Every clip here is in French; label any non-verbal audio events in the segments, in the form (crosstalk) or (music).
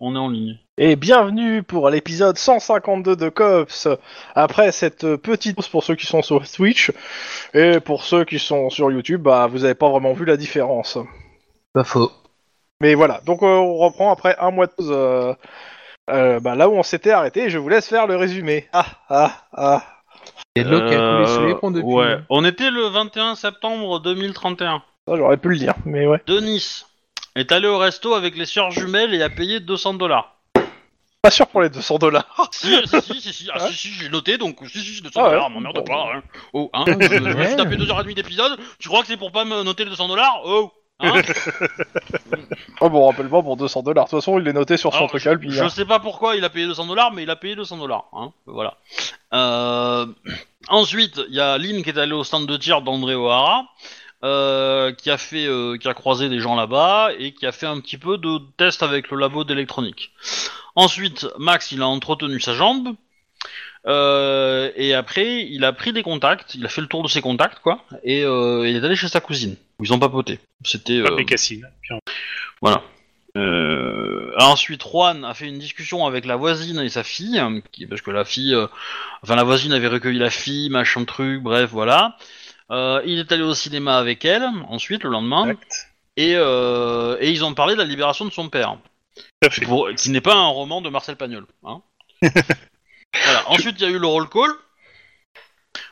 on est en ligne. Et bienvenue pour l'épisode 152 de Cops. Après cette petite pause pour ceux qui sont sur Twitch et pour ceux qui sont sur YouTube, bah vous avez pas vraiment vu la différence. Pas faux. Mais voilà, donc euh, on reprend après un mois de pause. euh, euh, bah, là où on s'était arrêté, je vous laisse faire le résumé. Ah ah ah. Il y a de l'eau qui a coulé sous les ponts Euh, depuis. Ouais, on était le 21 septembre 2031 Ça, J'aurais pu le dire, mais ouais. de Nice. Est allé au resto avec les sœurs jumelles et a payé 200 (laughs) dollars. Pas sûr pour les 200 dollars. Si, si, si, si, si, ah, si, si, j'ai noté donc, si, si, 200 Ah ouais. dollars, m'emmerde pas. Hein. Oh, hein, je, je me suis tapé 2h30 d'épisode, tu crois que c'est pour pas me noter les 200 dollars Oh hein Oh bon, rappelle pas pour 200 dollars. De toute façon, il est noté sur son Alors, truc je, Alpi, hein. je sais pas pourquoi il a payé 200 dollars, mais il a payé 200 dollars. Hein, voilà. Euh, ensuite, il y a Lynn qui est allée au stand de tir d'André O'Hara, euh, qui a fait, euh, qui a croisé des gens là-bas et qui a fait un petit peu de test avec le labo d'électronique. Ensuite, Max, il a entretenu sa jambe. euh, et après, il a pris des contacts, il a fait le tour de ses contacts, quoi, et euh, il est allé chez sa cousine. où Ils ont papoté. C'était euh, Patrick Cassine. Puis on- voilà. Euh, ensuite, Juan a fait une discussion avec la voisine et sa fille, hein, qui- parce que la fille, euh, enfin la voisine avait recueilli la fille, machin truc, bref, voilà. Euh, il est allé au cinéma avec elle, ensuite le lendemain, Exact. et, euh, et ils ont parlé de la libération de son père, Tout à fait. pour- qui n'est pas un roman de Marcel Pagnol. (laughs) hein. voilà. Ensuite, il y a eu le roll call.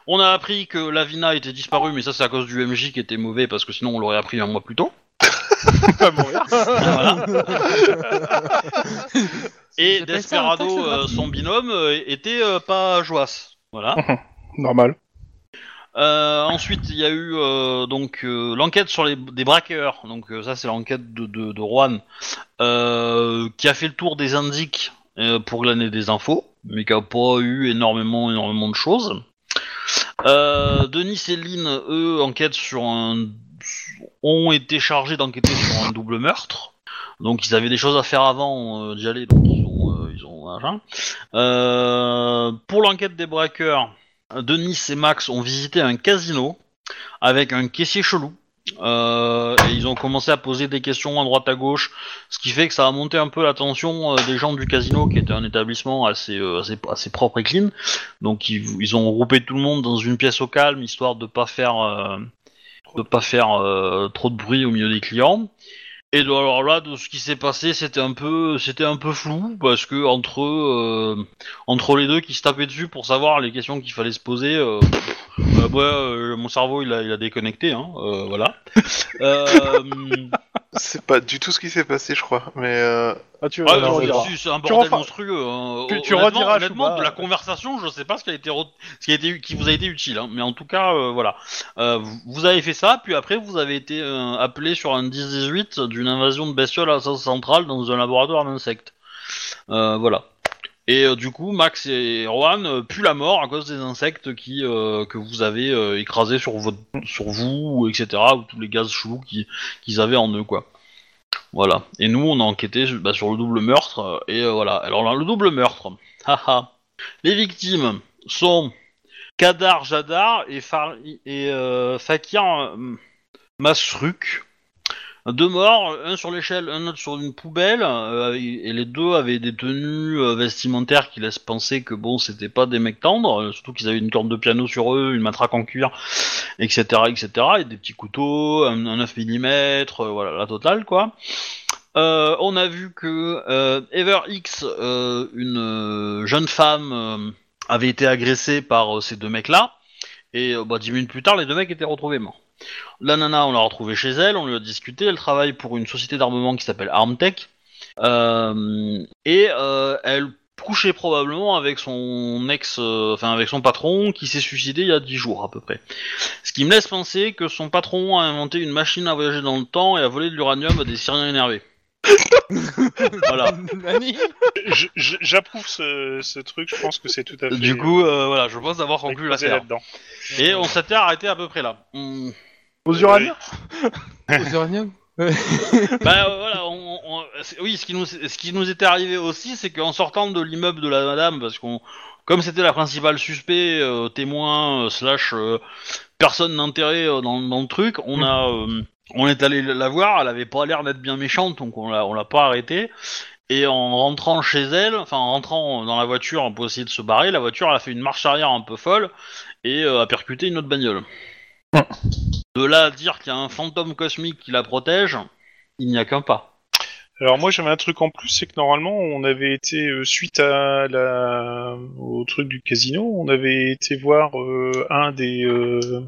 On a appris que Lavina était disparue, mais ça c'est à cause du MJ qui était mauvais, parce que sinon on l'aurait appris un mois plus tôt. (laughs) Pas mourir. Voilà. Et J'appelle ça un taxe Desperado, euh, gratuite. son binôme, euh, était euh, pas joasse. Voilà. Normal. Euh, ensuite, il y a eu euh, donc euh, l'enquête sur les des braqueurs. Donc euh, ça, c'est l'enquête de de, de Juan euh, qui a fait le tour des indices euh, pour glaner des infos, mais qui a pas eu énormément énormément de choses. Euh, Denis et Lynn, eux, enquêtent sur un ont été chargés d'enquêter sur un double meurtre. Donc ils avaient des choses à faire avant euh, d'y aller, donc ils ont, euh, ils ont machin. Euh, pour l'enquête des braqueurs, Denis et Max ont visité un casino avec un caissier chelou. Euh, et ils ont commencé à poser des questions à droite à gauche, ce qui fait que ça a monté un peu la tension euh, des gens du casino, qui était un établissement assez, euh, assez, assez propre et clean. Donc ils, ils ont regroupé tout le monde dans une pièce au calme, histoire de pas faire, euh, de pas faire euh, trop de bruit au milieu des clients. Et de- alors là, de ce qui s'est passé, c'était un peu, c'était un peu flou parce que entre euh, entre les deux qui se tapaient dessus pour savoir les questions qu'il fallait se poser. euh, euh, ouais, euh, mon cerveau il a, il a déconnecté, hein, euh, voilà. Euh, C'est pas du tout ce qui s'est passé, je crois. Mais euh, Ah, tu, ouais, tu euh, rediras. c'est- c'est un Tu bordel referas- monstrueux. hein. tu- tu honnêtement, rediras, honnêtement, Chouba. de la conversation, je sais pas ce qui a été, re- ce qui a été, qui vous a été utile, hein, mais en tout cas, euh, voilà. Euh, vous- vous avez fait ça, puis après vous avez été euh, appelé sur un 10-18 d'une invasion de bestioles à sens centrale dans un laboratoire d'insectes. Euh, voilà. Et euh, du coup, Max et Rohan euh, puent la mort à cause des insectes qui euh, que vous avez euh, écrasés sur votre sur vous, etc. Ou tous les gaz chelous qui- qu'ils avaient en eux, quoi. Voilà. Et nous, on a enquêté sur- bah, sur le double meurtre. euh, et euh, voilà. Alors là, le double meurtre. (laughs) Haha. les victimes sont Kadar Jadar et, Far- et euh, Fakir euh, Masruk. Deux morts, un sur l'échelle, un autre sur une poubelle, euh, et et les deux avaient des tenues euh, vestimentaires qui laissent penser que bon, c'était pas des mecs tendres, euh, surtout qu'ils avaient une corde de piano sur eux, une matraque en cuir, etc., etc., et des petits couteaux, un, un 9 mm, voilà, la totale, quoi. Euh, on a vu que euh, Ever X, euh, une euh, jeune femme, euh, avait été agressée par euh, ces deux mecs-là, et euh, bah, 10 minutes plus tard, les deux mecs étaient retrouvés morts. La nana, on l'a retrouvée chez elle, on lui a discuté, elle travaille pour une société d'armement qui s'appelle Armtech, euh, et euh, elle couchait probablement avec son ex, euh, enfin avec son patron qui s'est suicidé il y a 10 jours à peu près. Ce qui me laisse penser que son patron a inventé une machine à voyager dans le temps et a volé de l'uranium à des Syriens énervés. (laughs) Ah. (laughs) voilà. Nani Je- je- J'approuve ce, ce truc, je pense que c'est tout à fait. Du coup, euh, voilà, je pense avoir conclu basé l'affaire. là-dedans. Et on s'était arrêté à peu près là. Hmm. Aux Uraniens Aux uraniums bah euh, voilà, on, on- c'est- oui, ce qui, nous, ce qui nous était arrivé aussi, c'est qu'en sortant de l'immeuble de la madame, parce qu'on, comme c'était la principale suspect, euh, témoin, euh, slash euh, personne d'intérêt euh, dans, dans le truc, on a, euh, on est allé la voir, elle avait pas l'air d'être bien méchante, donc on l'a, on l'a pas arrêtée. Et en rentrant chez elle, enfin en rentrant dans la voiture pour essayer de se barrer, la voiture elle a fait une marche arrière un peu folle et euh, a percuté une autre bagnole. Hmm. De là à dire qu'il y a un fantôme cosmique qui la protège, il n'y a qu'un pas. Alors moi j'avais un truc en plus, c'est que normalement on avait été euh, suite à la au truc du casino, on avait été voir euh, un des euh,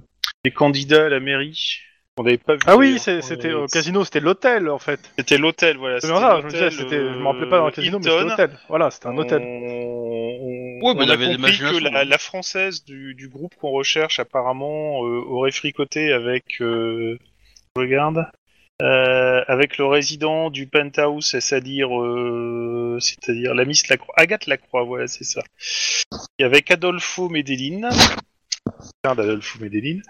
des candidats à la mairie. On n'avait pas vu. Ah oui, d'ailleurs. c'est- On c'était avait- au casino, c'était l'hôtel en fait. C'était l'hôtel, euh, voilà. C'est bien ça, je me disais, c'était, je me rappelais pas dans le casino, mais c'était l'hôtel. Voilà, c'était un hôtel. On, Ouais, mais on il a avait des compris que imaginations, la, hein. la française du, du groupe qu'on recherche apparemment euh, aurait fricoté avec, euh, je regarde, euh, avec le résident du penthouse, c'est-à-dire, euh, c'est-à-dire la Miss Lacroix, Agathe Lacroix, voilà, c'est ça. Et avec Adolfo Medellin, putain, d'Adolfo Medellin,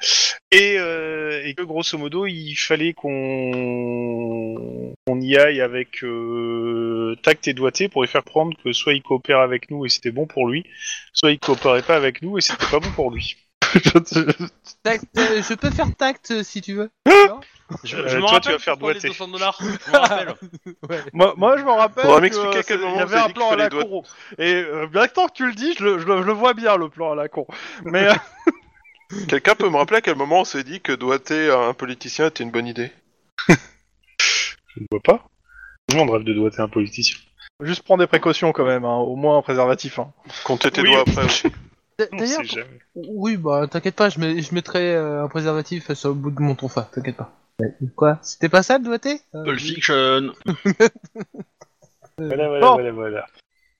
et, euh, et que grosso modo il fallait qu'on qu'on y aille avec euh, tact et doigté pour lui faire prendre que soit il coopère avec nous et c'était bon pour lui, soit il coopérait pas avec nous et c'était pas bon pour (laughs) lui. Tact, euh, je peux faire tact euh, si tu veux. Je, Euh, je me toi, tu rappelle vas faire pourquoi les doigter. 200 (laughs) dollars. Je me rappelle. Ouais. Moi, moi, je me rappelle Faudra que, m'expliquer à quel euh, moment il y vous avait avez un dit plan qu'il à la fallait con. Et euh, bien que tant que tu le dis, je le, je le- je le vois bien le plan à la con. Mais euh, (laughs) Quelqu'un peut me rappeler à quel moment on s'est dit que doigter à un politicien était une bonne idée Je ne vois pas. Tout le monde rêve de doigter un politicien. juste prendre des précautions quand même, hein, au moins un préservatif. Hein. Comptez tes Oui. doigts après. aussi. D- On D'ailleurs, sait jamais. oui, bah t'inquiète pas, je, mets- je mettrai euh, un préservatif euh, sur le bout de mon tonfa, t'inquiète pas. Ouais, Quoi C'était pas ça le doigté Euh, Pulp Fiction. Voilà, voilà, Bon. voilà, voilà.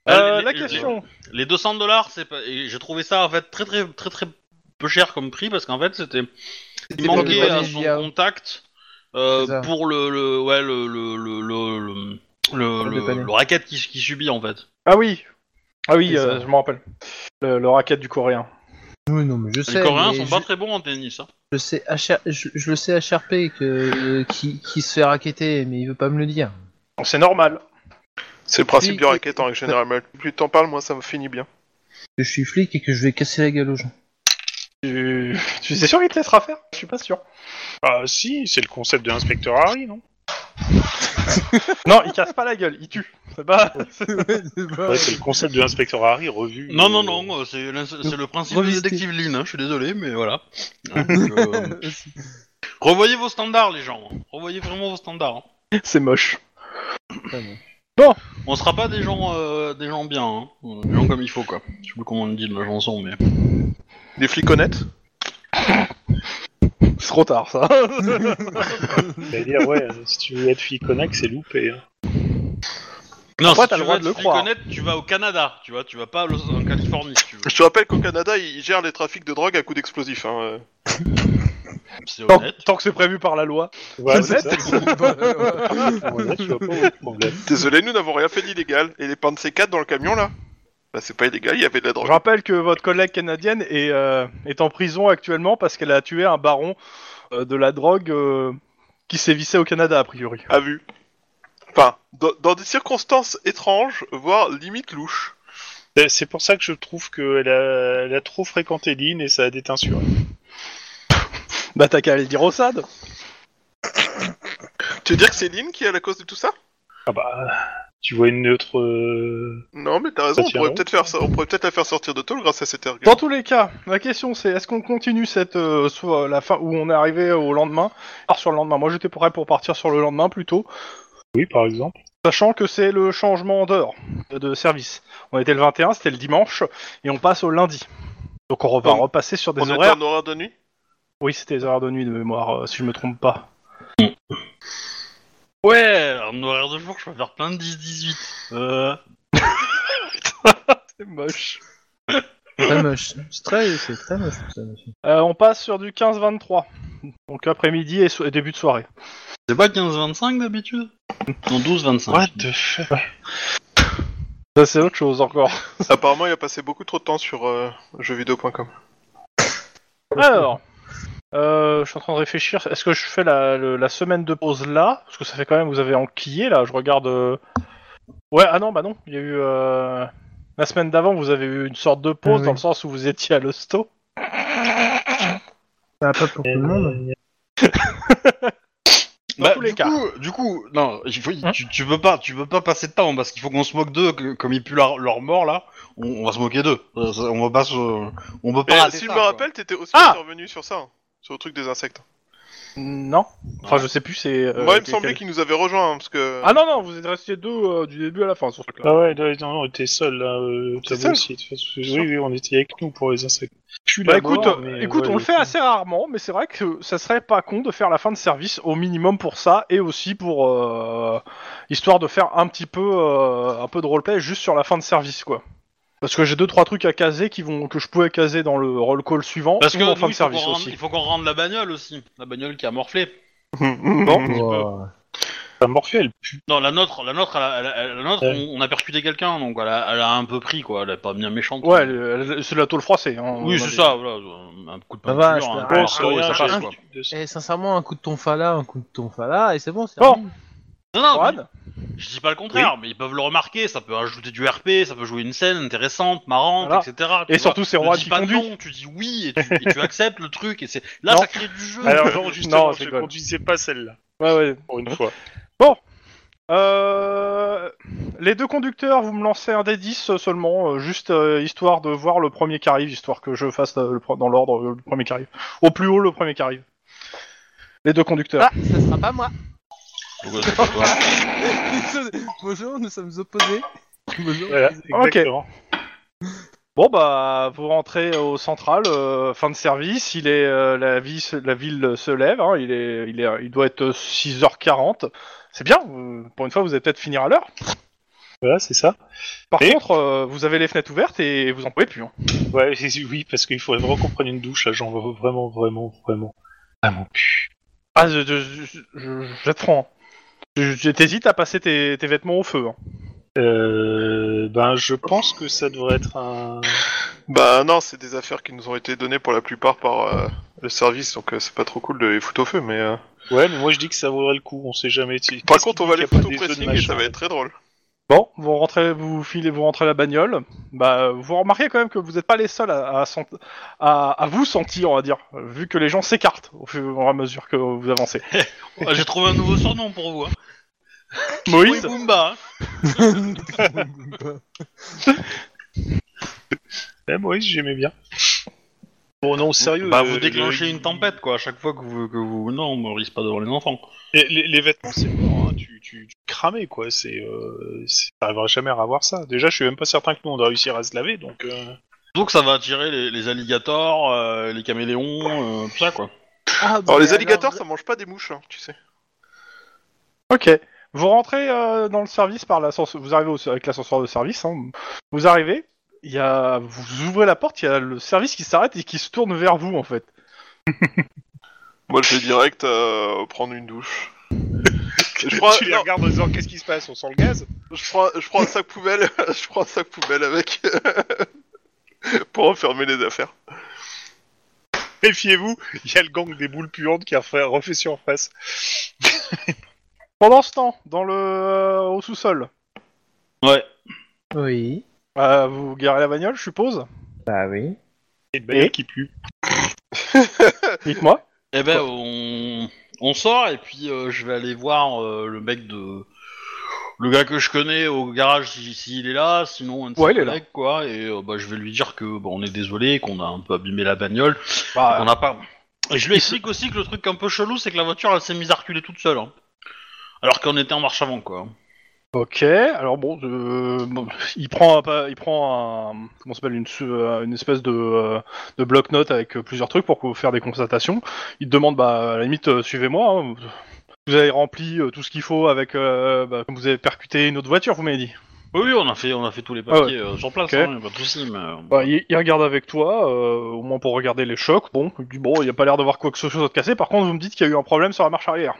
Euh, Ah, les- la les- question. Les 200 dollars, c'est pas... et j'ai trouvé ça en fait très très très très peu cher comme prix parce qu'en fait c'était il pas manquait des à bonnes son via- contact euh, C'est ça. pour le, le ouais le le le le, le, le, Pour le- dépanner. le racket qui, qui subit en fait. Ah oui, ah oui, C'est ça. euh, je me rappelle. Le, le racket du coréen. Oui, non, mais je Les sais. Coréens mais sont je, pas très bons en tennis. Hein. je sais HR je, je le sais HRP que, euh, qui, qui se fait raqueter, mais il veut pas me le dire. C'est normal. C'est le principe Oui, du oui. racket en règle générale. mais Plus t'en parles, moins ça me finit bien. Que je suis flic et que je vais casser la gueule aux (laughs) gens. Tu, tu es sûr qu'il te laissera faire Je suis pas sûr. Ah si, c'est le concept de l'inspecteur Harry, non Non, il casse pas la gueule, il tue. C'est pas. Ouais, c'est le concept de l'inspecteur Harry revu. Non non euh, non, euh, c'est l'ins- c'est le principe de revisiter. détective Lynn. hein, je suis désolé mais voilà. Hein, donc, (laughs) euh, revoyez vos standards les gens. Revoyez vraiment vos standards. hein. (laughs) C'est moche. On sera pas des gens euh, des gens bien, hein. des gens comme il faut quoi. Je sais plus comment on dit de la chanson mais. Des flics honnêtes C'est trop tard ça. C'est-à-dire, ouais, si tu veux être fille connect, c'est loupé. hein. Non, Après, si t'as tu le droit veux de le te croire. connaître, tu vas au Canada, tu vois, tu vas pas à Los- en Californie si (laughs) tu veux. Je te rappelle qu'au Canada, ils gèrent les trafics de drogue à coups d'explosifs. Hein. euh. C'est (laughs) tant, honnête. tant que c'est prévu par la loi. (laughs) Voilà, C'est c'est ça. (laughs) Honnête, je vois pas où est le problème. Désolé, nous n'avons rien fait d'illégal. Et les pains de C4 dans le camion là Bah, c'est pas illégal, il y avait de la drogue. Je rappelle que votre collègue canadienne est, euh, est en prison actuellement parce qu'elle a tué un baron euh, de la drogue euh, qui sévissait au Canada, a priori. À vue. Enfin, dans, dans des circonstances étranges, voire limite louches. C'est- C'est pour ça que je trouve qu'elle a, elle a trop fréquenté Lynn et ça a déteint sur elle. Bah t'as qu'à aller le dire au SAD. Tu veux dire que c'est Lynn qui est à la cause de tout ça Ah bah, tu vois une autre... euh, Non, mais t'as raison, Ça on tient pourrait bon. peut-être faire ça- on pourrait peut-être la faire sortir de tôle grâce à cet argument. Dans tous les cas, la question c'est est-ce qu'on continue cette euh, soit la fin où on est arrivé au lendemain, part sur le lendemain. Moi j'étais prêt pour partir sur le lendemain plutôt, Oui, par exemple. sachant que c'est le changement d'heure de, de service. On était le 21, c'était le dimanche et on passe au lundi. Donc on va Donc, repasser sur des On est horaires. en horaire de nuit Oui, c'était les horaires de nuit de mémoire euh, si je me trompe pas. Ouais, en horaire de jour, je vais faire plein de 10-18. Euh... C'est moche. Très moche. C'est très, c'est très moche. ça, monsieur. Euh, on passe sur du 15-23. Donc après-midi et, so- et début de soirée. C'est pas 15-25 d'habitude Non, 12-25. the fuck Ça c'est autre chose encore. (laughs) Apparemment, il a passé beaucoup trop de temps sur euh, jeuxvideo.com. Alors, euh, je suis en train de réfléchir. Est-ce que je fais la, le- la semaine de pause là Parce que ça fait quand même, vous avez enquillé là. Je regarde. euh, Ouais, ah non, bah non. Il y a eu euh, la semaine d'avant, vous avez eu une sorte de pause Ah oui. dans le sens où vous étiez à l'hosto. Ça va pas pour tout le monde. Dans tous Bah, les du cas. Coup, du coup, non, il faut, Hein tu, tu peux pas, tu peux pas passer de temps hein, parce qu'il faut qu'on se moque d'eux, que- comme ils puent leur, leur mort là, on, on va se moquer d'eux. Ça- ça- On va pas se, on peut pas. Et rater Eh, si je ça, me quoi. rappelle, t'étais aussi Ah intervenu sur ça, hein, sur le truc des insectes. Non. Enfin, je sais plus, c'est. euh, Moi, il me quel- semblait quel- qu'il nous avait rejoint, hein, parce que. Ah non, non, vous êtes restés deux euh, du début à la fin sur ce truc-là. Ah ouais, non, non, t'es seul là. euh, T'es t'as seul aussi, de toute façon. oui, oui, on était avec nous pour les insectes. Bah écoute, euh, écoute on le fait assez rarement, mais c'est vrai que ça serait pas con de faire la fin de service au minimum pour ça et aussi pour euh, histoire de faire un petit peu euh, un peu de roleplay juste sur la fin de service quoi. Parce que j'ai deux trois trucs à caser qui vont que je pouvais caser dans le roll call suivant Parce que ou en nous, fin de il faut qu'on service rende- aussi. il faut qu'on rende la bagnole aussi, la bagnole qui a morflé. Euh, non. La Morphée, elle pue. Non, la nôtre, la nôtre, elle a- elle a- elle a- la nôtre, on, on a percuté quelqu'un, donc elle a, elle a un peu pris quoi, elle est pas bien méchante. Ouais, elle- elle- c'est de la tôle froissée. hein, on Oui, c'est avait- ça, voilà, un coup de peinture, La vache, un la coup de vache, marteau, et rien, ça passe, j'ai- quoi. de- Et Eh, sincèrement, un coup de tonfa là, un coup de tonfa là, et c'est bon, c'est Bon. terminé. Non, non, mais- Juan Je dis pas le contraire, mais ils peuvent le remarquer, ça peut ajouter du RP, ça peut jouer une scène intéressante, marrante, Voilà. etc. tu Et vois. surtout c'est Ne Juan dis qui pas conduit. non, tu dis oui et tu, et (laughs) tu acceptes le truc et c'est là Non. ça crée du jeu. Alors, non, justement, Non, je je rigole. conduisais pas celle-là, Ouais ouais. pour une fois. Euh, les deux conducteurs, vous me lancez un des 10 seulement, euh, juste euh, histoire de voir le premier qui arrive, histoire que je fasse euh, le pre- dans l'ordre euh, le premier qui arrive. Au plus haut, le premier qui arrive. Les deux conducteurs. Ah, ça sera pas moi. (laughs) Ouais, c'est pas toi. Bonjour, nous sommes opposés. Bonjour. Voilà, exactement. Bon bah, vous rentrez au central, euh, fin de service, il est euh, la, vie, se- la ville se lève, hein, il, est, il, est, il doit être 6h40. C'est bien, euh, pour une fois vous allez peut-être finir à l'heure. Voilà, c'est ça. Par Et contre, euh, vous avez les fenêtres ouvertes et vous en pouvez plus. hein. Ouais, (laughs) c'est- oui, parce qu'il faudrait vraiment qu'on prenne une douche, là, j'en veux vraiment, vraiment, vraiment. Vraiment pu. Ah, je, je, je, je- je vais être franc. Je- je- T'hésites à passer tes, tes vêtements au feu. hein. Euh, ben, je pense que ça devrait être un. Bah non, c'est des affaires qui nous ont été données pour la plupart par euh, le service, donc euh, c'est pas trop cool de les foutre au feu, mais... euh, Ouais, mais moi je dis que ça vaudrait le coup, on sait jamais. Par contre, on va les foutre au pressing et ça va être très drôle. Bon, vous rentrez, vous filez, vous rentrez à la bagnole. Bah, vous remarquez quand même que vous n'êtes pas les seuls à, à, sent- à- à vous sentir, on va dire, euh, vu que les gens s'écartent au fur et à mesure que vous avancez. Ouais, J'ai trouvé un nouveau surnom pour vous. Hein. Oui, Moïse, Boomba. hein. Ouais, Moïse, Eh, j'aimais bien. Bon, non, sérieux. Bah euh, vous déclenchez le- une tempête quoi à chaque fois que vous que vous non Maurice pas devant les enfants. Les, les- les vêtements, c'est mort, hein, tu, tu, tu cramais, quoi. C'est, euh, c'est- t'arriveras jamais à revoir ça. Déjà, je suis même pas certain que nous on va réussir à se laver, donc. euh, Donc ça va attirer les, les alligators, euh, les caméléons, euh, tout ça quoi. (laughs) Ah, bah, Alors les alors, alligators, vous- ça mange pas des mouches, hein, tu sais. ok. Vous rentrez euh, dans le service par l'ascenseur. Vous arrivez au- avec l'ascenseur de service. hein. Vous arrivez. Il y a, vous ouvrez la porte. Il y a le service qui s'arrête et qui se tourne vers vous en fait. Moi, je vais direct euh, prendre une douche. je, prends, tu les non, regardes en disant qu'est-ce qui se passe, on sent le gaz je, prends, je prends un sac poubelle, (laughs) je prends un sac poubelle avec... (laughs) pour enfermer les affaires. Méfiez-vous, il y a le gang des boules puantes qui a fait- refait surface. Pendant ce temps, dans le euh, au sous-sol, Ouais. Oui. euh, vous garez la bagnole, je suppose. Bah oui. Et le bagnole Et qui pue. (laughs) Dites-moi. Eh ben on on sort et puis euh, je vais aller voir euh, le mec de le gars que je connais au garage si- s'il est là, sinon un de ses Ouais, il est là. collègues, quoi et euh, bah, je vais lui dire que bah, on est désolé qu'on a un peu abîmé la bagnole, Bah, on n'a pas Ah. et je lui explique aussi que le truc un peu chelou c'est que la voiture elle s'est mise à reculer toute seule. hein. Alors qu'on était en marche avant quoi. Ok. Alors bon, euh, bon, il prend un, pa- il prend un comment ça s'appelle une, su- euh, une espèce de, euh, de bloc-notes avec euh, plusieurs trucs pour que vous faire des constatations. Il te demande bah à la limite euh, suivez-moi. hein. Vous avez rempli euh, tout ce qu'il faut avec euh, bah, comme vous avez percuté une autre voiture, vous m'avez dit. Oui, oui, on a fait on a fait tous les Ah ouais. papiers euh, sur place, Ok. hein, y a pas de souci mais euh, Bah, il, il regarde avec toi, euh, au moins pour regarder les chocs. Bon, il dit bon, il n'y a pas l'air d'avoir quoi que ce soit de cassé. Par contre, vous me dites qu'il y a eu un problème sur la marche arrière.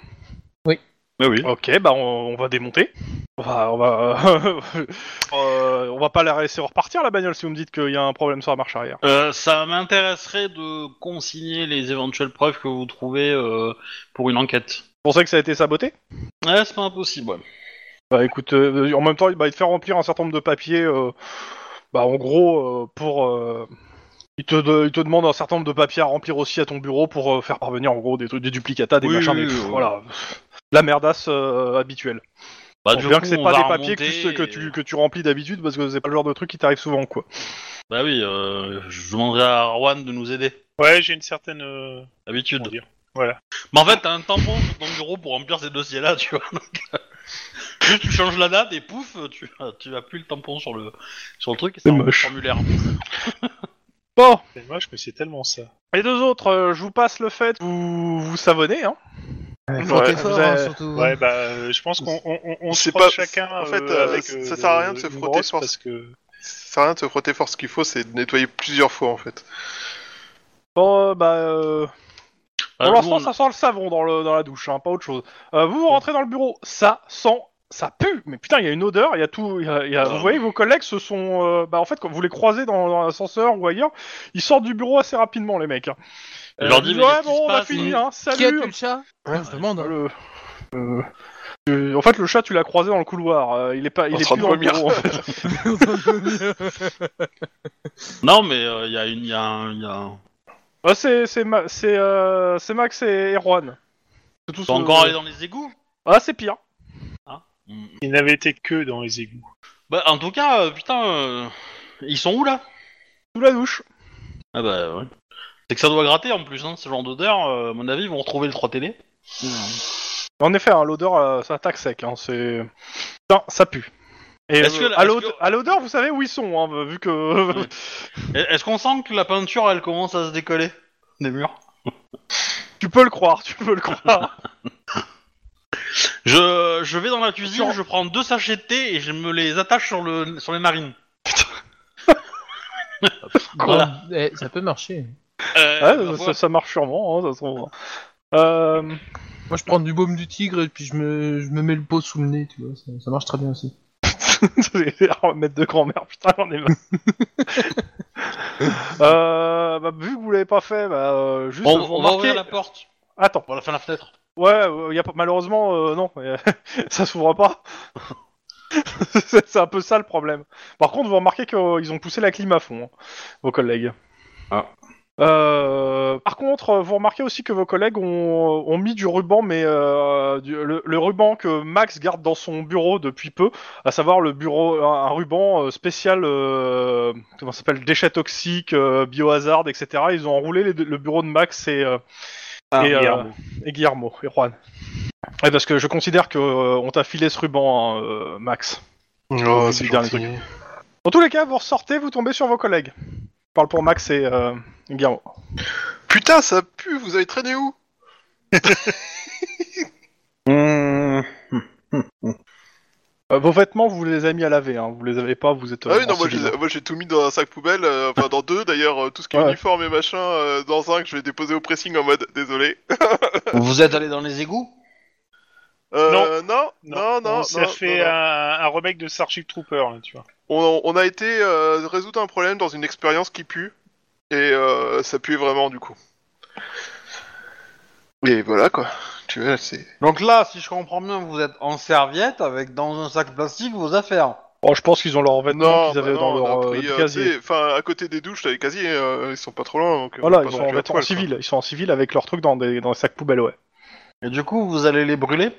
Mais oui. Ok, bah on, on va démonter. On va, (laughs) on va, euh, on va pas la laisser repartir la bagnole si vous me dites qu'il y a un problème sur la marche arrière. Euh, ça m'intéresserait de consigner les éventuelles preuves que vous trouvez euh, pour une enquête. C'est pour ça que ça a été saboté Ouais, c'est pas impossible. ouais. Bah écoute, euh, en même temps, il- bah, il te fait remplir un certain nombre de papiers. euh, bah en gros, euh, pour. euh, il, te de- il te demande un certain nombre de papiers à remplir aussi à ton bureau pour euh, faire parvenir en gros des, trucs- des duplicata, des Oui, machins, oui, des- oui, pff, oui. voilà. la merdasse euh, habituelle. Bah, Bon, du bien coup, que c'est on pas va des papiers que, tu- remonter, que et- tu, que tu remplis d'habitude parce que c'est pas le genre de truc qui t'arrive souvent quoi. Bah oui, euh, je demanderai à Arwan de nous aider. Ouais, j'ai une certaine. euh, Habitude. comment dire Voilà. Mais en fait, t'as un tampon (laughs) sur ton bureau pour remplir ces dossiers-là, tu vois. Donc, (laughs) euh, juste, tu changes la date et pouf, tu, tu as plus le tampon sur le, sur le truc et C'est ça remplit le moche. formulaire. Bon, C'est moche, mais c'est tellement ça. les deux autres, euh, je vous passe le fait que vous vous savonnez hein. Vous faites Ouais, effort, vous avez- hein, surtout. Ouais, bah, euh, je pense qu'on on, on, on se C'est frotte pas- chacun. en fait, euh, euh, avec, ça euh, sert à rien de se une frotter brosse sur- parce que. Ça sert à rien de se frotter fort. Ce qu'il faut, c'est de nettoyer plusieurs fois en fait. Bon euh, bah euh, Ah, pour nous, l'instant on- ça sent le savon dans, le, dans la douche, hein, pas autre chose. Euh, vous vous rentrez dans le bureau, ça sent, ça pue. Mais putain il y a une odeur, il y a tout, il y a- il y a- vous voyez vos collègues se sont, euh, bah en fait quand vous les croisez dans, dans l'ascenseur ou ailleurs, ils sortent du bureau assez rapidement les mecs. hein. Je leur Ils dis, disent, mais qu'est-ce ouais qui se bon on a passe, fini hein hein, salut. Qui a tué le chat Ouais, Je demande. (laughs) hein. Le- le- euh, En fait, le chat, tu l'as croisé dans le couloir. euh, il est pas, il En est train plus de dans le (laughs) vomir. bureau, en fait. Non, mais il y a une. Y a un, y a un- Ah, c'est, c'est, Ma- c'est, euh, c'est Max et Erwan. C'est tout ce Faut que- encore aller dans les égouts Ah, c'est pire. Mm. Il n'avait été que dans les égouts. Bah, en tout cas, euh, putain, euh, ils sont où là Sous la douche. Ah bah ouais. C'est que ça doit gratter en plus, hein, ce genre d'odeur. euh, à mon avis, ils vont retrouver le 3 télé. En effet, hein, l'odeur, euh, ça attaque sec. hein, c'est... Putain, ça pue. Et Est-ce euh, que- à, est-ce l'ode- que- à l'odeur, vous savez où ils sont, hein, vu que... Ouais. Est-ce qu'on sent que la peinture, elle commence à se décoller des murs (laughs) tu peux le croire, tu peux (laughs) le croire. Je, je vais dans la cuisine, Sur- je prends deux sachets de thé et je me les attache sur, le, sur les narines. Voilà. Bon, eh, ça peut marcher. Euh, Ouais, ma foi. ça, ça marche sûrement, hein, de toute façon. Euh, (laughs) Moi, je prends du baume du tigre et puis je me, je me mets le pot sous le nez, tu vois. Ça, ça marche très bien aussi. Maître de grand-mère, putain, j'en (laughs) ai marre. euh, bah, vu que vous l'avez pas fait, bah, euh, juste Bon, vous on va remarquez. ouvrir la porte. Attends, Voilà, fin la fenêtre. ouais, ouais, y a pas... malheureusement, euh, non, euh, (laughs) ça s'ouvre pas. (laughs) c'est c'est un peu ça le problème. Par contre, vous remarquez qu'ils ont poussé la clim à fond, hein, vos collègues. Ah. Euh, par contre, vous remarquez aussi que vos collègues ont, ont mis du ruban, mais euh, du- le, le ruban que Max garde dans son bureau depuis peu, à savoir le bureau, un, un ruban euh, spécial, euh, comment ça s'appelle, déchets toxiques, euh, biohazard, etc. Ils ont enroulé les deux- le bureau de Max et, euh, et, euh, Guillermo. et Guillermo et Juan. Ouais, parce que je considère que euh, on t'a filé ce ruban, hein, euh, Max. Oh, c'est gentil. Dans tous les cas, vous ressortez, vous tombez sur vos collègues. Je parle pour Max et euh, Guillermo. Putain, ça pue. Vous avez traîné où Euh, vos vêtements, vous les avez mis à laver, hein. vous les avez pas, vous êtes. euh, Ah oui, non, moi, ensevelis. j'ai- moi, j'ai tout mis dans un sac poubelle, euh, enfin dans deux d'ailleurs, euh, tout ce qui est Ouais. uniforme et machin, euh, dans un que je vais déposer au pressing en mode désolé. (laughs) Vous êtes allé dans les égouts Euh, non, non, non, on non. s'est non, fait non. Un, un remake de Starship Trooper, là, tu vois. On, on a été euh, résoudre un problème dans une expérience qui pue, et euh, ça puait vraiment du coup. Et voilà quoi, tu vois, c'est. Donc là, si je comprends bien, vous êtes en serviette avec dans un sac plastique vos affaires. Oh, je pense qu'ils ont leurs vêtements qu'ils bah avaient dans on a leur euh, pris, euh, casier. tu sais, Enfin, à côté des douches, là, les casiers, euh, ils sont pas trop loin. Donc, euh, Voilà, pas ils sont non en plus à vêtements poil, quoi. civils, ils sont en civil avec leurs trucs dans des, dans des sacs poubelles, ouais. Et du coup, vous allez les brûler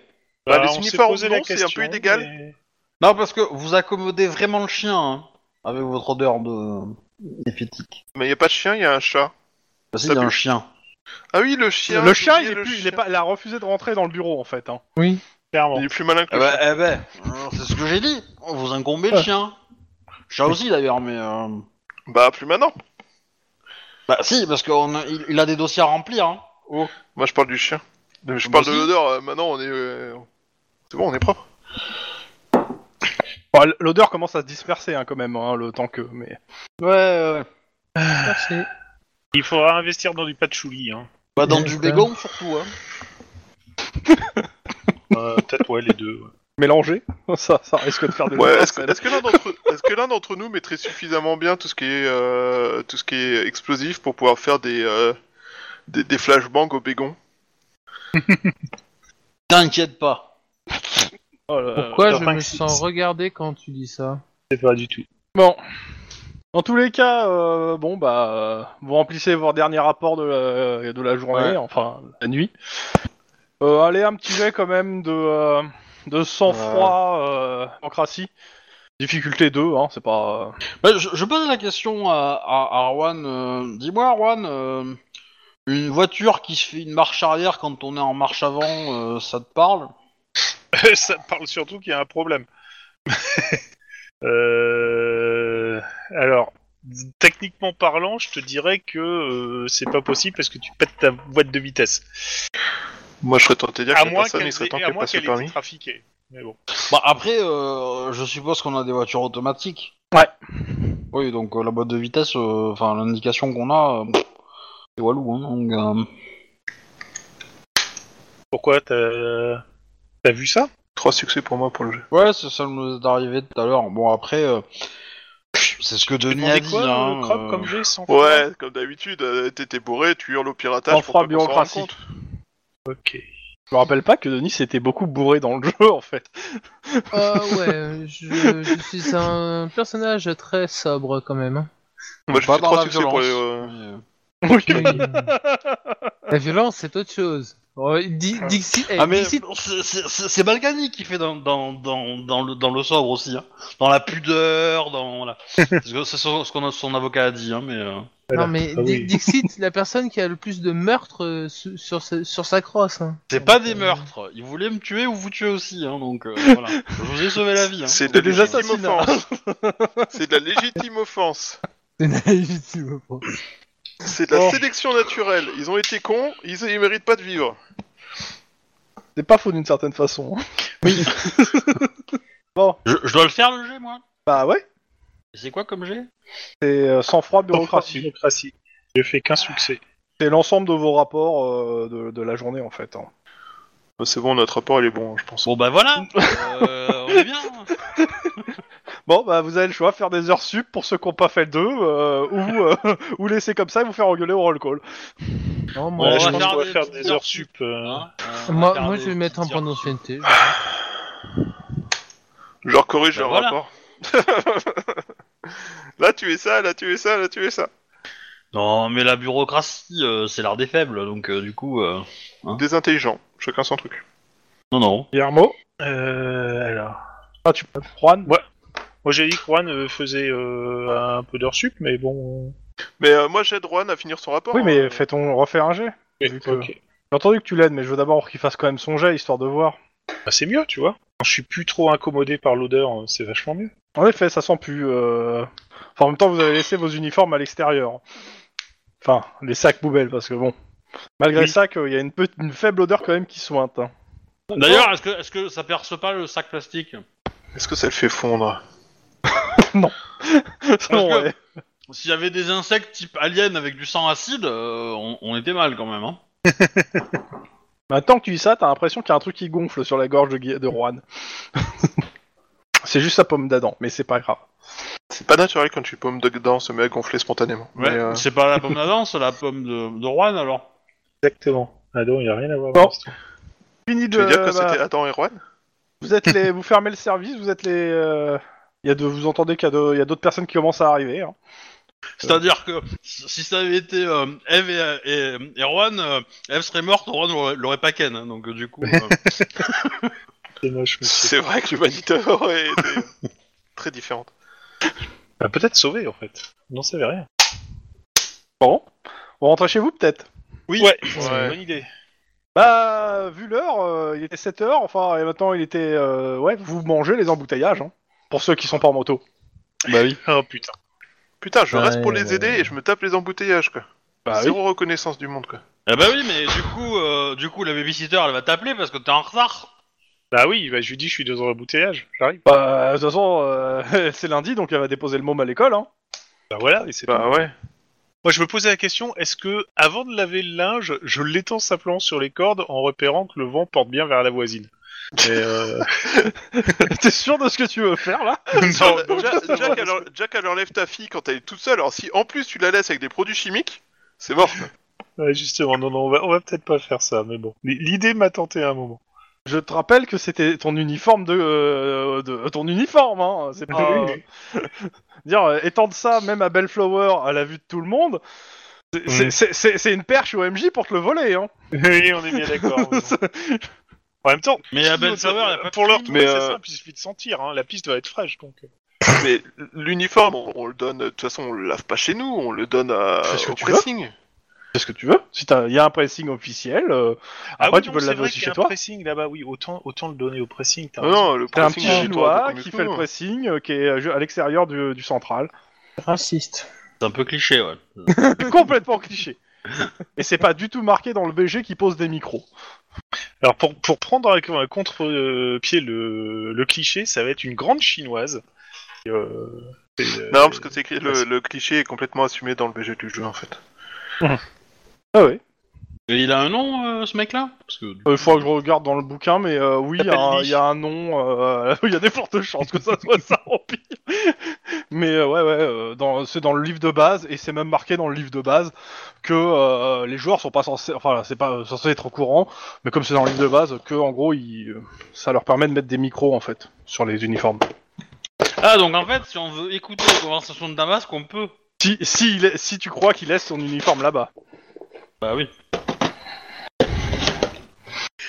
Bah, les on s'est uniformes, posé non, la c'est un peu question, illégal. mais- Non, parce que vous accommodez vraiment le chien hein, avec votre odeur de d'éphétique. Mais y a pas de chien, y a un chat. Bah, si, Ça il y a pue. un chien. Ah oui, le chien. le j'ai chien, il oublié est le plus, il chien. est pas, il a refusé de rentrer dans le bureau en fait. Hein. Oui. Clairement. Il est plus malin que Eh le ben, chat. eh ben, euh, c'est ce que j'ai dit. Vous incombez le chien. Chat aussi d'ailleurs, mais euh, Bah, plus maintenant. bah si, parce qu'il il a des dossiers à remplir. Hein. Moi, je parle du chien. Je Moi parle de aussi. l'odeur, euh, maintenant, on est. euh, C'est bon, on est propre. Bon, L'odeur commence à se disperser hein, quand même, hein, le temps que. Mais... Ouais, ouais. ouais. Merci. Il faudra investir dans du patchouli. Hein. Bah dans du Ouais. bégon surtout. Hein. Euh, Peut-être, ouais, les deux. ouais. Mélanger, (laughs) ça, ça risque de faire des. Ouais, est-ce que, étincelles. est-ce que l'un d'entre- est-ce que l'un d'entre nous maîtrise suffisamment bien tout ce qui est, euh, tout ce qui est explosif pour pouvoir faire des, euh, des, des flashbangs au bégon T'inquiète pas. Oh là là. Pourquoi euh, je Max, me sens c'est- regarder quand tu dis ça C'est pas du tout. Bon. Dans tous les cas, euh, bon bah, euh, vous remplissez vos derniers rapports de la, de la journée, Ouais. enfin la nuit. Euh, allez, un petit jet quand même de, euh, de sang-froid, euh, démocratie. Difficulté 2, hein, c'est pas... euh, Bah, je, je pose la question à, à, à Arwan. euh, Dis-moi, Arwan, euh, une voiture qui se fait une marche arrière quand on est en marche avant, euh, ça te parle (laughs) ça parle surtout qu'il y a un problème. (laughs) Euh, alors, techniquement parlant, je te dirais que euh, c'est pas possible parce que tu pètes ta boîte de vitesse. Moi, je serais tenté de dire À que la moins personne, qu'elle il serait ait, temps à qu'elle moins passe le qu'elle ait permis. trafiqué. Mais bon. Bah après, euh, je suppose qu'on a des voitures automatiques. Ouais. Oui, donc euh, la boîte de vitesse, euh, enfin l'indication qu'on a, euh, pff, c'est walou. Hein, donc, euh, Pourquoi t'as t'as vu ça Trois succès pour moi pour le jeu. Ouais, c'est ça nous est arrivé tout à l'heure. Bon après, euh, c'est ce que Denis a Demandez dit. quoi, hein, euh, Crop, euh, comme j'ai sans Ouais, comme d'habitude, euh, t'étais bourré, tu hurles au piratage. Sang-froid, pour pas qu'on s'en rende bureaucratie. compte. Ok. Je me rappelle pas que Denis était beaucoup bourré dans le jeu, en fait. Euh, ouais, je, je suis un personnage très sobre quand même. hein. Moi, je Pas fais dans trois la succès pour les. euh, violence, mais, euh, Oui. Oui. la violence, c'est autre chose. Oh, di- Dixie, eh, Ah mais Dixie- c'est- c'est c'est Balkany qui fait dans, dans, dans, dans, le, dans le sobre aussi, hein. dans la pudeur, dans la... (laughs) Parce que c'est ce ce qu'on a- son avocat a dit, hein, mais... euh, non mais Ah Di- oui. Dixit, la personne qui a le plus de meurtres euh, su- sur, sa- sur sa crosse. (laughs) hein. C'est pas des meurtres, il voulait me tuer ou vous tuer aussi, hein, donc (laughs) euh, voilà. Je vous ai sauvé la vie. Hein. C'est de la des légitime assassinats. offense. C'est de la légitime offense. C'est naïf, tu vois, bon. C'est de la Oh. Bon. sélection naturelle. Ils ont été cons, ils, ils méritent pas de vivre. C'est pas faux d'une certaine façon. Je, je dois le faire le G, moi Bah ouais, C'est quoi comme G c'est euh, sang-froid, Bureaucratie. bureaucratie. Bureaucratie. Je fais qu'un succès. C'est l'ensemble de vos rapports euh, de, de la journée, en fait. hein. Bah, c'est bon, notre rapport il est bon, je pense. Bon bah (laughs) voilà euh, On est bien Bon, bah vous avez le choix, faire des heures sup pour ceux qui n'ont pas fait le 2, euh, ou, euh, (laughs) ou laisser comme ça et vous faire engueuler au roll call. Bon, Non, moi, Ouais, on va je pense faire qu'on va des faire petites des heures heures sup. euh, Hein, euh, on va moi, faire moi, des je vais mettre un petites point heures. d'ancienneté. Je leur corrige Bah, leur voilà. rapport. (laughs) là, tu es ça, là, tu es ça, là, tu es ça. Non mais la bureaucratie, euh, c'est l'art des faibles, donc euh, du coup... euh, Des intelligents, chacun son truc. Non, non. Guillermo euh, alors. Ah, tu peux. Juan Moi j'ai dit que Juan euh, faisait euh, un peu d'heures sup, mais bon. Mais euh, moi, j'aide Juan à finir son rapport. Oui, hein. mais fais ton... refais un jet. Vu que- Ok. J'ai entendu que tu l'aides, mais je veux d'abord qu'il fasse quand même son jet, histoire de voir. Bah, c'est mieux, tu vois. Je suis plus trop incommodé par l'odeur, euh, c'est vachement mieux. En effet, ça sent plus... euh, Enfin, en même temps, vous avez laissé vos uniformes à l'extérieur. Enfin, les sacs poubelles, parce que bon... Malgré Oui. ça, qu'il y a une, pe- une faible odeur quand même qui sointe. hein. (laughs) D'ailleurs, est-ce que, est que ça perce pas le sac plastique Est-ce que ça le fait fondre Non, que- ouais. S'il y avait des insectes type alien avec du sang acide, euh, on, on était mal quand même. Hein. Maintenant que tu dis ça, t'as l'impression qu'il y a un truc qui gonfle sur la gorge de, Gui- de (laughs) Juan. c'est juste sa pomme d'Adam, mais c'est pas grave. C'est pas naturel quand tu pommes dedans se met à gonfler spontanément. Mais, euh, C'est pas la pomme d'Adam, c'est la pomme de, de Rouen alors. Exactement. Ah non, il n'y a rien à voir. Bon. avec l'histoire. Fini tu de. veux dire que bah, c'était Adam et Juan vous êtes les, vous fermez le service, vous êtes les. euh, Il y a de, vous entendez qu'il y a de- il y a d'autres personnes qui commencent à arriver. hein. C'est-à-dire que si si ça avait été euh, Eve et, et, et Rouen, euh, Eve serait morte, Rouen l'aurait- l'aurait pas ken. hein, donc euh, du coup, euh, C'est moche, monsieur. (laughs) C'est vrai que l'humanité aurait été très différente. Bah, peut-être sauvé en fait. On n'en savait rien. Bon, on rentre chez vous peut-être. Oui, ouais, c'est une bonne idée. Bah, vu l'heure, euh, il était 7 heures. Enfin, et maintenant il était. euh, ouais, vous mangez les embouteillages. hein, pour ceux qui sont pas en moto. bah oui. Oh putain. Putain, je Ouais, reste pour les ouais, aider ouais. et je me tape les embouteillages, quoi. Bah oui. Zéro reconnaissance du monde, quoi. Ah bah oui, mais du coup, euh, du coup, la babysitter elle va t'appeler parce que t'es en retard. Bah oui, bah, je lui dis, je suis dans un embouteillage. J'arrive. Bah, de toute façon, euh, (laughs) c'est lundi, donc elle va déposer le môme à l'école. Hein. (laughs) Bah voilà, et c'est tout. Bah (laughs) ouais. Moi, je me posais la question est-ce que, avant de laver le linge, je l'étends simplement sur les cordes en repérant que le vent porte bien vers la voisine Mais euh... (laughs) T'es sûr de ce que tu veux faire là non, non, Ja- Jack, elle leur- Jack, elle enlève ta fille quand elle est toute seule. Alors si en plus tu la laisses avec des produits chimiques, c'est mort. ouais, justement, non, non, on va, on va peut-être pas faire ça, mais bon. L- L'idée m'a tenté à un moment. Je te rappelle que c'était ton uniforme de, euh, de- ton uniforme, hein. C'est pas euh, Oui, (laughs) dire euh, étendre ça même à Bellflower à la vue de tout le monde. C'est- c'est- c'est- C'est c'est une perche OMJ pour te le voler, hein. Oui, on est (laughs) bien d'accord. mais bon. En même temps, Mais à qui belle nous a- saveur, y a pas pour l'heure, de tout mais, mais c'est euh, simple, il suffit de sentir. Hein. La piste doit être fraîche, donc. Mais l'uniforme, on, on le donne. De toute façon, on le lave pas chez nous. On le donne à, Fais ce que au tu veux. pressing. C'est ce que tu veux. Si il y a un pressing officiel, euh, Ah après tu peux le laver aussi chez toi. pressing là-bas, oui. Autant, autant le donner au pressing. t'as Non, non, le T'as un pressing petit est chez toi, chinois donc on qui est fait le tout. pressing, euh, qui est à à l'extérieur du, du (laughs) central. Raciste. C'est un peu cliché, ouais. Complètement cliché. Et c'est pas du tout marqué dans le BG qui pose des micros. Alors pour, pour prendre à à contre-pied le, le cliché, ça va être une grande chinoise. Euh, et, euh, Non, parce que c'est écrit- le, Merci. le cliché est complètement assumé dans le BG du jeu en fait. Ah oui. Et il a un nom, euh, ce mec-là Parce que Il Euh, faut que je regarde dans le bouquin, mais euh, oui, il y, a S'appelle un- Lee. il y a un nom. euh, (laughs) Il y a des fortes chances (laughs) que ça soit ça en pire. Mais euh, ouais, ouais, euh, dans- c'est dans le livre de base et c'est même marqué dans le livre de base que euh, les joueurs sont pas censés, enfin c'est pas euh, censé être au courant, mais comme c'est dans le livre de base, que en gros, ils, euh, ça leur permet de mettre des micros en fait sur les uniformes. Ah, donc en fait, si on veut écouter les conversations de Damasque, on peut. Si, si, il est- si tu crois qu'il laisse son uniforme là-bas, Bah oui.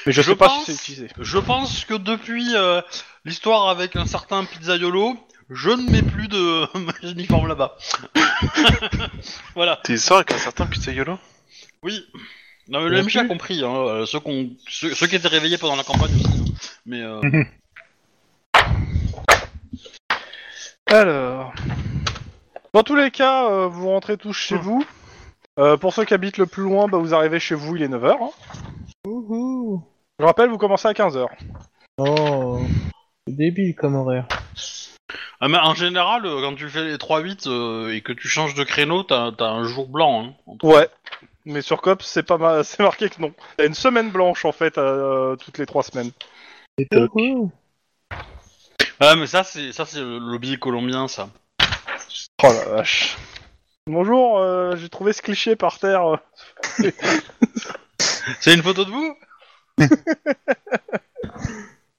mais Je je, sais pas pense- si c'est utilisé. Je pense que depuis euh, l'histoire avec un certain Pizzaiolo, je ne mets plus de (laughs) uniforme là-bas. (laughs) voilà. T'es ça avec un certain pizzaiolo Oui. Non, mais le MJ a compris, hein, euh, ceux, qu'on- ceux- ceux qui étaient réveillés pendant la campagne aussi. hein. Mais euh, Alors. Dans tous les cas, euh, vous rentrez tous chez vous. Euh, pour ceux qui habitent le plus loin, bah, vous arrivez chez vous, il est 9h. Ouhou. Je rappelle, vous commencez à 15h. Oh. C'est débile comme horaire. ah, mais en général, euh, quand tu fais les 3-8 euh, et que tu changes de créneau, t'as t'as un jour blanc. hein, entre- Ouais. Mais sur COP, c'est pas ma- (laughs) c'est marqué que non. Il y a une semaine blanche en fait, euh, toutes les 3 semaines. Euh, Ouhou. Ah, mais ça, c'est ça, c'est le lobby colombien, ça. Oh la vache. Bonjour, euh, j'ai trouvé ce cliché par terre. euh. C'est une photo de (laughs) vous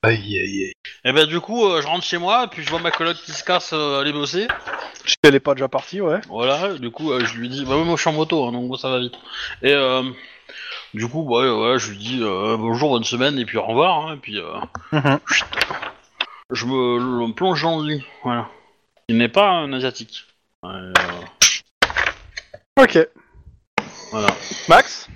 Aïe, aïe, aïe. Et ben du coup, euh, je rentre chez moi, puis je vois ma coloc qui se casse euh, aller bosser. Elle est pas déjà partie, ouais. Voilà, du coup, euh, je lui dis, bah oui, moi je suis en moto, hein, donc moi, ça va vite. Et euh, du coup, ouais, ouais, je lui dis euh, bonjour, bonne semaine, et puis au revoir, hein, et puis euh, Mhm. chut. je me le plonge dans le lit, voilà. Il n'est pas un asiatique. Euh, Ok. voilà. Max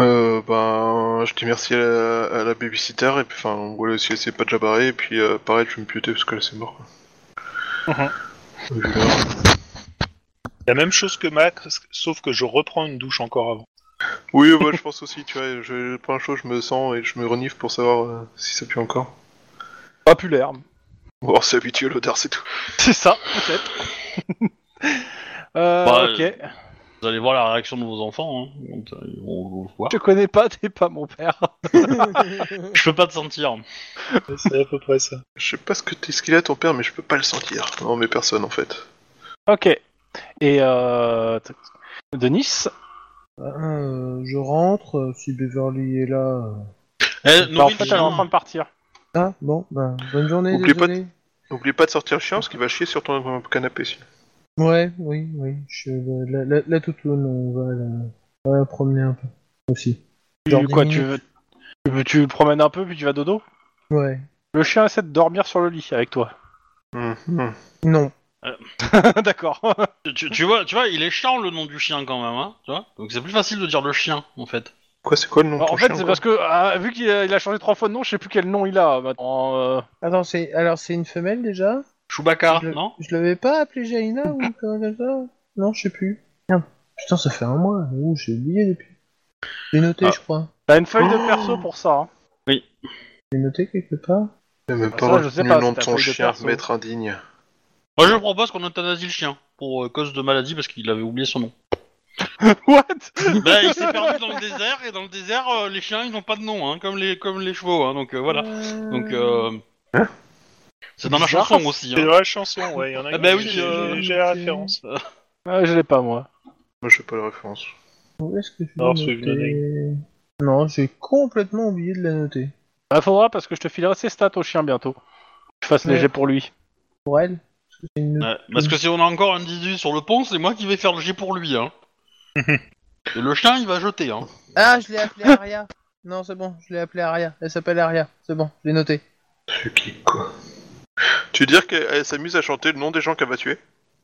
Euh, ben, je dis merci à la, à la babysitter, et puis enfin, en gros, elle aussi, elle s'est pas déjà barrée, et puis euh, pareil, je vais me pioter parce que là, c'est mort. quoi. Mhm. Je vais voir. La même chose que Max, sauf que je reprends une douche encore avant. (laughs) Oui, moi je pense aussi, tu vois, je prends un chose, je me sens et je me renifle pour savoir euh, si ça pue encore. Pas pu l'herbe. Bon, on s'est habitué à l'odeur, Oh, c'est tout. C'est ça, peut-être. Euh, Bah, ok. Vous allez voir la réaction de vos enfants, hein, quand, euh, ils vont vous voir. Je te connais pas, (laughs) t'es pas mon père. Je peux pas te sentir. C'est à peu près ça. Je sais pas ce que t'es ce qu'il a ton père, mais je peux pas le sentir. Non, mais personne en fait. Ok. Et euh... t- Denis Euh, je rentre, euh, si Beverly est là. euh. Eh, bah, En nourris-le, fait, elle est en hein. train de partir. Ah, bon, ben, bonne journée, Oublie pas de- désolé. N'oublie pas de sortir le chien parce qu'il va chier sur ton canapé. sinon. Ouais, oui, oui. Je, la, la, la toutoune, on va la, on va la promener un peu. Aussi. Genre Tu, dix quoi, tu, minutes. veux- tu le promènes un peu puis tu vas dodo Ouais. Le chien essaie de dormir sur le lit avec toi. Hum, hum. Non. (laughs) D'accord. Tu, tu vois, tu vois, il est chiant le nom du chien quand même, hein, tu vois. Donc c'est plus facile de dire le chien en fait. Quoi, c'est quoi le nom de Alors, Bah, ton en fait, chien, c'est quoi parce que ah, vu qu'il a, il a changé trois fois de nom, je sais plus quel nom il a maintenant. euh. Attends, c'est alors c'est une femelle déjà Chewbacca, Je- Ah, non Je l'avais pas appelée (laughs) Jaina ou comment comme ça Non, je sais plus. Merde. Putain, ça fait un mois. Ouh, j'ai oublié depuis. J'ai noté, Ah. je crois. T'as une feuille de perso pour ça. hein. J'ai noté quelque part. J'ai même Ah, pas ça, je retenu sais pas, le nom c'est de ta ton feuille de chien, perso. maître indigne. Moi je propose qu'on euthanasie le chien pour euh, cause de maladie parce qu'il avait oublié son nom. (laughs) What bah, il s'est perdu dans le désert et dans le désert euh, les chiens ils n'ont pas de nom, hein, comme les comme les chevaux, hein, donc euh, voilà. Euh, Donc euh, c'est dans la Bizarre, chanson aussi. C'est Hein. dans la chanson, ouais. Il y en a Ah qui- bah oui, j'ai- euh, j'ai j'ai la ok. référence. Ah, Je l'ai pas moi. Moi, je sais pas la référence. Où est-ce que je l'ai Non, c'est une noté Non, j'ai complètement oublié de la noter. Bah, faudra parce que je te filerai ses stats au chien bientôt. Je fasse Ouais. léger pour lui. Pour elle c'est une- Ouais, Euh, parce que si on a encore un 18 sur le pont, c'est moi qui vais faire le jet pour lui. Hein. Et le chien, il va jeter. Hein. Ah, je l'ai appelé Aria. Non, c'est bon, je l'ai appelé Aria. Elle s'appelle Aria. C'est bon, je l'ai noté. Ce qui quoi Tu veux dire qu'elle elle s'amuse à chanter le nom des gens qu'elle va tuer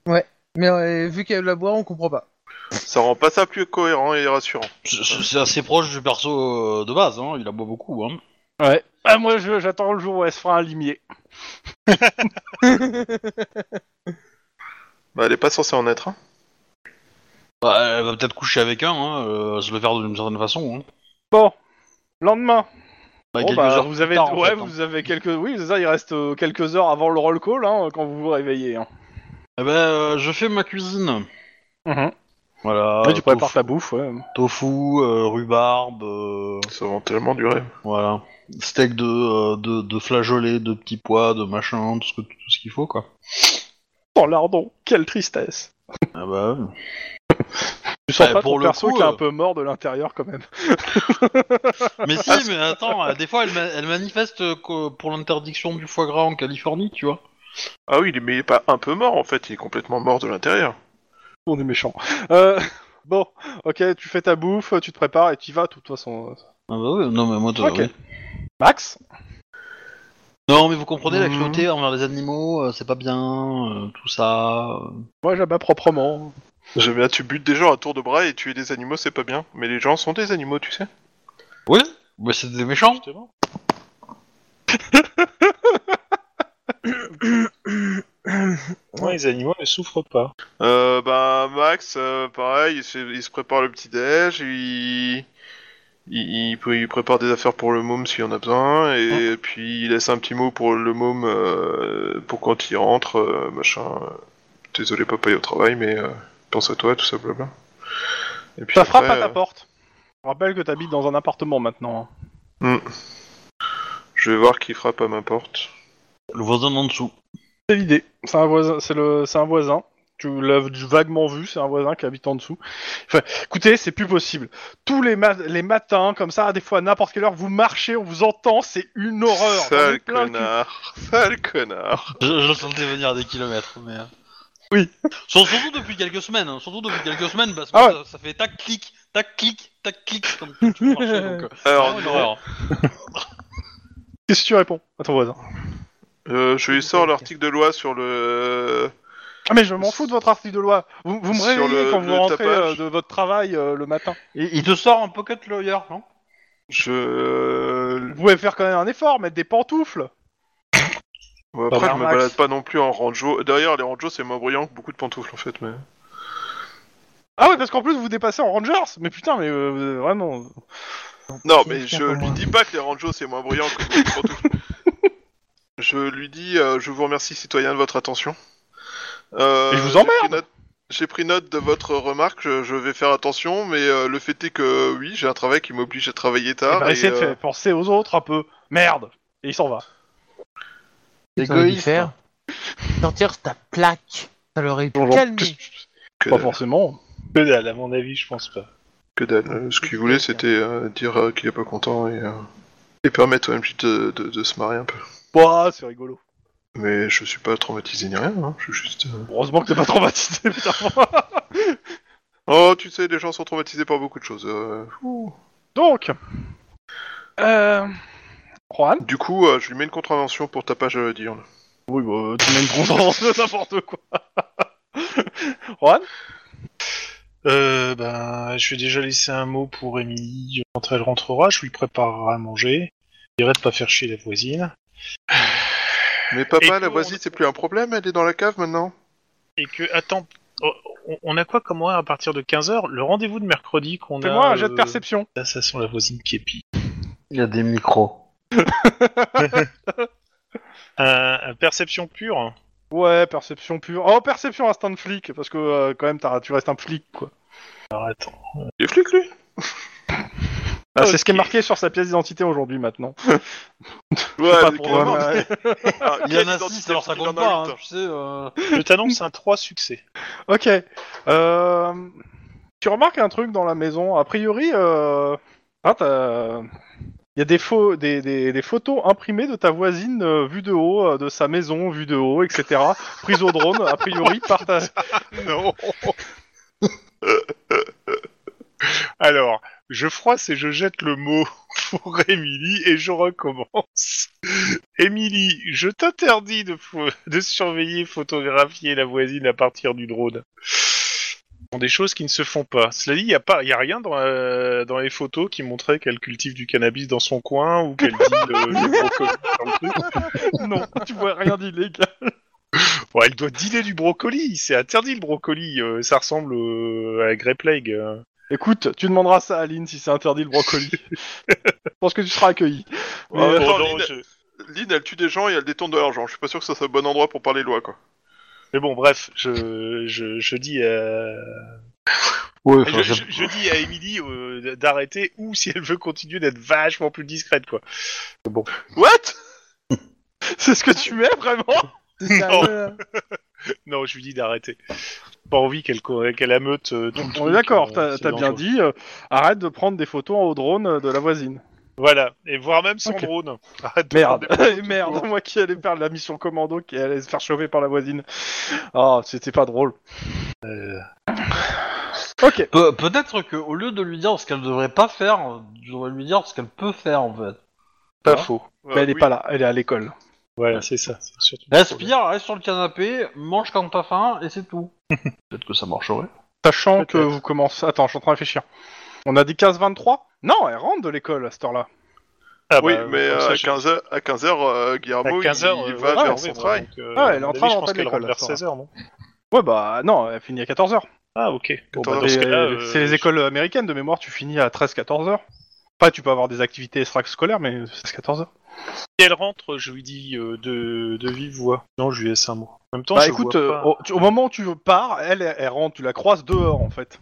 Mais euh, vu qu'elle la boire, on comprend pas. Ça rend pas ça plus cohérent et rassurant. C'est- C'est assez proche du perso euh, de base, hein. il aboie beaucoup. Hein. Ouais. Ah, moi, je- j'attends le jour où elle se fera un limier. Bah, elle est pas censée en être. Hein. Bah, elle va peut-être coucher avec un, hein. euh, se le faire d'une certaine façon. Hein. Bon. Lendemain. Bah, Bon, quelques bah, heures vous plus avez, tard, en ouais, fait, hein. vous avez quelques, oui, c'est ça. Il reste euh, quelques heures avant le roll call hein, quand vous vous réveillez. hein. Eh ben, euh, je fais ma cuisine. Mhm. Voilà. Ouais, tofu, tu prépares ta bouffe. Ouais. tofu, euh, rhubarbe, euh, Ça vend tellement du rêve. voilà. Steak de, euh, de, de flageolets, de petits pois, de machin, tout ce, que- tout ce qu'il faut, quoi. Oh lardon, quelle tristesse. Ah bah, ouais. Tu sens Ouais, pas pour ton le perso coup, qui est euh, un peu mort de l'intérieur quand même. (laughs) Mais si, mais attends, euh, des fois elle, ma- elle manifeste euh, qu'au- pour l'interdiction du foie gras en Californie, tu vois. Ah oui, il est- mais il est pas un peu mort en fait, il est complètement mort de l'intérieur. On est méchant. Euh, (laughs) bon, ok, tu fais ta bouffe, tu te prépares et tu y vas. De toute façon. Ah bah oui, non mais moi, t'as- Ok. oui. Max. Non mais vous comprenez la Mhm. cruauté envers les animaux, euh, c'est pas bien, euh, tout ça. euh. Moi, j'abats proprement. J'aime bien, tu butes des gens à tour de bras et tuer des animaux, c'est pas bien. Mais les gens sont des animaux, tu sais. Oui, mais Bah, c'est des méchants. Justement. Ouais, les animaux ne souffrent pas. Euh, bah, Max, euh, pareil, il se, il se prépare le petit-déj, il... Il, il pré- il prépare des affaires pour le môme s'il en a besoin, et puis il laisse un petit mot pour le môme euh, pour quand il rentre, euh, machin. Désolé, papa est au travail, mais euh, pense à toi, tout ça, blabla. Et puis Ça frappe après, à ta euh, porte. Je rappelle que t'habites dans un appartement maintenant. hein. Je vais voir qui frappe à ma porte. Le voisin en dessous. C'est l'idée. C'est un voisin. C'est le. C'est un voisin. Tu l'as vaguement vu. C'est un voisin qui habite en dessous. Enfin, écoutez, c'est plus possible. Tous les, ma- les matins, comme ça, des fois à n'importe quelle heure, vous marchez, on vous entend. C'est une horreur. J'en ai Sale plein le cul. connard (laughs) Sale connard Je, je le sentais venir à des kilomètres, mais. euh. Oui. Sur- Surtout depuis quelques semaines, hein, surtout depuis quelques semaines, parce que Ah ouais. ça, ça fait tac clic, tac clic, tac clic comme tu- tu marchais, donc. euh, Alors, vraiment une non, horreur. Qu'est-ce que tu réponds à ton voisin euh, je lui sors l'article de loi sur le... Ah mais je m'en fous de votre article de loi. Vous, vous me Sur réveillez le- quand vous le rentrez tapage. euh, de votre travail euh, le matin. Il, il te sort un pocket lawyer, non Je... Vous pouvez faire quand même un effort, mettre des pantoufles. Bon, Pas après, je mal, me Max. balade pas non plus en ranjo. Derrière, les ranjos, c'est moins bruyant que beaucoup de pantoufles, en fait, mais... Ah ouais, parce qu'en plus vous dépassez en Rangers. Mais putain, mais euh, vraiment. Non, Qui mais tient je pour lui moi dis pas que les ranjos, c'est moins bruyant que beaucoup de pantoufles. (laughs) je lui dis, euh, je vous remercie, citoyen, de votre attention. Euh, Et je vous j'ai emmerde. pris note- J'ai pris note de votre remarque, je, je vais faire attention, mais euh, le fait est que, oui, j'ai un travail qui m'oblige à travailler Eh tard. ben, et, essayez de euh, faire penser aux autres un peu. Merde. Et il s'en va. Qu'est-ce que t'aurais dû Égoïste. faire Sortir ta plaque. Ça l'aurait pu Bonjour. calmer. que Pas dalle. forcément. Que dalle, à mon avis, je pense pas. Que dalle. Euh, ce qu'il voulait, c'était euh, dire euh, qu'il est pas content et, euh, et permettre au MJ de, de, de se marrer un peu. Bah, c'est rigolo. Mais je suis pas traumatisé ni rien, hein, je suis juste. euh, Heureusement que t'es pas traumatisé, (laughs) putain. Oh, tu sais, les gens sont traumatisés par beaucoup de choses. euh. Donc. Euh. (laughs) Juan (laughs) Du coup, euh, je lui mets une contravention pour tapage euh, diurne. Oui, bah, tu mets une tronçonneuse de n'importe quoi. Juan Euh, ben, je vais déjà laisser un mot pour Émilie quand elle rentrera. Je lui préparerai à manger. Je dirai de pas faire chier la voisine. Mais papa, Et la que voisine, on- c'est plus un problème, elle est dans la cave maintenant. Et que, attends, oh, on- on a quoi comme horaire à partir de 15h Le rendez-vous de mercredi qu'on a. Fais-moi un jet de euh, perception. là, ça sent la voisine qui est pire. Il y a des micros. Un, un perception pure Ouais, perception pure. Oh, perception instinct de flic, parce que euh, quand même, t'as- tu restes un flic, quoi. Alors attends. Il est flic, lui Ah, C'est ce qui est Ok. marqué sur sa pièce d'identité aujourd'hui, maintenant. Ouais, Pas mais pour quel moi, nom- mais- Ah, Il y en quelle a identité, 6, alors ça il en a compte pas, huit, hein, hein. tu sais. euh. Je t'annonce un 3 succès. Ok. Euh, Tu remarques un truc dans la maison. A priori, euh... hein, ah, t'as- Il y a des, faux, des, des- des photos imprimées de ta voisine euh, vue de haut, euh, de sa maison vue de haut, etc. Prise au drone, a priori, par ta... (laughs) Non Alors, je froisse et je jette le mot (laughs) pour Émilie et je recommence. Émilie, je t'interdis de, fo- de surveiller, photographier la voisine à partir du drone. Ce sont des choses qui ne se font pas. Cela dit, il n'y a, pas- y a rien dans, euh, dans les photos qui montrait qu'elle cultive du cannabis dans son coin ou qu'elle dit euh, les brocolis dans le truc. Non, tu vois rien d'illégal. Bon, elle doit dealer du brocoli, c'est interdit le brocoli, euh, ça ressemble euh, à Grey Plague. euh. Écoute, tu demanderas ça à Aline si c'est interdit le (laughs) brocoli. Je pense que tu seras accueilli. Mais, Ouais, euh, Attends, Bon, Oh, non, Lynn- je- Lynn, elle tue des gens et elle détourne de l'argent. Je suis pas sûr que ça soit le bon endroit pour parler loi, quoi. Mais bon, bref, je, je, je dis euh, à... Ouais, Je, je- je dis à Émilie euh, d'arrêter ou si elle veut continuer d'être vachement plus discrète, quoi. What C'est ce que tu es vraiment C'est sérieux, là Non, je lui dis d'arrêter. Pas envie qu'elle co- qu'elle ameute euh, tout le On truc, est d'accord, euh, t'as c'est t'as bien dangereux. dit, euh, arrête de prendre des photos au drone euh, de la voisine. Voilà, et voire même sans Ok. drone. Arrête de Merde, prendre (laughs) merde, moi qui allais faire la mission commando, qui allait se faire chauffer par la voisine. Ah, c'était pas drôle. Euh, Ok, Pe- Peut-être que au lieu de lui dire ce qu'elle devrait pas faire, euh, je devrais lui dire ce qu'elle peut faire en fait. Pas faux. Hein Euh, mais elle est pas là, elle est à l'école. Voilà, c'est ça. c'est surtout- Respire, reste sur le canapé, mange quand t'as faim et c'est tout. (laughs) Peut-être que ça marcherait. Sachant Peut-être. que vous commencez... Attends, je suis en train de réfléchir. On a dit 15-23 Non, elle rentre de l'école à cette heure-là. Ah oui, bah, mais comme euh, ça, à je- 15h, à 15h euh, Guillermo, à 15 heures, il, il euh, va ouais, vers ouais, son ouais, travail. donc, euh, Ah, elle est à en train mon avis, de Je pense rentrer qu'elle à rentre vers l'école, à 16 heures, non Ouais, bah non, elle finit à 14h. Ah, ok. Bon, bah, Attends, dans ce cas-là, euh, c'est les écoles américaines de mémoire, tu finis à 13-14 heures. Enfin, tu peux avoir des activités extrascolaires, mais 16-14 heures. Si elle rentre, je lui dis euh, de, de vive voix. Non, je lui laisse un mot. En même temps, bah je écoute, vois euh, pas. au, tu- au moment où tu pars, elle, elle, elle rentre, tu la croises dehors en fait.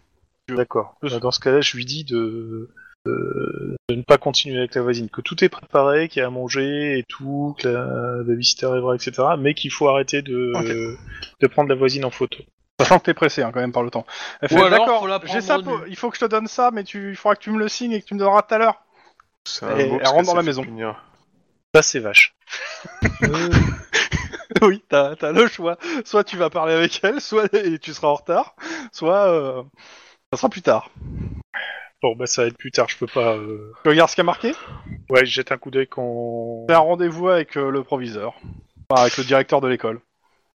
D'accord. Bah, Dans ce cas-là, je lui dis de, de, de ne pas continuer avec la voisine, que tout est préparé, qu'il y a à manger et tout, que la babysitter arrivera, etc. Mais qu'il faut arrêter de, de prendre la voisine en photo. Sachant que t'es pressé hein, quand même par le temps. Elle Ou fait, alors, d'accord, faut la prendre j'ai ça, nue. pour- il faut que je te donne ça, mais tu, il faudra que tu me le signes et que tu me donneras tout à l'heure. (laughs) C'est Et mot, elle parce que rentre dans ça la fait maison. punir. Ça, c'est vache. Euh, oui, t'as as le choix. Soit tu vas parler avec elle, soit et tu seras en retard, soit euh, ça sera plus tard. Bon, bah ça va être plus tard, je peux pas... euh, Tu regardes ce qui a marqué Ouais, je jette un coup d'œil quand... Fais un rendez-vous avec euh, le proviseur, Enfin, avec le directeur de l'école.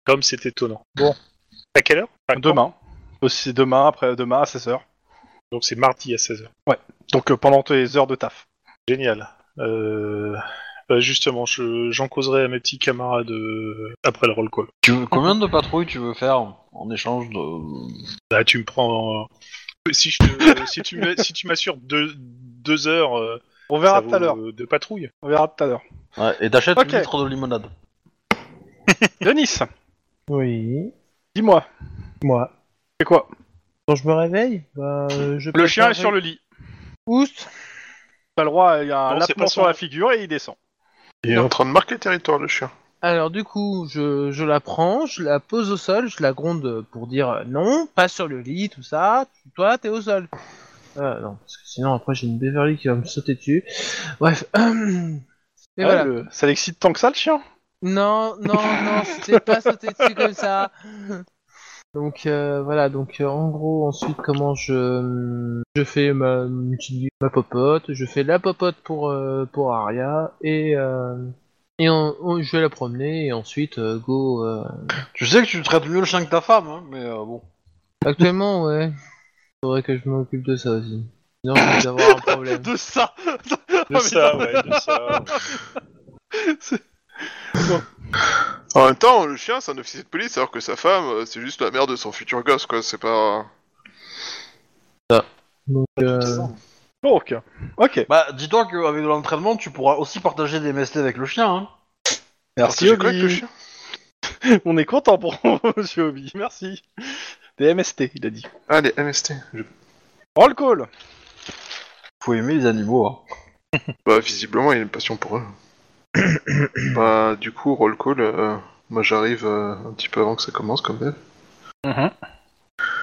Comme c'est étonnant. Bon. À quelle heure Enfin, quand Demain. C'est demain, après demain à 16h. Donc c'est mardi à 16h. Donc euh, pendant tes heures de taf. Génial. Euh, bah, justement, je- j'en causerai à mes petits camarades euh, après le roll call. Tu veux, Euh, combien de patrouilles tu veux faire en, en échange de. Bah, tu me prends. euh, Si, je te- si tu me- si tu m'assures deux, deux heures euh, On verra ça tout à vaut, l'heure. euh, (laughs) de patrouille, On verra tout à l'heure. Ouais, et t'achètes Ok. une litre de limonade. Denis, Oui, dis-moi, moi. c'est quoi Quand je me réveille, bah, euh, je Le chien est sur le lit. Oust T'as le droit, il y a un Non, c'est lapin pas sur son- la figure et il descend. Il est en train de marquer le territoire, le chien. Alors du coup, je, je la prends, je la pose au sol, je la gronde pour dire euh, non, pas sur le lit, tout ça, tu- toi t'es au sol. Euh, non, parce que sinon après j'ai une Beverly qui va me sauter dessus. Bref. (clears throat) Ouais, Et voilà. le- Ça l'excite tant que ça le chien Non, non, non, c'était pas sauter dessus comme ça. Donc euh, voilà, donc euh, en gros ensuite comment je je fais ma une petite- ma popote, je fais la popote pour euh, pour Aria et euh, et on, on- je vais la promener et ensuite euh, go. euh, Tu sais que tu traites mieux le chien que ta femme, hein, mais euh, bon. Actuellement ouais, faudrait que je m'occupe de ça aussi. Sinon je vais avoir un problème. De ça de ça, ouais, de ça. En même temps, le chien, c'est un officier de police, alors que sa femme, euh, c'est juste la mère de son futur gosse, quoi. C'est pas. euh, Donc euh, Donc, ok. Bah, dis-toi qu'avec de l'entraînement, tu pourras aussi partager des MST avec le chien. Hein. Merci Partagez quoi avec le Obi. chien (laughs) On est content pour (laughs) monsieur Obi, merci. Des MST, il a dit. Allez, MST. Roll call Faut aimer les animaux. Hein. Bah, visiblement, il a une passion (coughs) pour eux. bah, du coup, roll call, euh, moi Mhm. j'arrive euh, un petit peu avant que ça commence, comme d'hab.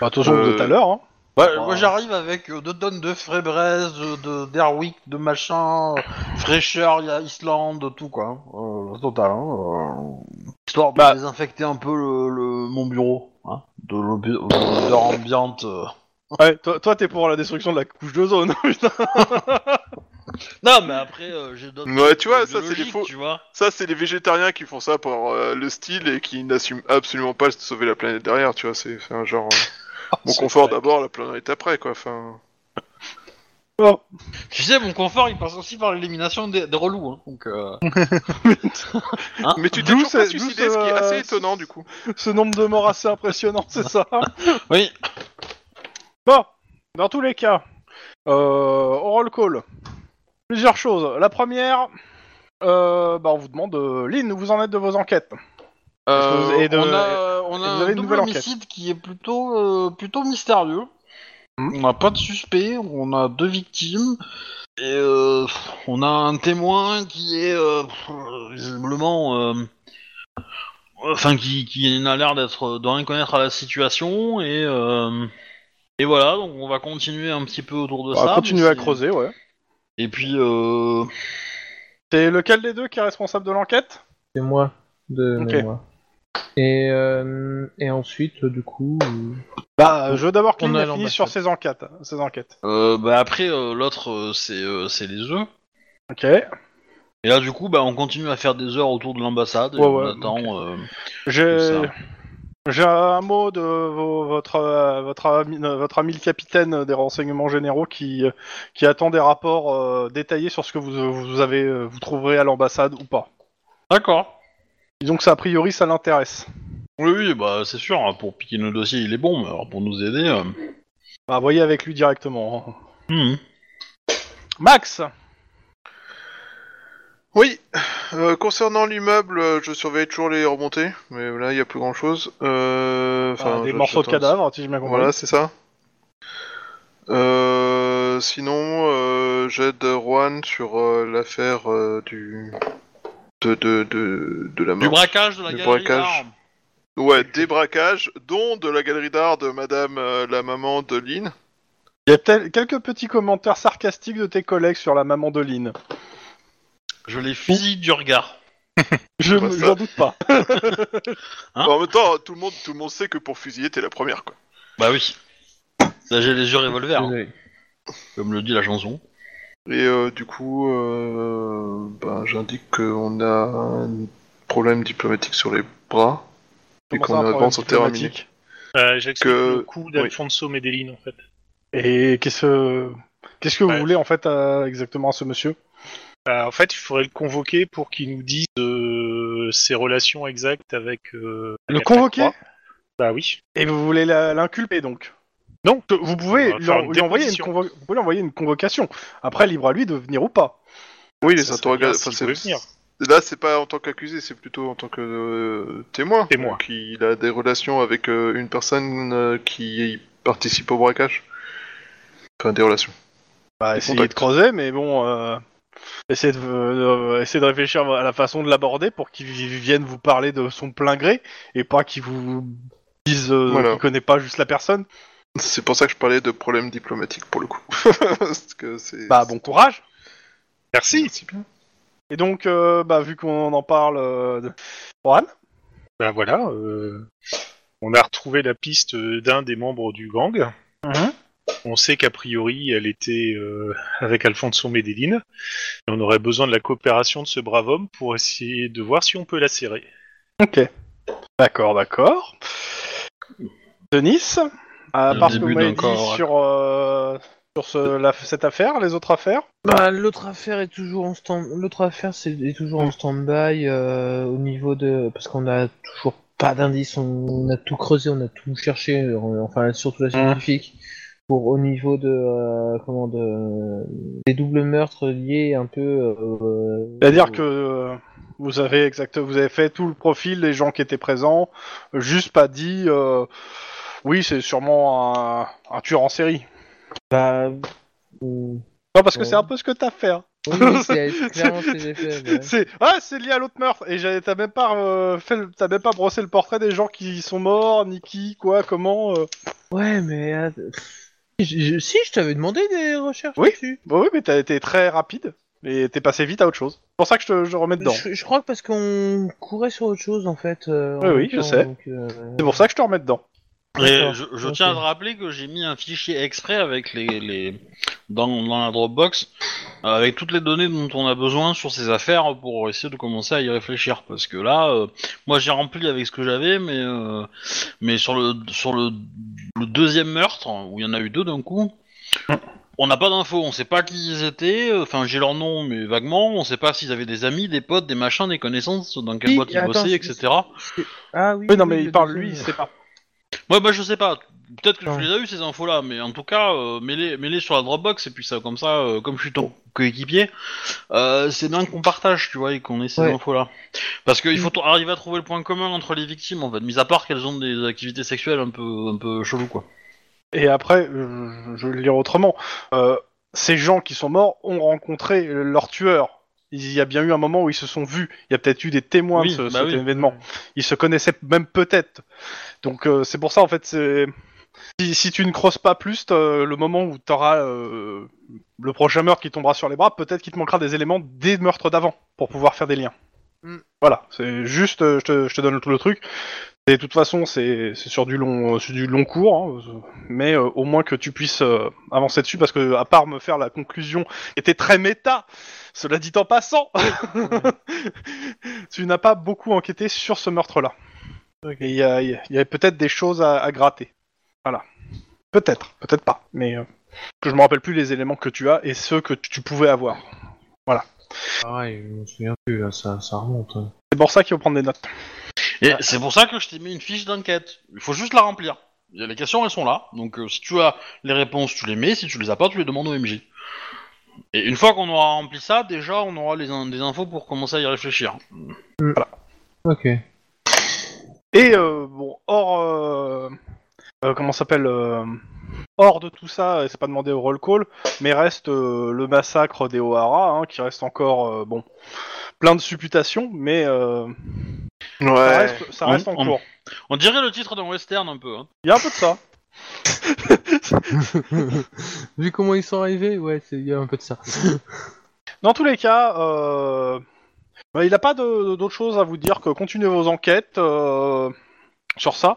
Bah, toujours de Euh, tout à l'heure, hein. Ouais, Wow. Moi j'arrive avec 2 tonnes de frais braise, de d'Airwick, de machin, euh, fraîcheur, il y a Islande, tout quoi. hein. Euh, le total. Hein, euh, histoire de Bah. désinfecter un peu le, le- mon bureau, hein, de l'ambi- de l'odeur ambiante. euh. Ouais, toi, toi, t'es pour la destruction de la couche d'ozone, (laughs) putain. Non mais après euh, j'ai d'autres. Ouais, tu vois, trucs ça, c'est des biologiques, faux- Tu vois. Ça, c'est les végétariens qui font ça pour euh, le style et qui n'assument absolument pas de sauver la planète derrière, tu vois. C'est c'est un genre. euh, mon Ah, c'est confort vrai. d'abord, la planète après, quoi. Enfin. Tu sais mon confort il passe aussi par l'élimination des, des relous. Hein, donc. euh, Mais tu t'es D'où toujours pas c'est- d'où suicidé, ce- ce qui est assez étonnant, du coup. Ce nombre de morts assez impressionnant, c'est ça (laughs) Oui. Bon, dans tous les cas, euh, au roll call, plusieurs choses. La première, euh, bah, on vous demande, euh, Lynn, où vous en êtes de vos enquêtes Euh, Et de- on a, on a et vous un avez une double nouvelle enquête. homicide qui est plutôt, euh, plutôt mystérieux. On Hmm. n'a pas de suspect, on a deux victimes. Et euh, on a un témoin qui est euh, pff, visiblement. euh, enfin, qui, qui n'a l'air d'être de rien connaître à la situation. Et, euh, et voilà, donc on va continuer un petit peu autour de On ça. va continuer mais à c'est- creuser, ouais. Et puis. Euh, C'est lequel des deux qui est responsable de l'enquête C'est moi de Ok. mémoire. Et, euh, et ensuite, euh, du coup, euh, Bah, je veux d'abord qu'il on a ait fini l'ambassade. sur ses enquêtes. Ses enquêtes. euh, bah après, euh, l'autre, euh, c'est euh, c'est les œufs. Ok. Je- Et là, du coup, bah, on continue à faire des heures autour de l'ambassade. et Ouais, on ouais, attend. euh, J'ai, Ça. un mot de vos- votre euh, votre ami, euh, votre ami le capitaine des renseignements généraux qui euh, qui attend des rapports euh, détaillés sur ce que vous vous avez euh, vous trouverez à l'ambassade ou pas. D'accord. Disons que ça a priori ça l'intéresse. Oui, oui, bah, c'est sûr. hein, Pour piquer nos dossiers, il est bon. Mais alors, pour nous aider. euh, Bah voyez avec lui directement. hein. hmm. Max. Oui, euh, concernant l'immeuble, euh, je surveille toujours les remontées, mais là, il n'y a plus Euh, grand chose. Ah, des morceaux de cadavres, si j'ai bien compris. Voilà, c'est ça. Euh, sinon, euh, j'aide Juan sur euh, l'affaire euh, du. De, de, de, de la Du mort. braquage de la Du galerie braquage. d'armes. ouais, des braquages, dont de la galerie d'art de madame euh, la maman de Lynn. Il y a tel- quelques petits commentaires sarcastiques de tes collègues sur la maman de Lynn. Je les fusille du regard. Je Bah, me- ça- j'en doute pas. Hein en même temps, tout le, monde, tout le monde sait que pour fusiller, t'es la première, quoi. Bah oui. Là, j'ai les yeux revolver, hein, désolé. comme le dit la chanson. Et euh, du coup, euh, ben, j'indique qu'on a un problème diplomatique sur les bras. Et Comment ça, qu'on un problème avance au terrain miné. diplomatique (laughs) Euh, J'explique Que- le coup d'Alfonso Medellin, en fait. Et qu'est-ce qu'est-ce que Ouais. vous voulez en fait euh, exactement à ce monsieur Bah, en fait, il faudrait le convoquer pour qu'il nous dise euh, ses relations exactes avec... euh, Le Agatha convoquer Croix. Bah oui. Et vous voulez la- l'inculper donc Non. Que- Vous pouvez On va lui, faire en- une lui envoyer une déposition. convo- vous pouvez lui envoyer une convocation. Après, libre à lui de venir ou pas. Oui, les Ça serait bien interrogations. s'il pouvait venir. Là, c'est pas en tant qu'accusé, c'est plutôt en tant que euh, témoin. Témoin. Donc, il a des relations avec euh, une personne euh, qui participe au braquage. Enfin, des relations. Bah, Des essayez contacts. de creuser, mais bon, euh, essayez, de, euh, essayez de réfléchir à la façon de l'aborder pour qu'il vienne vous parler de son plein gré et pas qu'il vous dise euh, Voilà. qu'il connaît pas juste la personne. C'est pour ça que je parlais de problèmes diplomatiques pour le coup. (laughs) Parce que c'est. Bah, bon courage. Merci. c'est bien. Et donc, euh, bah, vu qu'on en parle, euh, de... Juan Bah voilà. euh, on a retrouvé la piste d'un des membres du gang. On sait qu'a priori, elle était euh, avec Alfonso Medellin. Et on aurait besoin de la coopération de ce brave homme pour essayer de voir si on peut la serrer. Ok. D'accord, d'accord. Denis, à Le part ce que début vous m'avez d'un corps, dit sur, euh, sur ce- la- cette affaire, les autres affaires Bah, l'autre affaire est toujours en stand. L'autre affaire c'est est toujours en stand-by euh, au niveau de parce qu'on a toujours pas d'indice. On, on a tout creusé, on a tout cherché. euh, Enfin surtout Mmh. la scientifique pour au niveau de euh, comment de des doubles meurtres liés un peu. euh, C'est-à-dire au- que euh, vous avez exact, vous avez fait tout le profil des gens qui étaient présents, juste pas dit. euh, oui, c'est sûrement un, un tueur en série. bah, euh, Non, parce que Ouais. c'est un peu ce que t'as fait. hein. oui, oui, c'est (laughs) clairement ce que j'ai fait. mais- C'est ah, c'est lié à l'autre meurtre. Et j'avais- t'as même pas euh, fait, le- t'as même pas brossé le portrait des gens qui sont morts, ni qui, quoi, comment. euh. Ouais, mais euh, pff, Je- je- si, je t'avais demandé des recherches Oui. dessus. Bah oui, mais t'as été très rapide et t'es passé vite à autre chose. C'est pour ça que je te je te remets dedans. Je, je crois que parce qu'on courait sur autre chose en fait. euh, en Oui, même oui, je temps, sais. donc, euh, C'est pour ça que je te remets dedans. Et D'accord, je je ok. tiens à te rappeler que j'ai mis un fichier exprès avec les, les dans, dans la Dropbox euh, avec toutes les données dont on a besoin sur ces affaires pour essayer de commencer à y réfléchir parce que là euh, moi j'ai rempli avec ce que j'avais mais euh, mais sur le sur le, le deuxième meurtre hein, où il y en a eu deux d'un coup on n'a pas d'infos on sait pas qui ils étaient enfin j'ai leur nom mais vaguement on sait pas s'ils avaient des amis des potes des machins des connaissances dans quelle Oui, boîte ils attends, bossaient c'est- etc Ah oui. Oui, non, oui, mais le il parle lui, il deuxième. sait pas. Ouais, bah je sais pas. Peut-être que Ouais. tu les as eu ces infos là, mais en tout cas, euh, mets-les mets-les sur la Dropbox et puis ça, comme ça, euh, comme je suis ton coéquipier, euh, c'est bien qu'on partage, tu vois, et qu'on ait ces Ouais. infos là. Parce qu'il faut t- arriver à trouver le point commun entre les victimes en fait, mis à part qu'elles ont des activités sexuelles un peu, un peu chelou quoi. Et après, euh, je, je vais le lire autrement. Euh, ces gens qui sont morts ont rencontré euh, leur tueur. Il y a bien eu un moment où ils se sont vus. Il y a peut-être eu des témoins Oui, de ce, bah cet oui. événement. Ils se connaissaient même peut-être. Donc euh, c'est pour ça, en fait, c'est... Si, si tu ne crosses pas plus t'as- euh, le moment où tu auras le prochain meurtre qui tombera sur les bras, peut-être qu'il te manquera des éléments des meurtres d'avant pour pouvoir faire des liens. Mm. Voilà, c'est juste, euh, je te, je te donne tout le truc. Et de toute façon, c'est c'est sur du long, euh, sur du long cours, hein, mais euh, au moins que tu puisses euh, avancer dessus, parce que à part me faire la conclusion, qui était très méta. Cela dit en passant, (laughs) tu n'as pas beaucoup enquêté sur ce meurtre-là. Et Il y, a- il y a- il y avait peut-être des choses à, à gratter. Voilà. Peut-être, peut-être pas, mais euh, que je me rappelle plus les éléments que tu as et ceux que tu pouvais avoir. Pareil, Ah, je me souviens plus là, ça, ça remonte. hein. C'est pour ça qu'il faut prendre des notes. Et c'est pour ça que je t'ai mis une fiche d'enquête. Il faut juste la remplir. Il y a Les questions elles sont là, donc euh, si tu as les réponses, tu les mets. Si tu les as pas, tu les demandes au MJ. Et une fois qu'on aura rempli ça, déjà on aura les in- des infos pour commencer à y réfléchir. Ok. (laughs) Et euh, bon, hors. euh, euh, comment ça s'appelle euh, Hors de tout ça, et c'est pas demandé au roll call, mais reste euh, le massacre des O'Hara, hein, qui reste encore, euh, bon, plein de supputations, mais euh, Ouais. ça reste, ça On- reste en on- cours. On dirait le titre d'un western un peu. Hein. Il y a un peu de ça. Vu comment ils sont arrivés, ouais, c'est- il y a un peu de ça. (laughs) Dans tous les cas, euh, bah, il n'a pas de- d'autre chose à vous dire que continuez vos enquêtes euh, sur ça.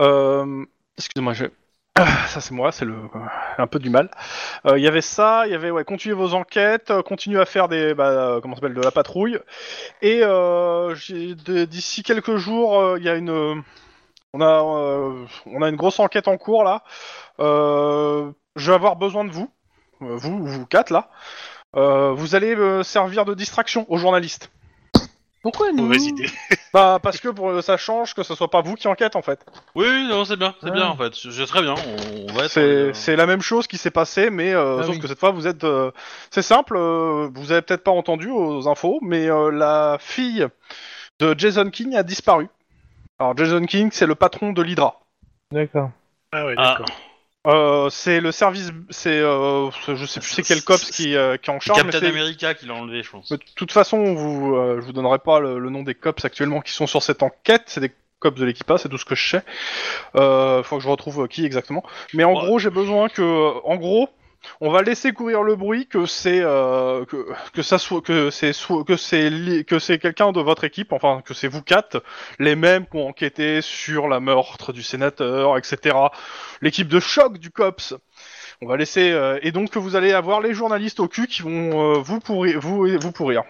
Euh, Excusez-moi, je... (coughs) ça c'est moi, c'est le un peu du mal. Euh, Il y avait ça, il y avait ouais, continuez vos enquêtes, euh, continuez à faire des bah, euh, comment ça s'appelle de la patrouille. Et euh, j'ai- d- d'ici quelques jours, euh, il y a une on a euh, on a une grosse enquête en cours là. Euh, je vais avoir besoin de vous, Euh, vous vous quatre là. Euh, vous allez euh, servir de distraction aux journalistes. Pourquoi nous Mmh. Mauvaise idée. Bah parce que pour, ça change que ce soit pas vous qui enquête en fait. Oui, oui, non, c'est bien, c'est Ah. bien en fait. C'est c'est très bien. On, on va être. C'est euh, c'est la même chose qui s'est passée, mais euh, Ah sauf oui. que cette fois vous êtes. euh, C'est simple, euh, vous avez peut-être pas entendu aux infos, mais euh, la fille de Jason King a disparu. Alors Jason King, c'est le patron de l'Hydra. D'accord. Ah ouais, Ah. d'accord. Euh, c'est le service, c'est euh, je sais plus c'est quel cops qui, euh, qui est en c'est charge. mais Captain c'est- America qui l'a enlevé, je pense. Mais De toute façon, vous, euh, je vous donnerai pas le, le nom des cops actuellement qui sont sur cette enquête. C'est des cops de l'équipa, c'est tout ce que je sais. Euh, faut que je retrouve euh, qui exactement. Mais en Ouais. gros, j'ai besoin que, euh, en gros, on va laisser courir le bruit que c'est euh, que, que ça soit que c'est soit- que c'est li- que c'est quelqu'un de votre équipe, enfin que c'est vous quatre, les mêmes qui ont enquêté sur la meurtre du sénateur, etc. L'équipe de choc du cops. On va laisser euh, et donc que vous allez avoir les journalistes au cul qui vont euh, vous pourrir, vous vous pourrir.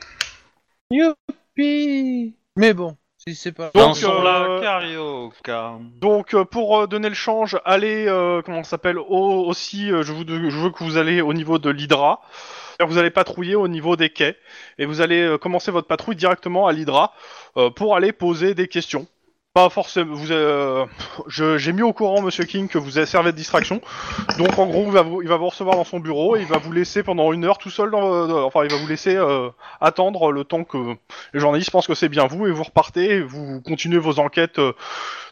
Youpi Mais bon, si c'est pas. Donc, Dansons euh, la carioca. Donc euh, pour euh, donner le change, allez euh, comment ça s'appelle au- aussi euh, je, vous, je veux que vous allez au niveau de l'Hydra. C'est-à-dire que Vous allez patrouiller au niveau des quais et vous allez euh, commencer votre patrouille directement à l'Hydra euh, pour aller poser des questions. Pas forcément. Vous, euh, je- j'ai mis au courant Monsieur King que vous avez servi de distraction. Donc en gros, il va vous, il va vous recevoir dans son bureau et il va vous laisser pendant une heure tout seul. Dans, dans- enfin, il va vous laisser euh, attendre le temps que les journalistes pensent que c'est bien vous et vous repartez. Et vous continuez vos enquêtes euh,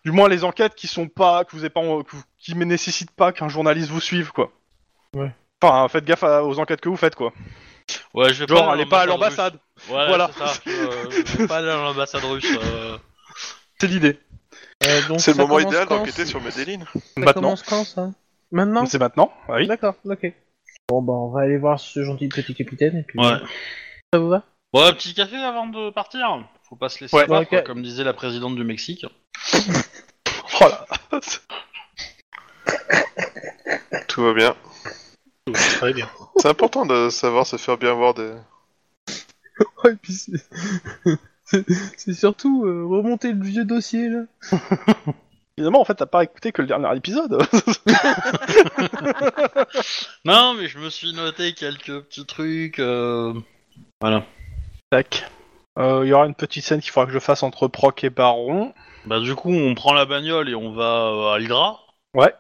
du moins les enquêtes qui sont pas que vous avez pas en- que vous- qui ne nécessitent pas qu'un journaliste vous suive quoi. Ouais. Enfin, faites gaffe à- aux enquêtes que vous faites quoi. Ouais, je vais Genre, euh, aller allez pas à l'ambassade, Voilà. Voilà. c'est ça, euh, je vais pas aller à l'ambassade russe. euh. c'est l'idée. Euh, donc C'est le ça moment commence idéal quand, d'enquêter ça- sur Medellin. Ça Maintenant. commence quand ça Maintenant C'est maintenant Ah oui. (laughs) D'accord, ok. Bon, bah, on va aller voir ce gentil petit capitaine. Et puis, Ouais. Ça vous va Bon, un petit café avant de partir. Faut pas se laisser Ouais. abattre, Ouais, ok. comme disait la présidente du Mexique. Oh là. Tout va bien. Très bien. C'est important de savoir se faire bien voir des. Ouais, et puis c'est- (laughs) c'est surtout euh, remonter le vieux dossier, là. Évidemment, en fait, t'as pas écouté que le dernier épisode. (laughs) Non, mais je me suis noté quelques petits trucs. euh, Tac. Euh, Il y aura une petite scène qu'il faudra que je fasse entre Proc et Baron. Bah, du coup, on prend la bagnole et on va euh, à Hydra. Ouais.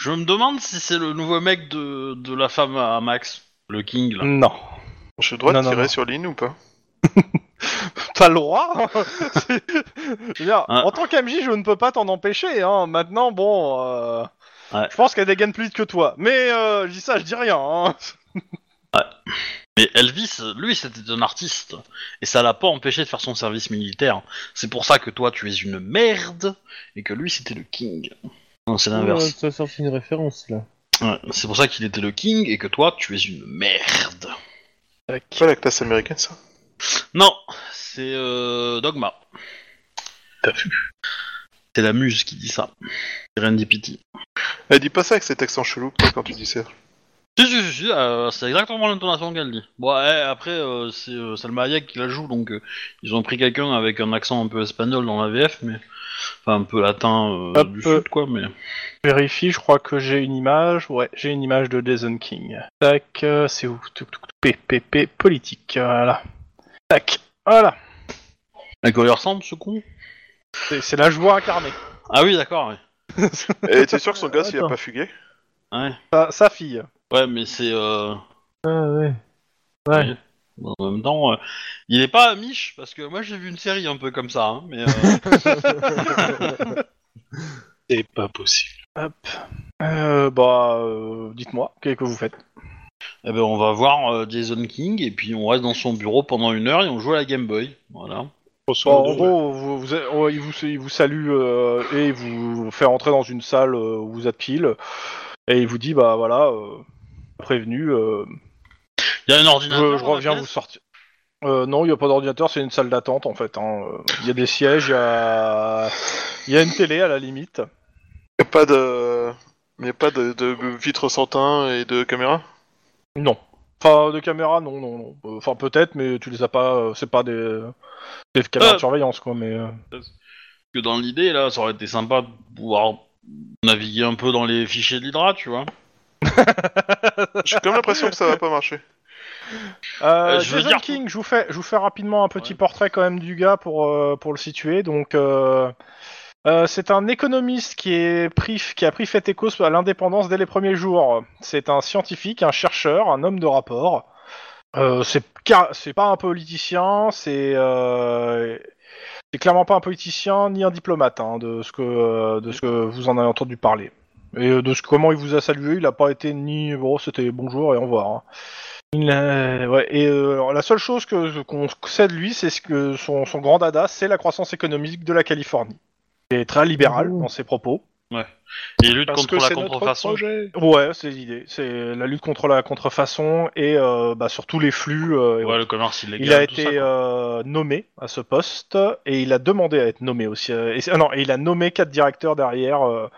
Je me demande si c'est le nouveau mec de, de la femme à Max, le King, là. Non. Je suis le droit Non, de non, tirer non. sur Lynn ou pas (laughs) T'as le droit (laughs) hein. C'est- Je veux dire, Hein. En tant qu'AMJ, je ne peux pas t'en empêcher. Hein. Maintenant, bon... euh, Ouais. Je pense qu'elle dégaine plus vite que toi. Mais euh, je dis ça, je dis rien. Hein. Mais Elvis, lui, c'était un artiste. Et ça l'a pas empêché de faire son service militaire. C'est pour ça que toi, tu es une merde. Et que lui, c'était le King. Non, c'est l'inverse. Ça sort une référence, là. Ouais, c'est pour ça qu'il était le king et que toi, tu es une merde. C'est pas la classe américaine ça Non, c'est euh, Dogma. T'as vu C'est la muse qui dit ça. C'est Randy Pitty. Elle dit pas ça avec cet accent chelou toi, quand tu dis ça. Si, si, si, si, euh, c'est exactement l'intonation qu'elle dit. Bon, eh, après, euh, c'est euh, Salma Hayek qui la joue, donc euh, ils ont pris quelqu'un avec un accent un peu espagnol dans la VF, mais... Enfin, un peu latin euh, Un du peu. sud, quoi, mais... Je vérifie, je crois que j'ai une image. Ouais, j'ai une image de Jason King. Tac, euh, c'est où Touc, touc, touc, PPP politique, voilà. Tac, voilà. À quoi il ressemble, ce con C'est c'est la joie incarnée. Ah oui, d'accord, ouais. Et t'es sûr que son gosse il a Attends. pas fugué Ouais, Sa, sa fille. ouais mais c'est... euh, Ah, ouais. Ouais. En même temps, euh, il est pas Mich, parce que moi j'ai vu une série un peu comme ça, hein, mais... euh, (laughs) C'est pas possible. Euh, bah, euh, dites-moi, qu'est-ce que vous faites Eh ben, on va voir euh, Jason King et puis on reste dans son bureau pendant une heure et on joue à la Game Boy. Voilà. Bonsoir. En gros, vous, vous êtes- ouais, il, vous, il vous salue euh, et il vous fait rentrer dans une salle euh, où vous êtes pile. Et il vous dit, bah voilà, euh, prévenu, euh, Il y a un je, ordinateur. je dans la reviens vous pièce sortir. Euh, non, il n'y a pas d'ordinateur, c'est une salle d'attente en fait. hein. Euh, Il y a des sièges, il y a... il y a une télé à la limite. Y a pas de. Y a pas de, de vitre sans teint et de caméra Non. Enfin, de caméras, non, non, non. Euh, Enfin, peut-être, mais tu les as pas. euh, C'est pas des, des caméras Euh. de surveillance, quoi. Mais euh, Que dans l'idée là, ça aurait été sympa de pouvoir naviguer un peu dans les fichiers de l'Hydra, tu vois. J'ai comme l'impression que ça va pas marcher. Euh, je veux Jason dire- King, je vous fais, je vous fais rapidement un petit Ouais. portrait quand même du gars pour euh, pour le situer. Donc, euh, euh, c'est un économiste qui est pris, qui a pris fait et cause à l'indépendance dès les premiers jours. C'est un scientifique, un chercheur, un homme de rapport. Euh, c'est car- c'est pas un politicien, c'est euh, c'est clairement pas un politicien ni un diplomate hein, de ce que euh, de ce que vous en avez entendu parler. Et euh, de ce comment il vous a salué, il a pas été ni bon, c'était bonjour et au revoir. hein. Il a- ouais, et euh, alors, la seule chose que qu'on sait de lui, c'est ce que son, son grand dada, c'est la croissance économique de la Californie. Il est très libéral Ouh. dans ses propos. Et lutte Parce contre que la c'est notre contrefaçon. projet. Ouais, c'est l'idée. C'est la lutte contre la contrefaçon et euh, bah, surtout les flux. euh, et Ouais, voilà. le commerce illégal. Il a tout été ça, quoi. euh, nommé à ce poste et il a demandé à être nommé aussi. euh, et, c'est- ah non, et il a nommé quatre directeurs derrière, euh,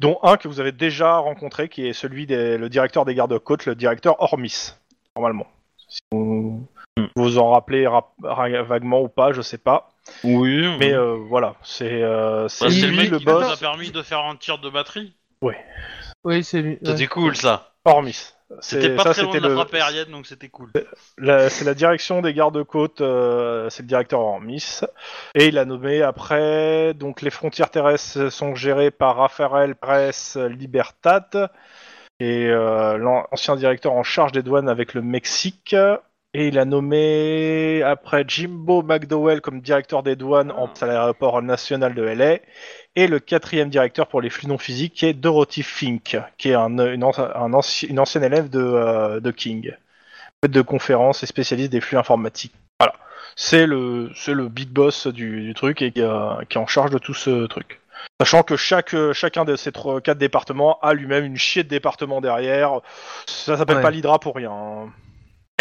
dont un que vous avez déjà rencontré, qui est celui des le directeur des gardes-côtes, le directeur Hormis, normalement. Si vous Hmm. vous en rappelez rap- ra- vaguement ou pas, je sais pas. Oui. Mais oui. euh, voilà, c'est euh, c'est Hmm. Bah, c'est le lui, mec le qui nous a boss permis de faire un tir de batterie. oui, c'est lui. ouais. (laughs) C'était cool ça. Hormis. C'est- C'était pas ça, très loin de c'était la le- frappe aérienne, donc c'était cool. La- c'est la direction des gardes-côtes, euh, c'est le directeur en Miss. Et il a nommé après, donc les frontières terrestres sont gérées par Raphaël Press Libertad, et euh, l'an- l'ancien directeur en charge des douanes avec le Mexique. Et il a nommé après Jimbo McDowell comme directeur des douanes en à l'aéroport national de LA. Et le quatrième directeur pour les flux non physiques qui est Dorothy Fink, qui est un, une, an- un anci- une ancienne élève de, euh, de King maître de conférences et spécialiste des flux informatiques. Voilà. C'est le, c'est le big boss du, du truc et qui, euh, qui est en charge de tout ce truc. Sachant que chaque, euh, chacun de ces trois- quatre départements a lui-même une chier de département derrière. Ça s'appelle Ouais. pas l'Hydra pour rien. hein.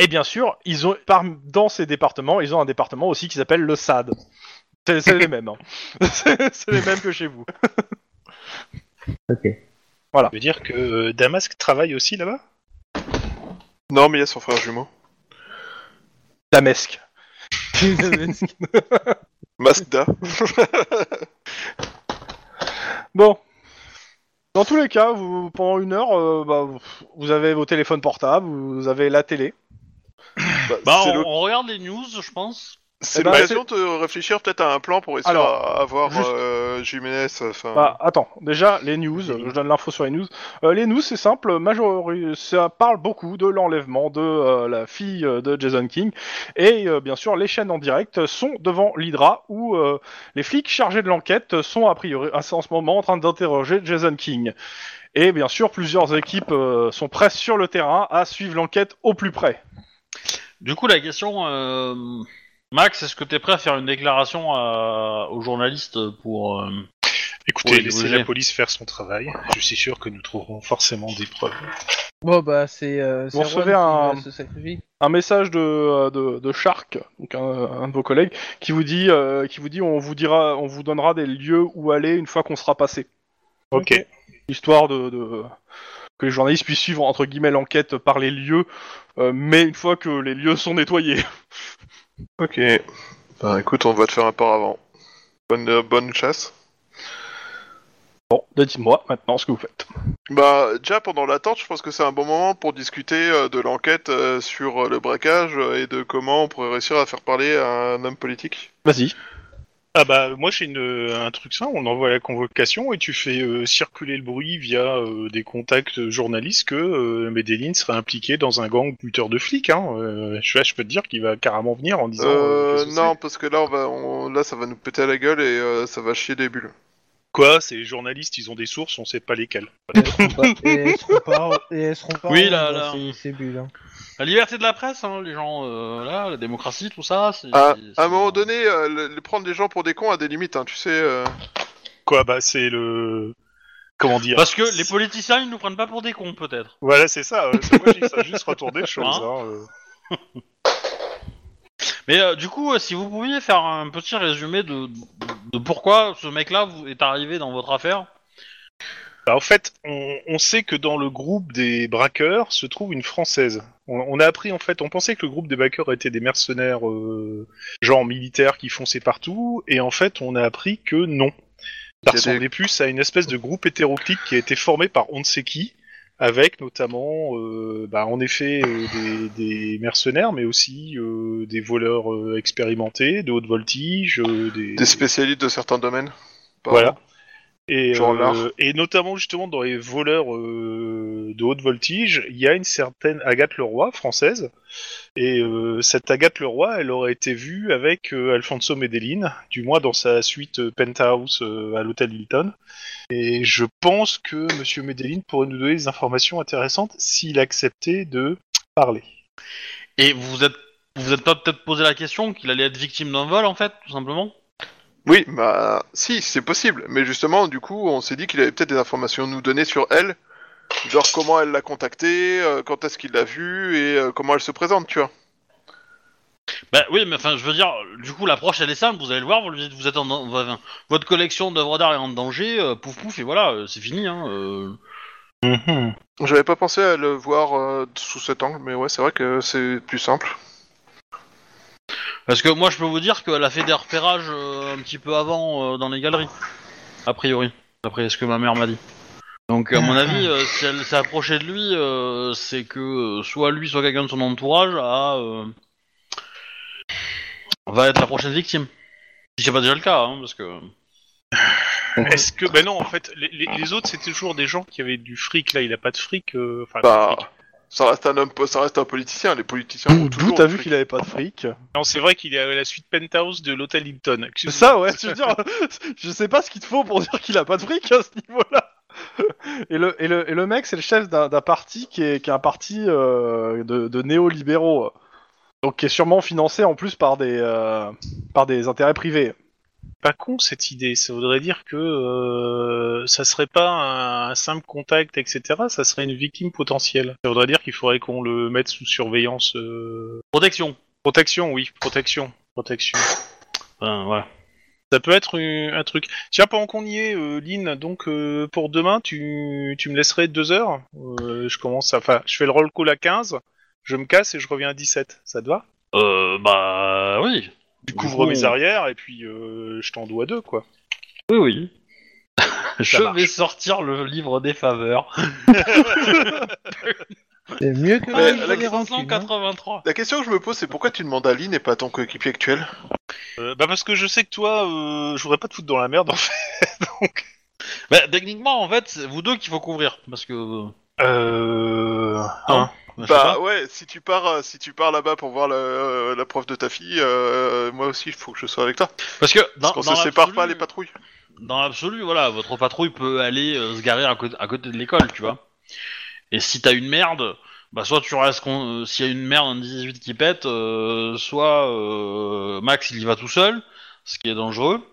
Et bien sûr, ils ont, par- dans ces départements, ils ont un département aussi qui s'appelle le SAD. C'est c'est les mêmes. hein. (laughs) C'est c'est les mêmes que chez vous. Ça veut dire que euh, Damask travaille aussi là-bas Non, mais il y a son frère jumeau. Damesque. Masda. Bon. Dans tous les cas, vous, pendant une heure, euh, bah, vous- vous avez vos téléphones portables, vous avez la télé. Bah, Bah, c'est on, le- on regarde les news, je pense. c'est Eh ben, l'occasion de réfléchir peut-être à un plan pour essayer Alors, d'avoir juste- Jiménez. Enfin, Bah, attends, déjà, les news, je donne l'info sur les news. Euh, les news, c'est simple, majori- ça parle beaucoup de l'enlèvement de euh, la fille euh, de Jason King. Et euh, bien sûr, les chaînes en direct sont devant l'Hydra, où euh, les flics chargés de l'enquête sont a priori en ce moment en train d'interroger Jason King. Et bien sûr, plusieurs équipes euh, sont prêtes sur le terrain à suivre l'enquête au plus près. Du coup, la question, euh, Max, est-ce que t'es prêt à faire une déclaration à- aux journalistes pour... euh, Écoutez, Ouais, laissez désolé. la police faire son travail. Je suis sûr que nous trouverons forcément des preuves. (laughs) Bon bah c'est. Euh, c'est Vous Erwan recevez qui un- va se sacrifier. Un message de, euh, de, de Shark, donc un, un de vos collègues, qui vous dit, euh, qui vous dit, on vous dira, on vous donnera des lieux où aller une fois qu'on sera passé. Ok. histoire de, de- que les journalistes puissent suivre entre guillemets l'enquête par les lieux, euh, mais une fois que les lieux sont nettoyés. ok. Bah, écoute, on va te faire un paravent. Bonne, euh, bonne chasse. Bon, dites-moi maintenant ce que vous faites. Bah, déjà pendant l'attente, je pense que c'est un bon moment pour discuter euh, de l'enquête euh, sur euh, le braquage euh, et de comment on pourrait réussir à faire parler à un homme politique. Vas-y. Ah bah moi j'ai une- un truc simple, on envoie la convocation et tu fais euh, circuler le bruit via euh, des contacts journalistes que euh, Medellin serait impliqué dans un gang buteur de flics. Hein. Euh, je, je peux te dire qu'il va carrément venir en disant... euh, Euh, qu'est-ce que c'est non, parce que là, on va, on- là, ça va nous péter à la gueule et euh, ça va chier des bulles. Quoi C'est les journalistes, ils ont des sources, on sait pas lesquelles. Et elles seront pas- et (laughs) elles seront pas. Et elles seront pas. Oui, en- là, dans là, ces- on- ces bulles, hein. La liberté de la presse, hein, les gens, euh, là, la démocratie, tout ça. c'est- À, Ah, c'est- Ah, à un moment donné, euh, le- le prendre des gens pour des cons a des limites, hein, tu sais. euh. Quoi Bah c'est le... Comment dire Parce que les politiciens, ils nous prennent pas pour des cons, peut-être. Voilà c'est ça, euh, c'est- moi j'ai ça (laughs) juste retourné les choses. Hein hein, euh. Mais euh, du coup, euh, si vous pouviez faire un petit résumé de, de- de pourquoi ce mec-là vous- est arrivé dans votre affaire. Bah, en fait, on, on sait que dans le groupe des braqueurs se trouve une Française. On, on a appris, en fait, on pensait que le groupe des braqueurs était des mercenaires, euh, genre militaires qui fonçaient partout, et en fait, on a appris que non. Ça Il y a des- ressemblait plus à une espèce de groupe hétéroclite qui a été formé par on ne sait qui, avec notamment, euh, bah, en effet, euh, des, des mercenaires, mais aussi euh, des voleurs euh, expérimentés, de haute voltige, euh, des, Des spécialistes de certains domaines. voilà. Et, Genre euh, l'art. et notamment justement dans les voleurs euh, de haute voltige, il y a une certaine Agathe Leroy française. Et euh, cette Agathe Leroy, elle aurait été vue avec euh, Alfonso Medellin, du moins dans sa suite euh, Penthouse euh, à l'hôtel Hilton. Et je pense que Monsieur Medellin pourrait nous donner des informations intéressantes s'il acceptait de parler. Et vous vous êtes, vous vous êtes pas peut-être posé la question qu'il allait être victime d'un vol, en fait, tout simplement. Oui, bah si, c'est possible. Mais justement, du coup, on s'est dit qu'il avait peut-être des informations à nous donner sur elle. Genre comment elle l'a contacté, euh, quand est-ce qu'il l'a vue et euh, comment elle se présente, tu vois. Bah oui, mais enfin, je veux dire, du coup, l'approche elle est simple. Vous allez le voir, vous lui dites, vous êtes en, enfin, votre collection d'œuvres d'art est en danger. euh, pouf pouf, et voilà, euh, c'est fini. Hein, euh. J'avais pas pensé à le voir euh, sous cet angle, mais ouais, c'est vrai que c'est plus simple. Parce que moi, je peux vous dire qu'elle a fait des repérages euh, un petit peu avant euh, dans les galeries, a priori, d'après ce que ma mère m'a dit. Donc, à mon avis, euh, si elle s'est approchée de lui, euh, c'est que euh, soit lui, soit quelqu'un de son entourage a, euh, va être la prochaine victime. Si c'est pas déjà le cas, hein, parce que. Est-ce que. Ben non, en fait, les, les- les autres c'était toujours des gens qui avaient du fric, là il a pas de fric. euh, Ah, enfin, Bah, ça reste un homme, po- ça reste un politicien. Les politiciens. ont D'où toujours t'as du vu fric. qu'il avait pas de fric Non, c'est vrai qu'il est à la suite penthouse de l'hôtel Hilton. C'est Excuse-moi. ça, (laughs) ouais. Je veux dire, (laughs) je sais pas ce qu'il te faut pour dire qu'il a pas de fric hein, à ce niveau-là. Et le, et le, et le mec, c'est le chef d'un d'un parti qui est, qui est un parti euh, de, de néolibéraux. Donc qui est sûrement financé en plus par des, euh, par des euh, intérêts privés. pas con cette idée. Ça voudrait dire que euh, ça serait pas un, un simple contact, etc. Ça serait une victime potentielle. Ça voudrait dire qu'il faudrait qu'on le mette sous surveillance. euh, Protection. Protection, oui, protection, protection. Enfin, voilà. Ça peut être euh, un truc. Tiens, pendant qu'on y est, euh, Lynn, donc euh, pour demain, tu, tu me laisserais deux heures. Euh, je commence à. Enfin, je fais le roll call à 15, je me casse et je reviens à 17. Ça te va Euh, bah oui. Du Tu couvres coup, mes arrières et puis euh, je t'en dois deux, quoi. Oui, (laughs) oui. Je marche. vais sortir le livre des faveurs. C'est mieux que Ouais, le livre la des rancunes, hein. 183. La question que je me pose, c'est pourquoi tu demandes à Lynn et pas à ton coéquipier actuel Euh, bah parce que je sais que toi, euh, je voudrais pas te foutre dans la merde en fait. Bah, techniquement, en fait, c'est vous deux qu'il faut couvrir. Parce que. euh, Euh... je sais Bah pas. ouais, si tu pars, euh, si tu pars là-bas pour voir la, euh, la prof de ta fille, euh, moi aussi il faut que je sois avec toi. Parce que dans, Parce qu'on dans se sépare l'absolu- pas les patrouilles. Dans l'absolu, voilà, votre patrouille peut aller euh, se garer à, côté- à côté de l'école, tu vois. Et si t'as une merde, bah soit tu restes. con- euh, S'il y a une merde en 18 qui pète, euh, soit euh, Max il y va tout seul, ce qui est dangereux.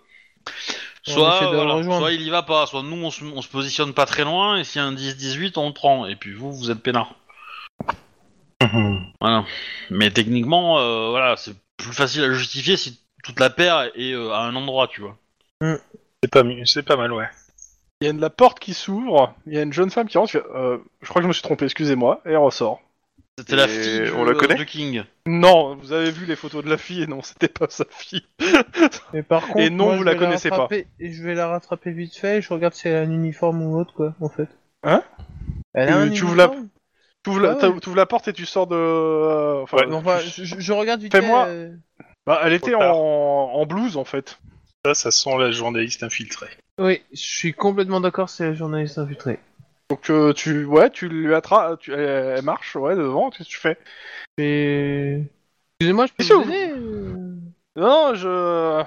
On Soit, essaie de le voilà, rejoindre. soit il y va pas, soit nous on se, on se positionne pas très loin, et s'il y a un 10-18, on le prend, et puis vous, vous êtes peinard. Voilà. Mais techniquement, euh, voilà, c'est plus facile à justifier si toute la paire est euh, à un endroit, tu vois. C'est pas mieux, c'est pas mal, ouais. Il y a une, la porte qui s'ouvre, il y a une jeune femme qui rentre, qui fait, euh, je crois que je me suis trompé, excusez-moi, et elle ressort. C'était la Et fille du, on la euh, connaît du King. Non, vous avez vu les photos de la fille, et non, c'était pas sa fille. hein. Mais par contre, non, moi, vous je la vais connaissez pas. rattraper- Et je vais la rattraper vite fait. et Je regarde si elle a un uniforme ou autre, quoi, en fait. Hein Elle a Euh, un tu uniforme ouvres la- T'ouvres la, Ah ouais. t'as- t'ouvres la porte et tu sors de... euh, enfin, Ouais. Non, enfin, je, je- je regarde vite Fais-moi- fait. euh, bah, elle était Trop en, tard. en blouse, en fait. Ça, ça sent la journaliste infiltrée. Oui, je suis complètement d'accord, c'est la journaliste infiltrée. Donc, euh, tu, ouais, tu lui attrapes, tu- elle, elle marche, ouais, devant, qu'est-ce que tu fais Et... Excusez-moi, je peux Qu'est-ce vous que aider euh Non, je...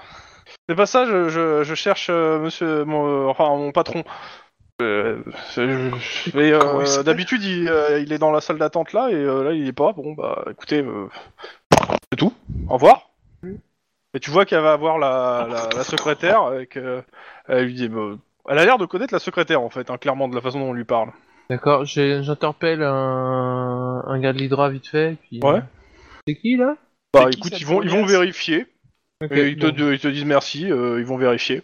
C'est pas ça, je, je, je cherche euh, monsieur, mon, enfin, mon patron. Euh, c'est- je- mais, euh, Comment il s'appelle d'habitude, il, euh, il est dans la salle d'attente là, et euh, là, il est pas. Bon, bah, écoutez, euh, c'est tout. Au revoir. Et tu vois qu'elle va voir la, la, la secrétaire, avec, euh, elle lui dit, bah, elle a l'air de connaître la secrétaire en fait, hein, clairement de la façon dont on lui parle. D'accord, j'ai- j'interpelle un... un gars de l'Hydra vite fait. Puis... euh, Ouais. C'est qui là Bah, qui, écoute, cette ils vont, ils vont première vérifier. Ok, Et ils, te, bon. ils te disent merci, euh, ils vont vérifier.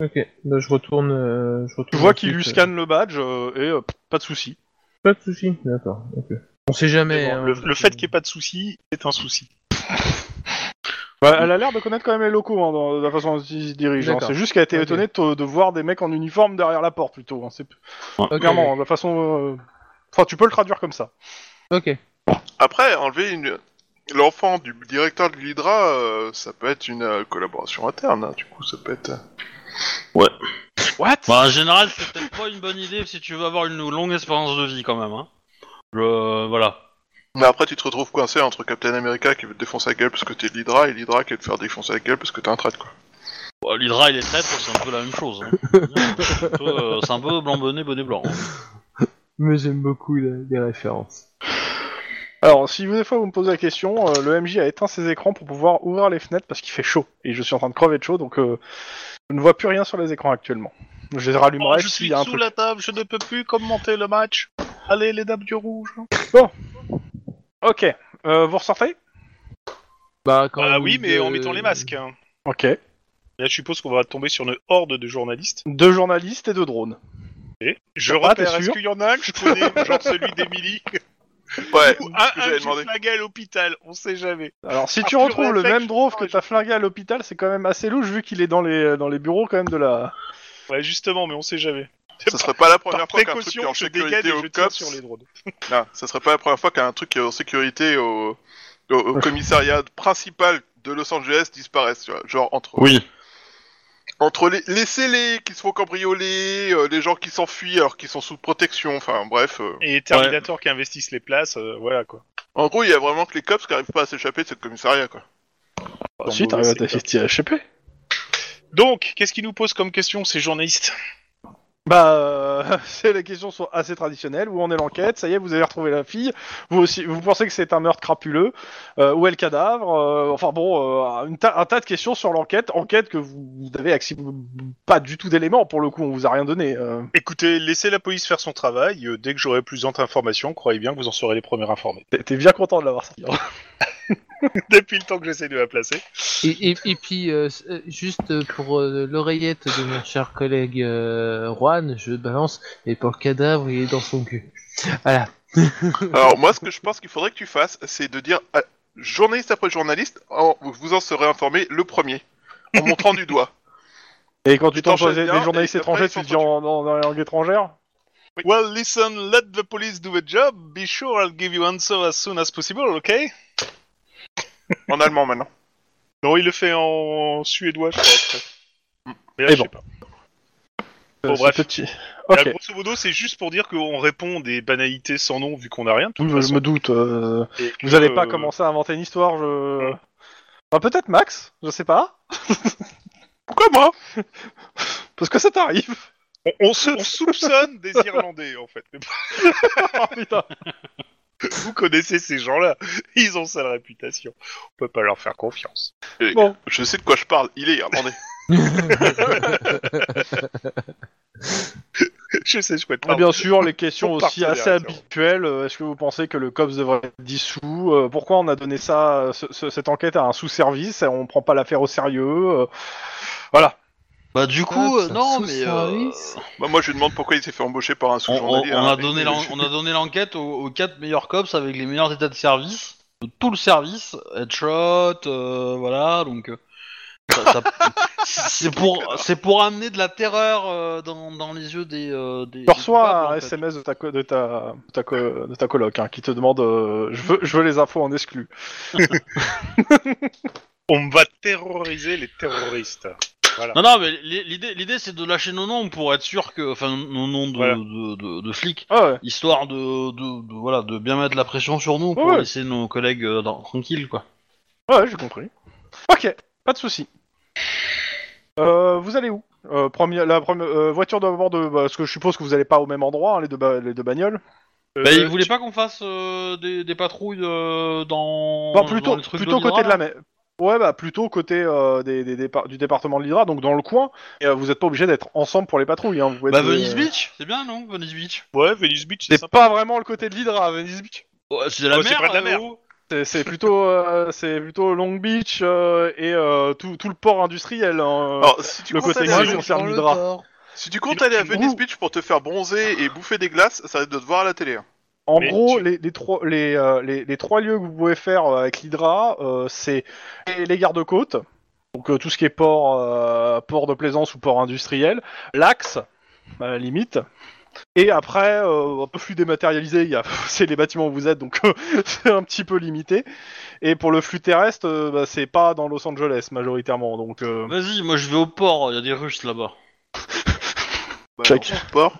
Ok, bah, je retourne. euh, je Tu retourne vois qu'ils lui ensuite, euh, scannent le badge euh, et euh, pas de souci. Pas de soucis, d'accord. ok. On sait jamais. Mais bon, hein, le, je- le fait qu'il n'y ait pas de souci est un souci. (laughs) Bah, elle a l'air de connaître quand même les locaux, hein, dans dans la façon dont ils se dirigent. hein. D'accord. C'est juste qu'elle a été Ok. étonnée de, te- de voir des mecs en uniforme derrière la porte, plutôt. hein. C'est Ok, clairement hein, la façon. euh, Enfin, tu peux le traduire comme ça. Ok. Après, enlever une... l'enfant du directeur de l'Hydra, euh, ça peut être une euh, collaboration interne. hein. Du coup, ça peut être. What Bah, en général, c'est peut-être pas une bonne idée si tu veux avoir une longue espérance de vie quand même. Hein. Je- euh, voilà. Mais après, tu te retrouves coincé entre Captain America qui veut te défoncer la gueule parce que t'es de l'Hydra et l'Hydra qui veut te faire défoncer la gueule parce que t'es un traître quoi. Bon, L'Hydra et les traîtres, c'est un peu la même chose. hein. C'est un peu, euh, c'est un peu blanc bonnet, bonnet blanc. hein. Mais j'aime beaucoup les, les références. Alors, si vous, des fois vous me posez la question, euh, le MJ a éteint ses écrans pour pouvoir ouvrir les fenêtres parce qu'il fait chaud. Et je suis en train de crever de chaud, donc euh, je ne vois plus rien sur les écrans actuellement. Oh, Je les rallumerai je s'il suis y a un sous truc. la table, je ne peux plus commenter le match. Allez, les dames du rouge. Ok, Euh, vous ressortez Bah, quand Ah vous oui, mais de- en mettant les masques. hein. Ok. Là, je suppose qu'on va tomber sur une horde de journalistes. Deux journalistes et deux drones. Et je Ah, t'es repère, est-ce sûr qu'il y en a un que je connais, genre celui d'Emily Ouais, Ou un, que un j'avais que j'ai demandé. flingué à l'hôpital, on sait jamais. Alors si Ah, tu purée, retrouves le mec, même je drove que comprends, t'as flingué à l'hôpital, c'est quand même assez louche vu qu'il est dans les dans les bureaux quand même de la. Ouais, justement, mais on sait jamais. ça serait pas la première Par fois qu'un truc est précaution, en je dégaine sécurité et je au tire COPS. sur les drones. Non, Ah, ça serait pas la première fois qu'un truc est en sécurité au, au- au commissariat principal de Los Angeles disparaisse. tu vois. Genre entre Oui. entre les, les scellés qui se font cambrioler, euh, les gens qui s'enfuient alors qu'ils sont sous protection. Enfin bref. euh. Et Terminator qui investissent les places, euh, voilà quoi. En gros, il y a vraiment que les cops qui arrivent pas à s'échapper de ce commissariat quoi. Bon, Bah, si bon, t'arrives à c'est t'échapper. Donc, qu'est-ce qu'ils nous posent comme question ces journalistes Bah, euh, (laughs) c'est les questions sont assez traditionnelles. Où en est l'enquête Ça y est, vous avez retrouvé la fille. Vous aussi, vous pensez que c'est un meurtre crapuleux Euh, Où est le cadavre Euh, Enfin bon, euh, une ta- un tas de questions sur l'enquête. Enquête que vous n'avez accès- pas du tout d'éléments pour le coup. On vous a rien donné. euh. Écoutez, laissez la police faire son travail. euh, Dès que j'aurai plus d'informations, croyez bien que vous en serez les premiers informés. T'es- T'es bien content de l'avoir sorti. (laughs) Depuis le temps que j'essaie de la placer. Et, et- et puis, euh, s- euh, juste euh, pour euh, l'oreillette de mon cher collègue euh, Juan, je balance, et pour le cadavre, il est dans son cul. Voilà. Alors moi, ce que je pense qu'il faudrait que tu fasses, c'est de dire à- journaliste après journaliste, en- vous en serez informé le premier, en montrant du doigt. Et quand tu Tu t'enchaînes t'enchaînes bien, des journalistes et après, étrangers, ils tu sont te dis en, en- en langue étrangère Well, listen, let the police do the job. Be sure I'll give you answer as soon as possible, okay? En allemand maintenant. Non, il le fait en suédois, je crois. après. Mais là, Et je bon. sais pas. Bon, Euh, bref. c'est petit. Ok. Là, grosso modo, c'est juste pour dire qu'on répond des banalités sans nom vu qu'on a rien. de toute Oui, je façon. me doute. euh, Et Vous que, allez pas euh, commencer à inventer une histoire, je. Enfin, peut-être Max, je sais pas. Pourquoi moi Parce que ça t'arrive. (laughs) On, on se, on soupçonne des Irlandais, en fait. Oh, putain. Vous connaissez (laughs) ces gens-là. Ils ont sale réputation. On peut pas leur faire confiance. Et (laughs) Bon. Je sais de quoi je parle. Il est irlandais. je Ah, sais, je souhaite Et bien sûr, les questions Faut aussi partir assez derrière, habituelles. euh, Est-ce que vous pensez que le COPS devrait être dissous Euh, Pourquoi on a donné ça, euh, ce- ce- cette enquête à un sous-service et On prend pas l'affaire au sérieux euh, Voilà. Bah du coup, Ah, euh, ça non, sous mais euh, service. Bah, moi, je lui demande pourquoi il s'est fait embaucher par un on, on- sous-journalier. on hein, a avec- donné l'en- on a donné l'enquête aux, aux quatre meilleurs cops avec les meilleurs états de service, de tout le service, headshot, euh, voilà, donc euh, ça- (laughs) ça- c'est pour c'est pour amener de la terreur euh, dans, dans les yeux des. euh, des Tu des coupables, reçois un en fait. SMS de ta, co- de ta, de ta, co- de ta coloc hein, qui te demande euh, je, veux, je veux les infos en exclu. On va terroriser les terroristes. Non, non, mais l'i- l'idée l'idée c'est de lâcher nos noms pour être sûr que enfin nos noms de Voilà. de, de, de flics. Ah ouais. Histoire de, de, de- voilà de bien mettre la pression sur nous pour Ouais. laisser nos collègues euh, dans- tranquilles quoi. Ouais, j'ai compris. Ok, pas de souci. Euh, vous allez où Euh, première- La première euh, voiture d'abord de. Bah, parce que je suppose que vous allez pas au même endroit, hein, les, deux ba- les deux bagnoles. Bah, Euh, ils voulaient pas qu'on fasse euh, des, des patrouilles euh, dans. Bah, plutôt, dans les trucs plutôt d'Olivra, côté de là. la mer. Ouais, bah plutôt côté euh, des, des dépar- du département de l'Hydra, donc dans le coin. Et euh, vous êtes pas obligé d'être ensemble pour les patrouilles. Hein. Vous pouvez Bah, être, euh, Venice Beach, c'est bien non Venice Beach Ouais, Venice Beach, c'est C'est sympa. pas vraiment le côté de l'Hydra, Venice Beach. Ouais, C'est la Ouais, c'est mer près de la euh, mer. haut. C'est- C'est plutôt, euh, c'est plutôt Long Beach euh, et euh, tout, tout le port industriel. hein. Alors, si tu Le comptes côté aller moi, à- je- je concerne prends le l'hydra. corps. si tu comptes aller à Venice Beach pour te faire bronzer et bouffer des glaces, ça risque de te voir à la télé. hein. En Mais gros, tu- les, les trois, les, euh, les- les trois lieux que vous pouvez faire euh, avec l'Hydra, euh, c'est les- les gardes-côtes, donc euh, tout ce qui est port, euh, port de plaisance ou port industriel, l'axe, à la limite. Et après, euh, un peu flux dématérialisé, il y a- (laughs) c'est les bâtiments où vous êtes, donc (laughs) euh, c'est un petit peu limité. Et pour le flux terrestre, euh, bah, c'est pas dans Los Angeles majoritairement, donc euh, Vas-y, moi je vais au port, il y a des Russes là-bas. Bah, Check. alors, port.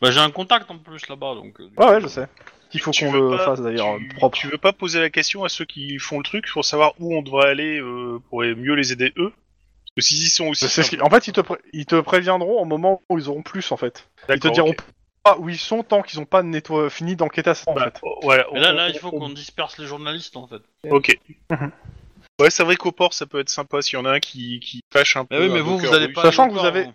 Bah, j'ai un contact en plus là-bas donc. euh, ouais, ouais, je sais. Il faut Tu qu'on veux le pas- fasse d'ailleurs tu- propre. Tu veux pas poser la question à ceux qui font le truc pour savoir où on devrait aller euh, pour mieux les aider eux Parce que s'ils y sont aussi. C'est ce qui- En fait, ils te, pré- ils te préviendront au moment où ils auront plus en fait. Ils te diront pas où ils sont tant qu'ils n'ont pas netto- euh, fini d'enquêter à ça, Bah, en fait. oh, Mais là, là, il faut qu'on disperse les journalistes en fait. Ok. Mhm. Ouais, c'est vrai qu'au port, ça peut être sympa s'il y en a un qui, qui fâche un peu. Bah oui, mais un vous, vous docker allez russe. pas. Sachant aller que au vous port, hein. avez-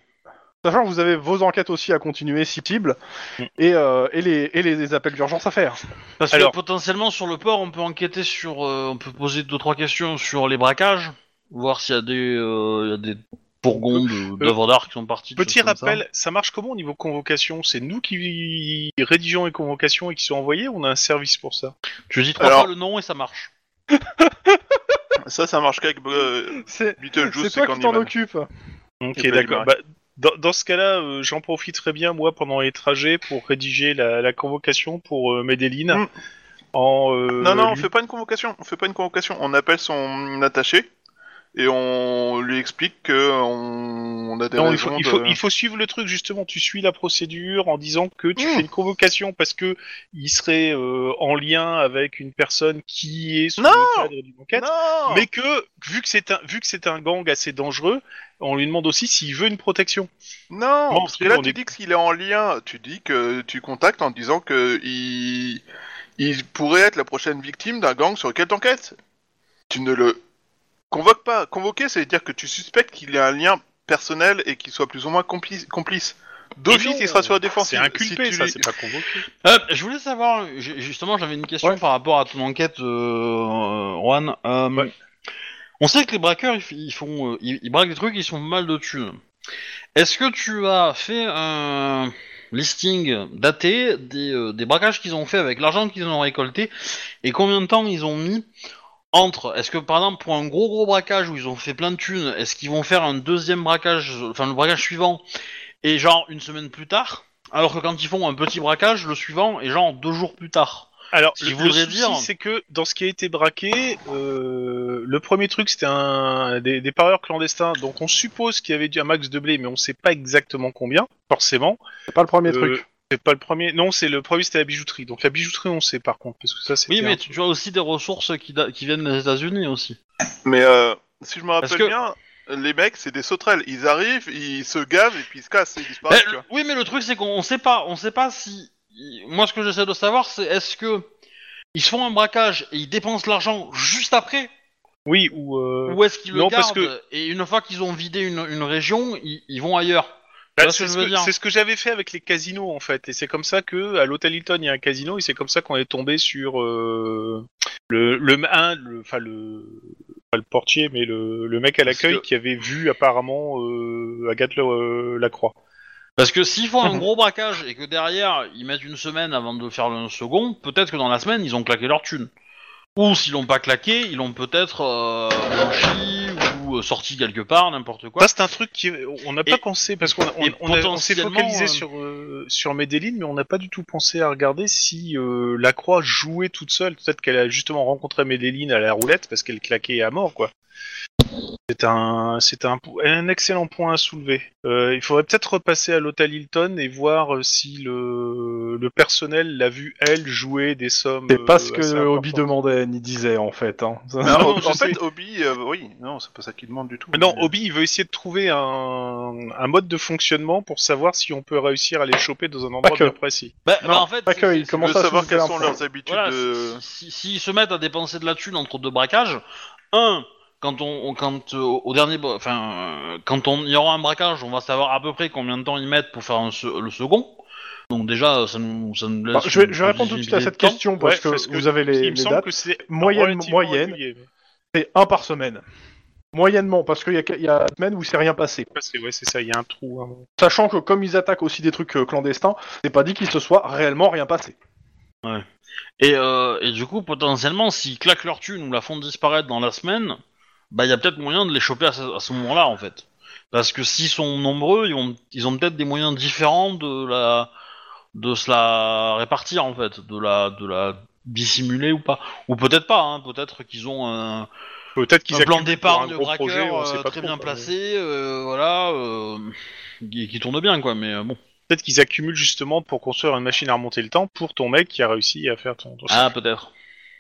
Sachant que vous avez vos enquêtes aussi à continuer si possible, Mm. et, euh, et, les, et les, les appels d'urgence à (laughs) faire. Parce Alors- que potentiellement sur le port, on peut enquêter sur, euh, on peut poser deux trois questions sur les braquages, voir s'il y a des, euh, il y a des fourgons de- d'œuvres d'art qui sont partis. de Euh, Petit choses comme ça. rappel, ça. marche comment au niveau convocation C'est nous qui rédigeons les convocations et qui sont envoyées ou On a un service pour ça Tu dis trois Alors- fois le nom et ça marche. Ça, ça marche qu'avec euh, C'est Beetlejuice c'est et toi qui t'en Candyman. occupe. Ok, Et d'accord. Blackberry. Bah, dans, dans ce cas-là, euh, j'en profiterai bien, moi, pendant les trajets, pour rédiger la, la convocation pour euh, Medellin. Mm. En, euh, Non, non, on lui- fait pas une convocation. On fait pas une convocation. On appelle son attaché et on lui explique que on, on a des Non, il raisons faut, il, faut, de- il faut suivre le truc justement. Tu suis la procédure en disant que Mm. tu fais une convocation parce que il serait euh, en lien avec une personne qui est sous Non le cadre d'une enquête, Non mais que vu que c'est un vu que c'est un gang assez dangereux, on lui demande aussi s'il veut une protection. Non, Non, parce parce que que là on tu est- dis qu'il est en lien, tu dis que tu contactes en disant que il, il pourrait être la prochaine victime d'un gang sur lequel t'enquêtes. Tu ne le convoques pas. Convoquer, c'est dire que tu suspectes qu'il y a un lien personnel et qu'il soit plus ou moins complice. complice. Et D'office, non, euh, il sera sur la défensive. C'est inculpé, Si tu ça, lui- c'est pas convoqué. Euh, je voulais savoir, ju- justement, j'avais une question par rapport à ton enquête, euh, Juan. Euh, On sait que les braqueurs, ils, f- ils font, euh, ils, ils braquent des trucs, ils sont mal de thunes. Est-ce que tu as fait un listing daté des, euh, des braquages qu'ils ont fait avec l'argent qu'ils ont récolté et combien de temps ils ont mis entre Est-ce que par exemple pour un gros gros braquage où ils ont fait plein de thunes, est-ce qu'ils vont faire un deuxième braquage, euh, enfin le braquage suivant, et genre une semaine plus tard alors que quand ils font un petit braquage, le suivant est genre deux jours plus tard. Alors, Ce le, qui le voudrait souci, dire- c'est que dans ce qui a été braqué, euh, le premier truc, c'était un des, des parieurs clandestins. Donc, on suppose qu'il y avait du un max de blé, mais on sait pas exactement combien, forcément. C'est pas le premier Euh, truc. C'est pas le premier. Non, c'est le premier, c'était la bijouterie. Donc, la bijouterie, on sait par contre, parce que ça, c'est. Oui, mais tu, tu as aussi des ressources qui, da- qui viennent des États-Unis aussi. Mais euh, si je me Parce rappelle que- bien, les mecs, c'est des sauterelles. Ils arrivent, ils se gavent et puis ils se cassent, ils disparaissent. Ben, tu le- vois. oui, mais le truc c'est qu'on on sait pas, on sait pas si. Moi, ce que j'essaie de savoir, c'est est-ce que ils se font un braquage et ils dépensent l'argent juste après, Oui, ou. euh, ou est-ce qu'ils le non, gardent parce et une fois qu'ils ont vidé une, une région, ils, ils vont ailleurs. bah, vois ce c'est que je ce veux que, dire c'est ce que j'avais fait avec les casinos en fait, et c'est comme ça que à l'hôtel Hilton il y a un casino et c'est comme ça qu'on est tombé sur euh, le le un le enfin le pas le portier mais le, le mec à Parce l'accueil que- qui avait vu apparemment euh, Agathe la, Lacroix. Parce que s'ils font un gros braquage et que derrière ils mettent une semaine avant de faire le second, peut-être que dans la semaine ils ont claqué leur thune. Ou s'ils l'ont pas claqué, ils l'ont peut-être euh, blanchi ou euh, sorti quelque part, n'importe quoi. Ça c'est un truc qui est- on n'a Et- pas pensé parce qu'on a- on, et on a- on s'est potentiellement, focalisé euh, sur euh, sur Medellin mais on n'a pas du tout pensé à regarder si euh, Lacroix jouait toute seule. Peut-être qu'elle a justement rencontré Medellin à la roulette parce qu'elle claquait à mort quoi. C'est un c'est un po- un excellent point à soulever. Euh, il faudrait peut-être repasser à l'hôtel Hilton et voir euh, si le le personnel l'a vu elle jouer des sommes. C'est pas ce euh, que assez Hobby importantes. demandait ni disait en fait. Hein. (laughs) Non, non, je en sais. fait, Obi, euh, oui, non, c'est pas ça qu'il demande du tout. Non, Euh. Mais- Obi, il veut essayer de trouver un, un mode de fonctionnement pour savoir si on peut réussir à les choper dans un endroit que. bien précis. Bah, Non, bah, en fait, pas que, c'est- ils c'est- Il veut Comment ça, savoir c'est quelles un sont point leurs habitudes Voilà, de... si- si- S'ils se mettent à dépenser de la thune entre deux braquages, un, quand on, on- quand euh, au dernier, bra- enfin, euh, quand on il y aura un braquage, on va savoir à peu près combien de temps ils mettent pour faire un se- le second. Donc déjà, ça nous, ça nous laisse. Alors, Bah, je, vais, une je vais répondre tout de suite à visibilité cette de temps. question parce, Ouais, que parce que vous avez il les, les me semble dates. que c'est Moyenne- relativement moyenne. régulier, mais C'est un par semaine. Moyennement, parce qu'il y, a- il y a une semaine où c'est rien passé. après, c'est ouais, c'est ça, il y a un trou. hein. Sachant que comme ils attaquent aussi des trucs euh, clandestins, c'est pas dit qu'il se soit réellement rien passé. Et, euh, et du coup, potentiellement, s'ils claquent leur thune ou la font disparaître dans la semaine, bah il y a peut-être moyen de les choper à ce, à ce moment-là en fait. Parce que s'ils sont nombreux, ils ont, ils ont peut-être des moyens différents de la de se la répartir en fait, de la de la dissimuler ou pas, ou peut-être pas, hein, peut-être qu'ils ont un, Peut-être qu'ils un plan accumulent pour un d'épargne gros braqueur projet, on sait euh, pas très trop, bien quoi. placé, euh, voilà, euh, qui, qui tourne bien quoi, mais euh, bon. Peut-être qu'ils accumulent justement pour construire une machine à remonter le temps pour ton mec qui a réussi à faire ton. Ah peut-être.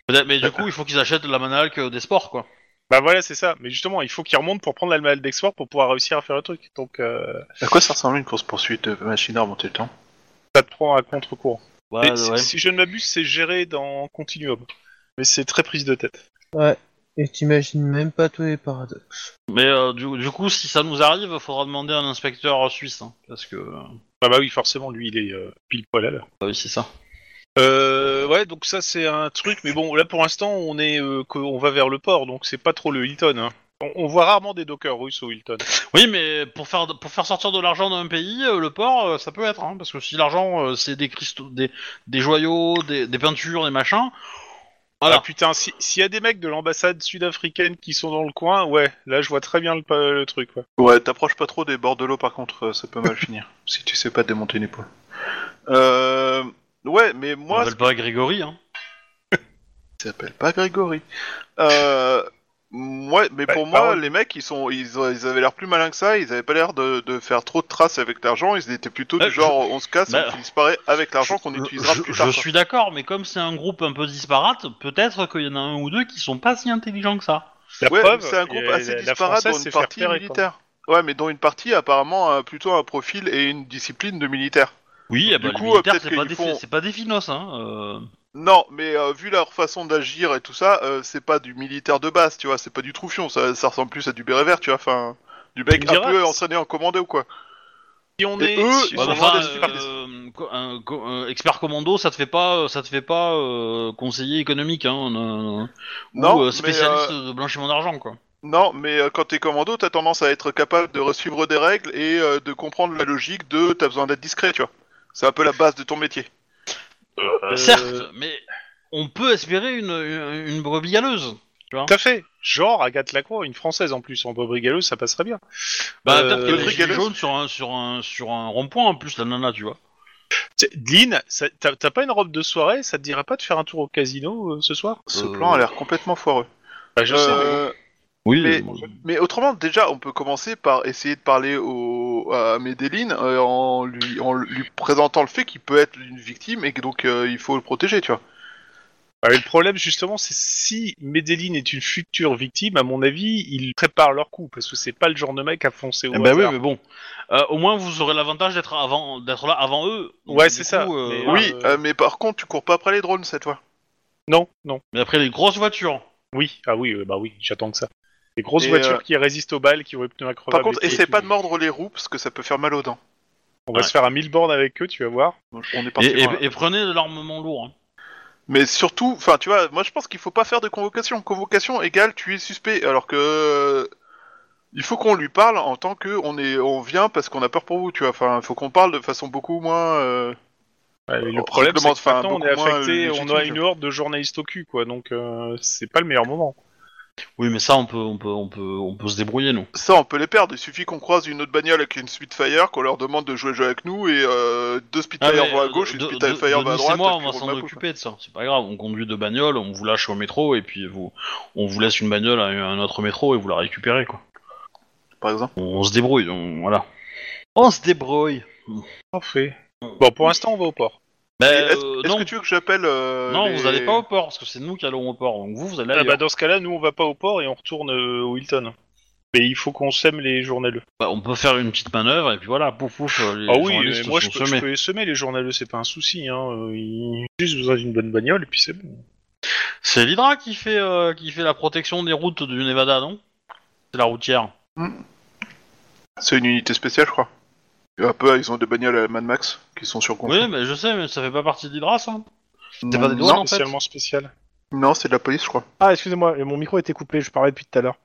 Peut-être, mais du coup, il faut qu'ils achètent la manalque euh, des sports quoi. Bah voilà, c'est ça. Mais justement, il faut qu'il remonte pour prendre l'almanach d'export pour pouvoir réussir à faire le truc. Donc, euh, À quoi ça ressemble une course-poursuite de machine à remonter le temps ça te prend à contre-courant. Ouais, Mais si- Ah, ouais. Si je ne m'abuse, c'est géré dans Continuum. Mais c'est très prise de tête. Et t'imagines même pas tous les paradoxes. Mais euh, du, du coup, si ça nous arrive, faudra demander à un inspecteur euh, suisse, hein, parce que euh, Ah bah oui, forcément, lui, il est euh, pile poil à l'heure. ah oui, c'est ça. Euh, ouais, donc ça, c'est un truc, mais bon, là, pour l'instant, on est, euh, que- on va vers le port, donc c'est pas trop le Hilton. hein. On, on voit rarement des dockers russes au Hilton. Oui, mais pour faire pour faire sortir de l'argent d'un pays, euh, le port, euh, ça peut être, hein, parce que si l'argent euh, c'est des cristaux, des, des joyaux, des, des peintures, des machins, voilà. Ah putain, si- s'il y a des mecs de l'ambassade sud-africaine qui sont dans le coin, ouais, là, je vois très bien le, pa- le truc, ouais. Ouais, t'approches pas trop des bords de l'eau par contre, euh, ça peut (laughs) mal finir, si tu sais pas démonter une épaule. Euh... Ouais, mais on moi, appelle pas Grégory. Hein. Il s'appelle pas Grégory. Euh, Ouais, mais Bah, pour moi, parole. les mecs, ils sont, ils, ont- ils avaient l'air plus malins que ça. Ils avaient pas l'air de, de faire trop de traces avec l'argent. Ils étaient plutôt Bah, du genre, on se casse, bah, on disparaît avec l'argent qu'on Je- utilisera je, plus tard. je quoi. suis d'accord, mais comme c'est un groupe un peu disparate, peut-être qu'il y en a un ou deux qui sont pas si intelligents que ça. La Ouais, preuve, c'est un et groupe la- assez la disparate Française dont s'est une fait partie est repérer, quoi. militaire. Ouais, mais dont une partie apparemment a plutôt un profil et une discipline de militaire. Oui, eh ben, Du coup, les militaires, peut-être c'est pas, qu'ils des, font- c'est pas des finos, hein. euh. Non, mais euh, vu leur façon d'agir et tout ça, euh, c'est pas du militaire de base, tu vois, c'est pas du troufion, ça, ça ressemble plus à du béret vert, tu vois, enfin, du mec On un dira peu que- entraîné en commando, quoi. Si on Et est eux, si ils Ouais, mais sont on est- enfin, vraiment des euh, co- un co- un expert commando, ça te fait pas, ça te fait pas euh, conseiller économique, hein, euh, Non, ou euh, mais, spécialiste euh, de blanchiment d'argent, quoi. non, mais euh, quand t'es commando, t'as tendance à être capable de suivre des règles et euh, de comprendre la logique de t'as besoin d'être discret, tu vois. C'est un peu la base de ton métier. euh, Certes, mais on peut espérer une, une, une brebis galeuse. Tout à fait. Genre Agathe Lacroix, une française en plus, en Bob Gallo, ça passerait bien. Bah, Euh, peut-être qu'elle le est truc gilets galeuse. jaune sur un, sur un, sur un rond-point en plus, la nana, tu vois. T'sais, Lynn, ça- t'as t'as pas une robe de soirée, ça te dirait pas de faire un tour au casino euh, ce soir Ce Euh, plan a l'air complètement foireux. Bah, je sais, mais bon. Euh, Oui, mais- Mais autrement, déjà, on peut commencer par essayer de parler au, à Medellin euh, en, lui, en lui présentant le fait qu'il peut être une victime et que donc euh, il faut le protéger, tu vois. Bah, le problème, justement, c'est si Medellin est une future victime, à mon avis, ils préparent leur coup, parce que c'est pas le genre de mec à foncer au Eh ben bah oui, hasard. mais bon. Euh, au moins, vous aurez l'avantage d'être avant, d'être là avant eux. Donc, Ouais, du c'est ça. coup, euh, Mais- voilà. oui, euh, euh, mais par contre, tu cours pas après les drones cette fois. Non, non. Mais après, les grosses voitures. Oui, ah oui, euh, bah oui, j'attends que ça. Les grosses Et, voitures euh, qui résistent aux balles, Oh, bah, qui ont les pneus Par increvables. contre, et tout, essaie et pas tout. de mordre les roues parce que ça peut faire mal aux dents. On va se faire un mille bornes avec eux, tu vas voir. On est Et, parti et- loin, là. et prenez de l'armement lourd. hein. Mais surtout, enfin, tu vois, moi je pense qu'il faut pas faire de convocation. Convocation égale tu es suspect, alors que euh, il faut qu'on lui parle en tant que on est, on vient parce qu'on a peur pour vous, tu vois. Enfin, il faut qu'on parle de façon beaucoup moins. euh, Ouais, mais on le problème, c'est que demande, enfin, maintenant, on est beaucoup moins, euh, affecté, on légitime, a je- une horde de journalistes au cul, quoi, donc euh, c'est pas le meilleur moment. Oui, mais ça, on peut, on peut, on peut, on peut se débrouiller, nous. Ça, on peut les perdre. Il suffit qu'on croise une autre bagnole avec une Spitfire, qu'on leur demande de jouer jeu avec nous, et euh, deux Ah, Spitfire mais, vont à euh, gauche, une de- de- Spitfire va à Denis droite. et moi, et on puis va roule s'en ma poule. occuper de ça. C'est pas grave, on conduit deux bagnoles, on vous lâche au métro et puis vous, on vous laisse une bagnole à un autre métro et vous la récupérez quoi. par exemple. On, on se débrouille, on, voilà. On se débrouille. Parfait. Bon, pour l'instant, on va au port. Bah, Et Est-ce euh, est-ce non, que tu veux que j'appelle euh, non, les- vous allez pas au port parce que c'est nous qui allons au port. Donc vous, vous allez. Ah, ailleurs. bah, dans ce cas-là, nous, on va pas au port et on retourne euh, au Hilton. Mais il faut qu'on sème les journaleux. Bah, on peut faire une petite manœuvre et puis voilà, pouf pouf. euh, Les ah oui, mais journalistes moi, je sont peux, je semés. peux les semer, les journaleux, c'est pas un souci. Hein. euh, Ils ont juste besoin d'une bonne bagnole et puis c'est bon. C'est l'Hydra qui fait, euh, qui fait la protection des routes du Nevada, non C'est la routière. C'est une unité spéciale, je crois. Et Un peu, ils ont des bagnoles à la Mad Max qui sont sur Oui, mais je sais, mais ça fait pas partie d'Hydra, ça. C'est pas des douanes, en Non, fait. Spécialement spécial. non c'est de la police, je crois. Ah, excusez-moi, mon micro était coupé, je parlais depuis tout à l'heure.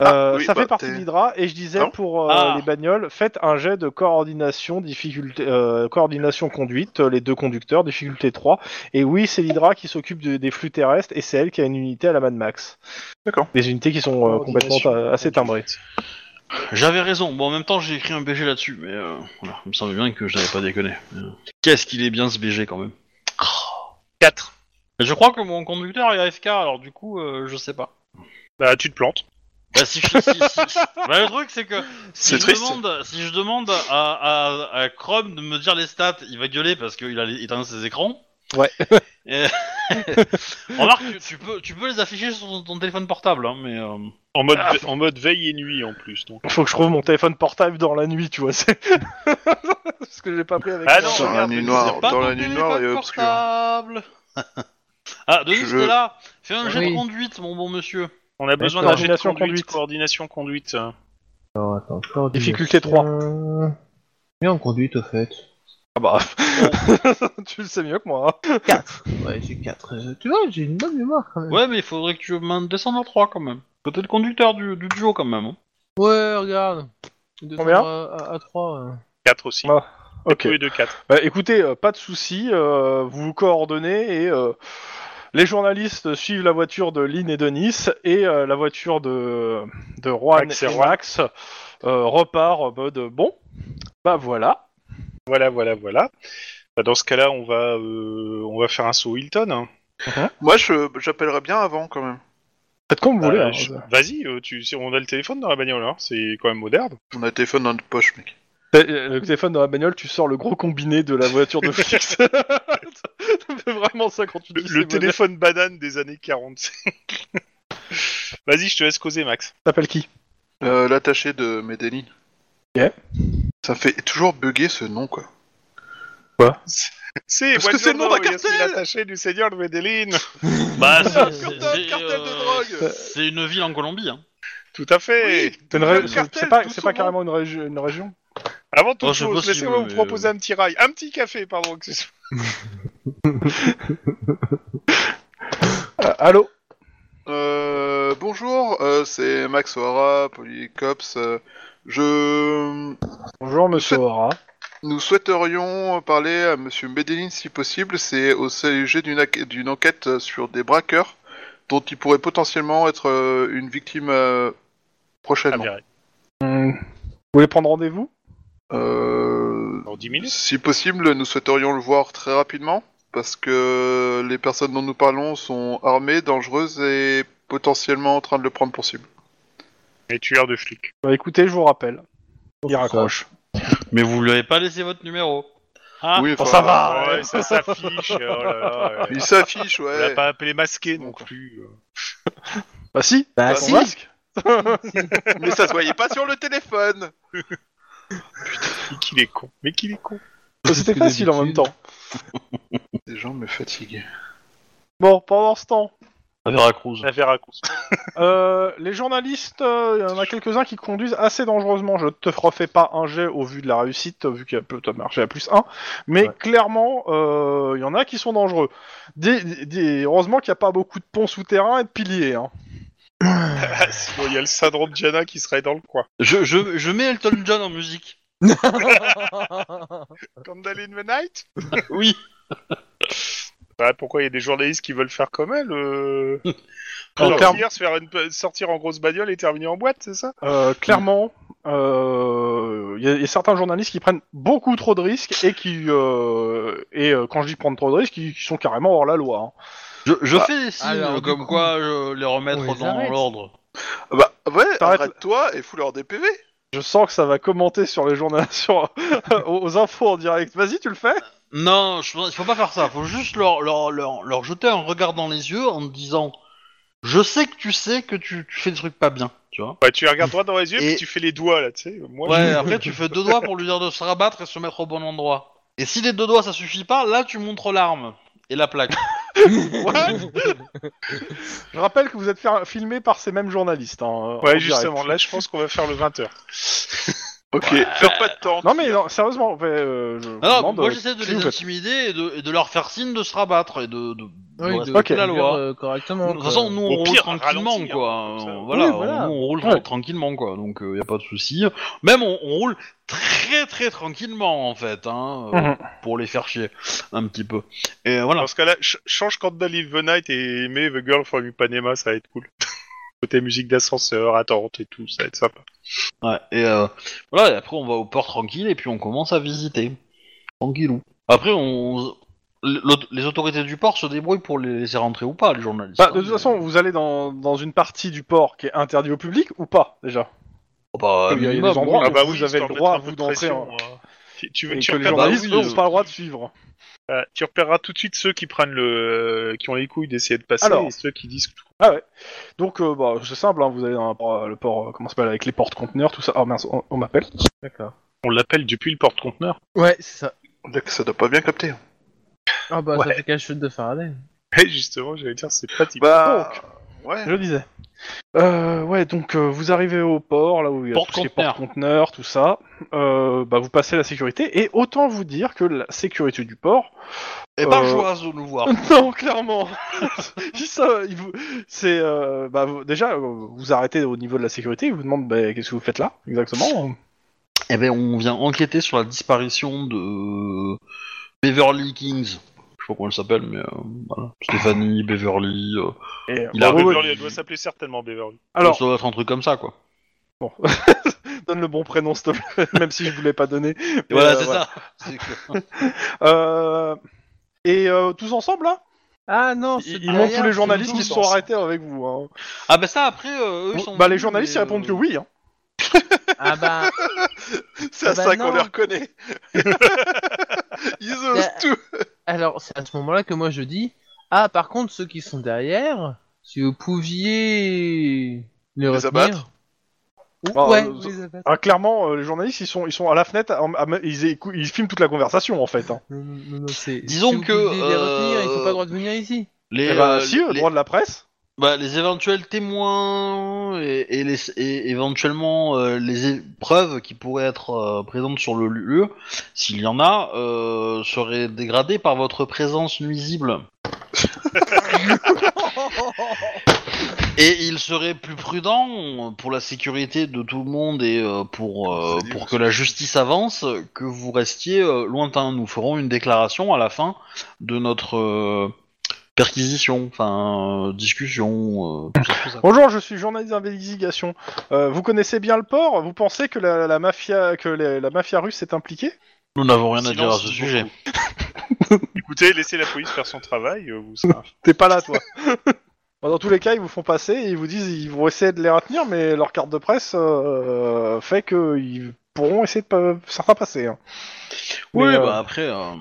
Ah, Euh, oui, ça bah, fait partie t'es- de l'Hydra, et je disais Non pour euh, Ah. les bagnoles, faites un jet de coordination, difficulté, euh, coordination conduite, euh, les deux conducteurs, difficulté 3. Et oui, c'est l'Hydra qui s'occupe de- des flux terrestres, et c'est elle qui a une unité à la Mad Max. D'accord. Des unités qui sont euh, complètement euh, assez timbrées. J'avais raison. Bon, en même temps, j'ai écrit un BG là-dessus, mais euh, voilà, il me semble bien que je n'avais pas déconné. Mais, euh, Qu'est-ce qu'il est bien ce BG quand même. 4. Mais je crois que mon conducteur est AFK, alors du coup, euh, je sais pas. Bah, tu te plantes. Bah, si, si- si- si- (laughs) Bah, le truc, c'est que si C'est je, triste. demande, si je demande à, à, à Chrome de me dire les stats, il va gueuler parce qu'il a les- éteint ses écrans. Ouais. Et- (laughs) Remarque, tu, tu peux, tu peux les afficher sur ton, ton téléphone portable, hein, mais. euh, En mode, ve- en mode veille et nuit en plus. Donc. Faut que je trouve mon téléphone portable dans la nuit, tu vois. c'est- (laughs) Parce que j'ai pas pris avec moi. Ah non, Dans la regarde, nuit mais noire, Pas c'est Bah, dans mon la nuit noire et téléphone obscure. portable. (laughs) ah, Denis, Je- t'es là Fais un jet Oui. de conduite, mon bon monsieur. On a besoin d'un jet de coordination, conduite, conduite. coordination conduite. euh. Alors, attends, coordination. Difficulté 3. Mais en conduite, au fait. Ah bah, bah. (laughs) tu le sais mieux que moi. hein. Ouais, j'ai 4. Tu vois, j'ai une bonne mémoire quand même. Ouais, mais il faudrait que tu m'en descendes à 3 quand même. Côté le conducteur du, du duo quand même. hein. Ouais, regarde. De Combien trois euh. à, 3. 4 aussi. Ah, Ok. Tous les deux 4. Bah, écoutez, euh, pas de souci, euh, vous vous coordonnez et euh, les journalistes suivent la voiture de Lynn et Denis et euh, la voiture de, de Juan Max et et Juan. Max euh, repart en mode bon, bah voilà. Voilà, voilà, voilà. Bah, dans ce cas-là, on va, euh, on va faire un saut Hilton. hein. Moi, je- j'appellerais bien avant quand même. Faites comme vous voulez. Euh, hein. je- Vas-y, euh, tu... si on a le téléphone dans la bagnole, hein, c'est quand même moderne. On a le téléphone dans notre poche, mec. T'as- euh, Le téléphone dans la bagnole, tu sors le gros combiné de la (laughs) voiture de flic. ça fait vraiment ça quand tu (laughs) Le, dis le c'est moderne. téléphone banane des années 40. (laughs) Vas-y, je te laisse causer, Max. T'appelles qui Euh, L'attaché de Medellin. Ok. Ça fait toujours bugger ce nom, quoi. C'est Parce que c'est le nom d'un Buongiorno, cartel Yasmin Attaché du Seigneur (laughs) de Medellin. (laughs) Bah, c'est- Cartel, c'est- c'est, cartel de euh, drogue. C'est une ville en Colombie. Hein. Tout à fait. C'est une Le ré- c'est- cartel c'est pas, d'où c'est ce pas nom carrément une, régi- une région Avant toute Oh, je sais pas chose, si laissez-moi vous- vous proposer un petit rail. Un petit café, pardon. excuse- Euh, Allô Euh, bonjour, euh, c'est Max O'Hara, Polycops. euh, je... Bonjour monsieur O'Hara. Nous souhaiterions parler à Monsieur Medellin si possible. C'est au sujet d'une ac- d'une enquête sur des braqueurs dont il pourrait potentiellement être euh, une victime euh, prochainement. Ah, Avéré. Hmm. Vous voulez prendre rendez-vous Euh, Dans 10 minutes. si possible, nous souhaiterions le voir très rapidement parce que les personnes dont nous parlons sont armées, dangereuses et potentiellement en train de le prendre pour cible. Les tueurs de flics. Bah écoutez, je vous rappelle. Il raccroche. Mais vous lui avez pas laissé votre numéro. Ah, oui, bon, enfin, ça va. Ah, ouais. ouais, ça s'affiche. oh là là, ouais. Il s'affiche, On l'a ouais. pas appelé masqué non plus. euh. Bah si Bah son si masque. Mais ça se voyait pas sur le téléphone. Mais qu'il est con. Mais qu'il est con. C'était facile en même temps. Ces gens me fatiguent. Bon, pendant ce temps, À Veracruz. La Veracruz. euh, les journalistes, euh, il y en a quelques-uns qui conduisent assez dangereusement. Je te refais pas un jet au vu de la réussite, vu qu'il y a peu t'as marché à plus 1. Mais clairement, euh, il y en a qui sont dangereux. Des, des- des- heureusement qu'il n'y a pas beaucoup de ponts souterrains et de piliers. Hein. (laughs) Ah, sinon, il y a le syndrome Diana qui serait dans le coin. Je, je, je mets Elton John en musique. Candle in the Night Oui. Bah, Pourquoi il y a des journalistes qui veulent faire comme elle (laughs) euh... En sortir, termes- se faire une- sortir en grosse bagnole et terminer en boîte, c'est ça Euh, clairement, euh, il y, a- il y a certains journalistes qui prennent beaucoup trop de risques et qui, euh, et euh, quand je dis prendre trop de risques, qui, qui sont carrément hors la loi. hein. Je, je Bah, fais des signes alors, du comme coup, quoi je les remettre on les dans arrête. l'ordre. Ah Bah ouais, T'arrêtes- arrête-toi et fous-leur des PV. Je sens que ça va commenter sur les journalistes, (laughs) sur, aux aux infos en direct. Vas-y, tu le fais Non, je, pense- faut pas faire ça. Faut juste leur, leur, leur, leur jeter un regard dans les yeux en disant Je sais que tu sais que tu, tu fais des trucs pas bien, tu vois. Bah, tu les regardes droit dans les yeux Et- puis tu fais les doigts là, tu sais. Moi, (laughs) Ouais, après tu fais deux doigts pour lui dire de se rabattre et se mettre au bon endroit. Et si les deux doigts ça suffit pas, là tu montres l'arme et la (laughs) plaque. Je rappelle que vous êtes fer- filmé par ces mêmes journalistes. hein, en je- ouais, direct. justement, là, je pense qu'on va faire le 20h. (laughs) Ok, faire pas de temps. Non mais non, sérieusement, mais, euh, je vous Ah Non, non, demande, moi euh, j'essaie de qu'est-ce que vous les faites intimider et de, et de leur faire signe de se rabattre et de, de, de Oui, de respecter la conduire, loi. euh, correctement. De toute quoi. façon, nous on Au roule pire, tranquillement ralentir, quoi. comme ça. Euh, Voilà, Oui, voilà. nous on roule Ouais. tranquillement quoi, donc il y a pas de souci. Même on, on roule très très tranquillement en fait, hein, euh, Mhm. pour les faire chier un petit peu. Et euh, voilà. Dans ce cas-là, ch- change Candle in the Night et mets The Girl from Ipanema, ça va être cool. (laughs) Côté musique d'ascenseur, attente et tout, ça va être sympa. Ouais, et euh, voilà, et après on va au port tranquille et puis on commence à visiter. Tranquillou. Après, on... l'aut- les autorités du port se débrouillent pour les laisser rentrer ou pas, les journalistes. Bah, hein, de toute mais- façon, vous allez dans, dans une partie du port qui est interdite au public ou pas déjà Oh, bah, il y a- il y a minimum, des endroits oui. Ah bah oui, vous avez le histoire de droit, mettre un vous, peu de d'entrer pression, hein. Tu, tu, Et tu que les repères- bah journalistes oui, eux, euh, ont pas le droit de suivre. Euh, tu repéreras tout de suite ceux qui prennent le, qui ont les couilles d'essayer de passer Alors. et ceux qui disent tout. Donc euh, bah, c'est simple, hein, vous allez dans un port- le port, euh, comment ça s'appelle, avec les portes conteneurs, tout ça. Ah mince, on, on m'appelle. D'accord. On l'appelle depuis le porte-conteneur. (laughs) Ouais, c'est ça. Mec, Ça doit pas bien capter. Ah bah Ouais. ça fait qu'un chute de Faraday. Et justement, j'allais dire, c'est pas typique. Bah, ouais. Je le disais. Euh, ouais, donc euh, vous arrivez au port, là où il y a tout ce qui est Porte-conteneur. porte-conteneur, tout ça. Euh, bah, vous passez la sécurité, et autant vous dire que la sécurité du port. Et pas Euh, Joas de nous voir. (laughs) Non, (laughs) clairement Ils savent- ils vous- C'est. euh, bah, vous- déjà, euh, vous arrêtez au niveau de la sécurité, ils vous demandent bah, qu'est-ce que vous faites là, exactement. Eh ben, on vient enquêter sur la disparition de Beverly Kings. Je sais pas comment elle s'appelle, mais euh, voilà. Stéphanie, Beverly. euh, Et, Il a bah, ouais, revu- ouais. Beverly, elle doit s'appeler certainement Beverly. Alors, ça doit être un truc comme ça, quoi. (laughs) donne le bon prénom, s'il te plaît, (laughs) même si je voulais pas donner. Et voilà, (laughs) Mais, euh, c'est ça. C'est que- Euh, et euh, tous ensemble, là Ah non, c'est Ils, ils derrière, montent tous les c'est journalistes tout. qui se sont arrêtés avec vous. hein. Ah bah ça après, euh, eux sont... Bah, les journalistes ils répondent que oui. hein. Ah bah, C'est à Ah bah ça qu'on non. les reconnaît. Ils osent Bah, tout. alors c'est à ce moment-là que moi je dis Ah, par contre, ceux qui sont derrière, si vous pouviez les, retenir. abattre Ou- Bah, Ouais, euh, vous les abattre. Ah, clairement, euh, les journalistes ils sont, ils sont à la fenêtre, à- à- ils, écou- ils filment toute la conversation en fait. hein. Non, non, non, c'est- Disons si vous que, pouviez les euh, retenir, ils n'ont pas le droit de venir ici. Les, Eh bah, euh, si, euh, les- droit de la presse. bah, les éventuels témoins et, et les, et éventuellement euh, les é- preuves qui pourraient être euh, présentes sur le lieu, s'il y en a, euh, seraient dégradées par votre présence nuisible. Et il serait plus prudent euh, pour la sécurité de tout le monde et euh, pour, euh, pour que la justice avance euh, que vous restiez euh, lointain. Nous ferons une déclaration à la fin de notre euh, perquisition, enfin euh, discussion. euh, tout ça, tout ça. Bonjour, je suis journaliste d'investigation. Euh, vous connaissez bien le port Vous pensez que la, la mafia, que les- la mafia russe est impliquée Nous n'avons rien à dire à Silence, ce beaucoup. sujet. Écoutez, laissez la police faire son travail, euh, vous serez- T'es (laughs) pas là, toi. Bon, Dans tous les cas, ils vous font passer et ils vous disent ils vont essayer de les retenir, mais leur carte de presse euh, fait qu'ils pourront essayer de pas, certains passer. hein. Oui, Mais, euh, bah après. euh, De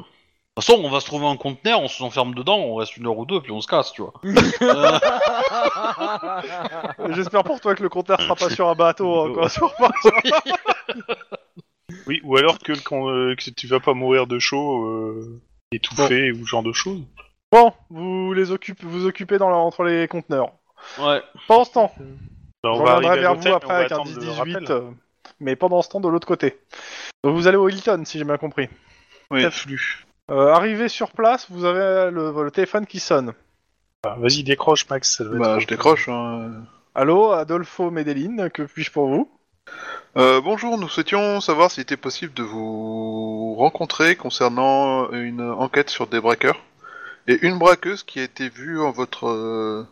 toute façon, on va se trouver un conteneur, on s'enferme dedans, on reste une heure ou deux, puis on se casse, tu vois. Euh, J'espère pour toi que le compteur sera pas sur un bateau. (laughs) hein, quoi. Sur- Oui, ou alors que, le con- euh, que tu vas pas mourir de chaud, euh, étouffé ou ce genre de choses. Bon, vous les occupez, vous occupez dans la- entre les conteneurs. ouais. Pendant ce temps, Bah, on reviendra va arriver à vers l'hôtel, vous mais on après va avec un attendre le 10-18, rappel. euh, mais pendant ce temps de l'autre côté. Donc vous allez au Hilton, si j'ai bien compris. Oui. Afflux. Euh, arrivé sur place, vous avez le, le téléphone qui sonne. Ah, Vas-y, décroche, Max. ça doit Bah, être- je décroche. hein. Allô, Adolfo Medellin, que puis-je pour vous Euh, bonjour, nous souhaitions savoir s'il était possible de vous rencontrer concernant une enquête sur des braqueurs et une braqueuse qui a été vue en votre, euh,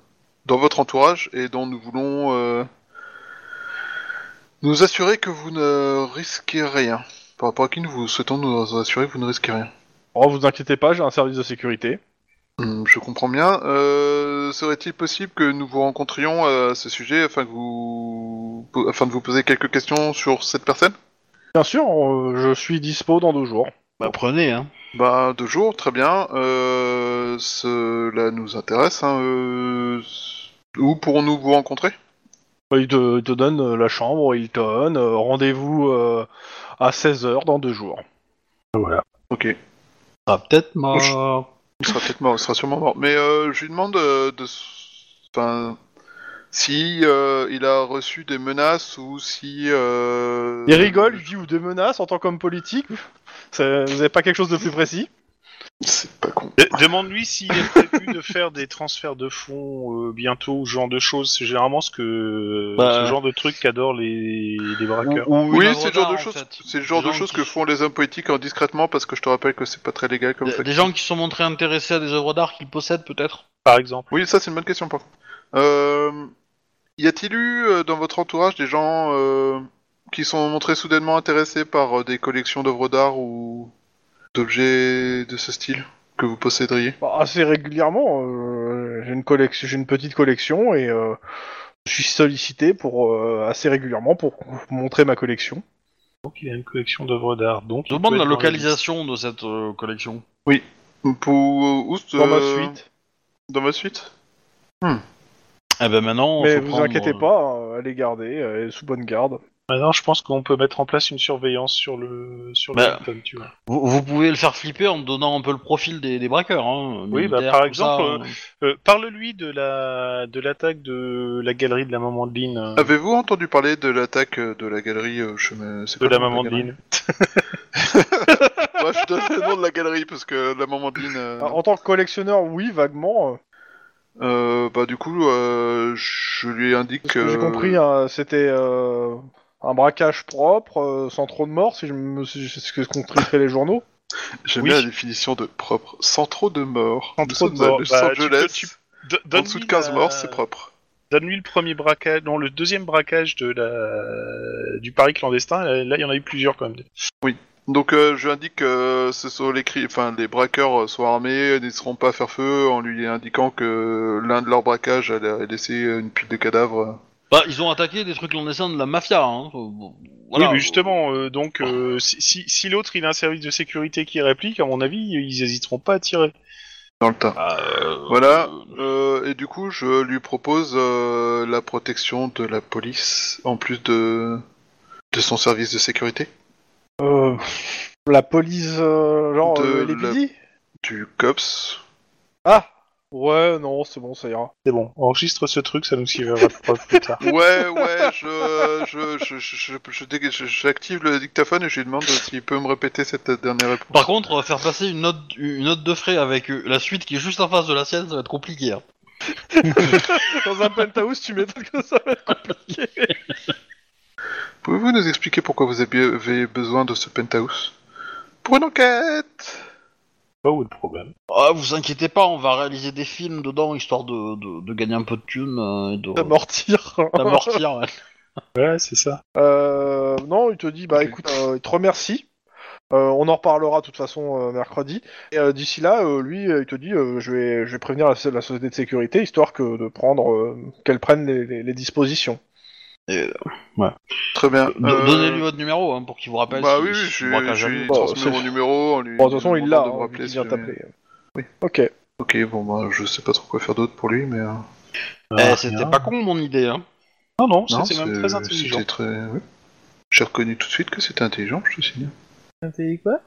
dans votre entourage et dont nous voulons euh, nous assurer que vous ne risquez rien. Par rapport à qui nous vous souhaitons nous assurer que vous ne risquez rien. Oh, vous inquiétez pas, j'ai un service de sécurité. Hum, Je comprends bien. Euh, Serait-il possible que nous vous rencontrions euh, à ce sujet afin, que vous... afin de vous poser quelques questions sur cette personne Bien sûr, euh, je suis dispo dans deux jours. Bah prenez, hein. Bah, deux jours, très bien. Euh, cela nous intéresse. Hein. euh, Où pourrons-nous vous rencontrer Bah, Il te, il te donne euh, la chambre au Hilton, euh, rendez-vous euh, à 16h dans deux jours. Ok. Ah, peut-être mort. Il sera peut-être mort, il sera sûrement mort. Mais euh, je lui demande euh, de... s- Enfin... Si euh, il a reçu des menaces ou si... Euh... Il rigole, il dit ou des menaces en tant qu'homme politique. C'est- Vous n'avez pas quelque chose de plus précis C'est pas con. De- Demande-lui s'il est prévu de faire des transferts de fonds euh, bientôt ou ce genre de choses. C'est généralement ce que Bah, ce genre de truc qu'adorent les, les braqueurs. Oui, c'est le genre de choses. C'est le genre de choses que font les hommes politiques en discrètement parce que je te rappelle que c'est pas très légal comme Des, ça. des gens qui se sont montrés intéressés à des œuvres d'art qu'ils possèdent peut-être Par exemple, Oui, ça c'est une bonne question par contre. Euh, y a-t-il eu euh, dans votre entourage des gens euh, qui sont montrés soudainement intéressés par euh, des collections d'œuvres d'art ou d'objets de ce style que vous posséderiez Bah, Assez régulièrement, euh, j'ai une, collection- j'ai une petite collection et euh, je suis sollicité pour, euh, assez régulièrement pour montrer ma collection. donc il a une collection d'œuvres d'art. Donc il Je demande peut la être dans les- localisation de cette euh, collection. Pour où ce- Dans ma Euh, suite. Dans ma suite Eh ben maintenant, Mais faut vous prendre, inquiétez euh, pas, hein, elle est gardée, elle est sous bonne garde. Maintenant, je pense qu'on peut mettre en place une surveillance sur le sur le Bah, Hilton, tu vois. Vous, vous pouvez le faire flipper en donnant un peu le profil des, des braqueurs. Hein, Oui, bah, militaires, par tout ça, exemple, hein. Euh, Parle-lui de la de l'attaque de la galerie de la maman de Lynn. euh, Avez-vous entendu parler de l'attaque euh, de la galerie euh, chemin c'est de quoi la le nom maman de galerie Lynn. Moi, je donne le nom (laughs) de la galerie parce que la maman de Lynn. euh, En tant que collectionneur, oui, vaguement. euh, euh, bah, du coup, euh, je lui indique. Ce que j'ai euh, compris, hein, c'était euh, un braquage propre, euh, sans trop de morts, si je me suis... c'est ce que- ce qu'ont titrait les journaux. J'aime Oui. bien la définition de propre, sans trop de morts. Sans Nous trop de sommes à morts. Los Bah, tu Angeles. peux- tu- Do- En donne-lui dessous de 15 la- morts, c'est propre. Donne-lui le premier braquage, non, le deuxième braquage de la... du pari clandestin. Là, il y en a eu plusieurs quand même. Donc euh, je lui indique que ce sont les cri- enfin les braqueurs euh, soient armés, n'hésiteront pas à faire feu en lui indiquant que euh, l'un de leurs braquages a laissé euh, une pile de cadavres. Bah, ils ont attaqué des trucs clandestins de la mafia. Hein. Bon, voilà. oui, mais justement, euh, donc euh, si, si, si l'autre il a un service de sécurité qui réplique, à mon avis, ils hésiteront pas à tirer. Dans le tas. Euh, Voilà, euh, euh, et du coup, je lui propose euh, la protection de la police en plus de, de son service de sécurité, Euh, la police, euh, genre De euh, les la- PD? du COPS. Ah Ouais, non, c'est bon, ça ira. C'est bon, enregistre ce truc, ça nous (laughs) servira de preuve plus tard. Ouais, ouais, je, je, je, je, je- je dé- je- j'active le dictaphone et je lui demande s'il peut me répéter cette dernière réponse. Par contre, euh, faire passer une note, une note de frais avec euh, la suite qui est juste en face de la sienne, ça va être compliqué. hein. (laughs) Dans un penthouse, tu m'étonnes que (laughs) ça va être compliqué. Pouvez-vous nous expliquer pourquoi vous avez besoin de ce penthouse Pour une enquête Pas où est le problème Ah, vous inquiétez pas, on va réaliser des films dedans histoire de, de, de gagner un peu de thunes euh, et de D'amortir. d'amortir. ouais. Ouais, c'est ça. Euh, non, il te dit, bah Ok. écoute, euh, il te remercie. Euh, on en reparlera de toute façon euh, mercredi. Et euh, d'ici là, euh, lui, euh, il te dit, euh, je, vais, je vais prévenir la, la société de sécurité, histoire que de prendre, euh, qu'elle prenne les, les- les dispositions. Très bien. Do- (laughs) euh, Donnez-lui votre numéro hein, pour qu'il vous rappelle. Bah si- oui, si oui, vous braquez j'ai à jamais. j'ai Bon, transmis c'est- mon numéro en (laughs) lui. Bon, de toute façon, il l'a, demandant de me hein, rappeler il vient si jamais- t'appeler. Oui. Ok. Ok, bon, bah, je sais pas trop quoi faire d'autre pour lui, mais. euh, Eh, Ah, c'était rien. pas con mon idée. Hein. Non, non, non, c'était même c'est- très intelligent. c'était très- oui. J'ai reconnu tout de suite que c'était intelligent, je te signale. T'as quoi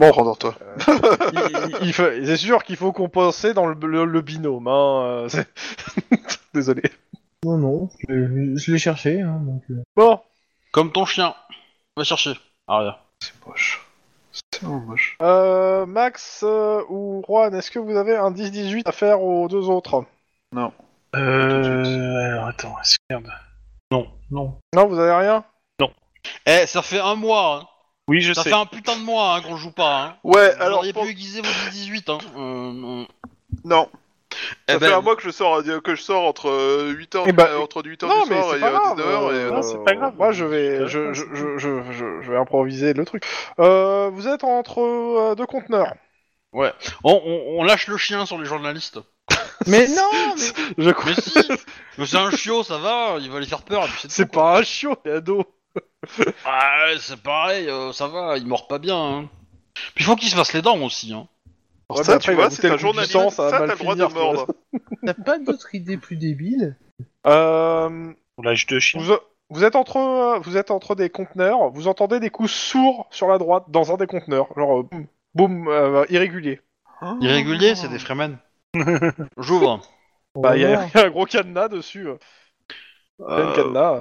Bon, rendors-toi. Il- il- il fait- c'est sûr qu'il faut compenser dans le, le- le binôme. hein, euh, c'est- (laughs) Désolé. Non, non, je, je l'ai cherché, hein, donc... euh. Bon, Comme ton chien. Va chercher. Aria. C'est moche. C'est tellement moche. euh, Max euh, ou Juan, est-ce que vous avez un 10-18 à faire aux deux autres Euh... Alors, attends, est-ce que- merde. Non, non. Non, vous avez rien Eh, ça fait un mois. hein. Oui, je Ça sais. fait un putain de mois hein, qu'on joue pas. Hein. Ouais, Vous alors. auriez pour- pu aiguiser vos 18. Hein. Euh, euh, Non, eh ça fait ben, un mois que je sors, que je sors entre 8h Eh ben, entre 8 heures Non, du mais soir c'est et pas grave. 19h. euh, Et... Non, c'est pas grave. Moi, je vais, C'est je, pas je, grave. je, je, je- je vais improviser le truc. Euh, vous êtes entre euh, deux conteneurs. on, on- on lâche le chien sur les journalistes. Mais non, mais... Je Mais (laughs) si mais C'est un chiot, ça va, il va les faire peur. et puis c'est C'est tout, quoi. pas un chiot, t'es ado. Ah, ouais, c'est pareil, euh, ça va, il mord pas bien. hein. Puis il faut qu'il se fasse les dents aussi. Hein. Alors Ouais, ça, mais après, tu il va vois, goûter le c'est goût un du journaliste, sang, ça ça, va mal t'as le droit de finir, tu vois. mordre. T'as pas d'autres idées plus débiles Euh, On lâche deux chiens. vous, vous êtes entre, euh, vous êtes entre des conteneurs. Vous entendez des coups sourds sur la droite dans un des conteneurs, genre euh, boum, boum, euh, irrégulier. Irrégulier, c'est des (laughs) Fremen. J'ouvre. Bah, il y, Oh. a il y a un gros cadenas dessus. euh, il y a Euh, Un cadenas.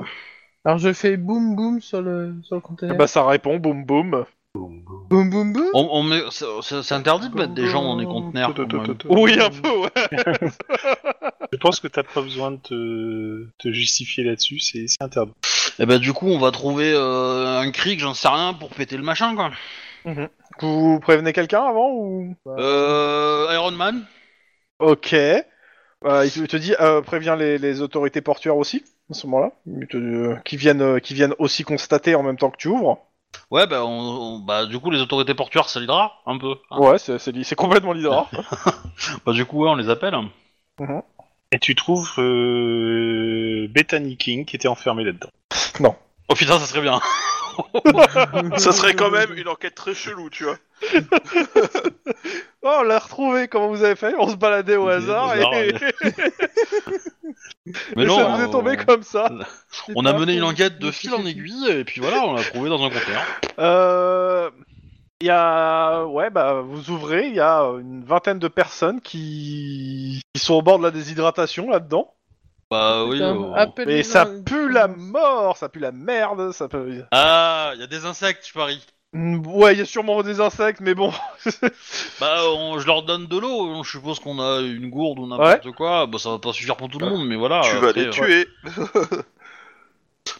Alors je fais boum boum sur le, sur le conteneur. Bah, ça répond boum boum. Boum boum boum on, on met- c'est- c'est c'est interdit de mettre Bah, des gens dans des conteneurs. quand même. Oui, un peu, ouais. Je pense que t'as pas besoin de te, te justifier là-dessus, c'est c'est interdit. Et bah, du coup, on va trouver euh, un cric, j'en sais rien, pour péter le machin quoi. Vous prévenez quelqu'un avant ou Euh, Iron Man Ok. Euh, il te il te dit, euh, préviens les, les autorités portuaires aussi, à ce moment-là, Il te- euh, qui, viennent, euh, qui viennent aussi constater en même temps que tu ouvres. Ouais, bah, on- on- bah, du coup, les autorités portuaires, ça l'hydra, un peu. hein. Ouais, c'est- c'est li- c'est complètement l'Hydra. Bah, du coup, ouais, on les appelle. Et tu trouves euh, Bethany King qui était enfermée là-dedans. Oh putain, ça serait bien. Ça serait quand même une enquête très chelou, tu vois. oh, on l'a retrouvé, comment vous avez fait On se baladait au Au hasard hasard, et, (laughs) Mais et non, ça nous est on- tombé comme ça. On a mené une enquête de fil en aiguille et puis voilà, on l'a trouvé dans un conteneur. Euh, Il y a... Ouais, bah, vous ouvrez, il y a une vingtaine de personnes qui, qui sont au bord de la déshydratation là-dedans. Bah oui. Putain, euh, appelle Et les ça gens- pue la mort, ça pue la merde, ça peut... Ah, il y a des insectes, je parie. Mm, Ouais, il y a sûrement des insectes, mais bon. (laughs) Bah, on- je leur donne de l'eau. Je suppose qu'on a une gourde ou n'importe quoi. Bah, ça va pas suffire pour tout le monde, mais voilà. tu vas après, les euh, tuer.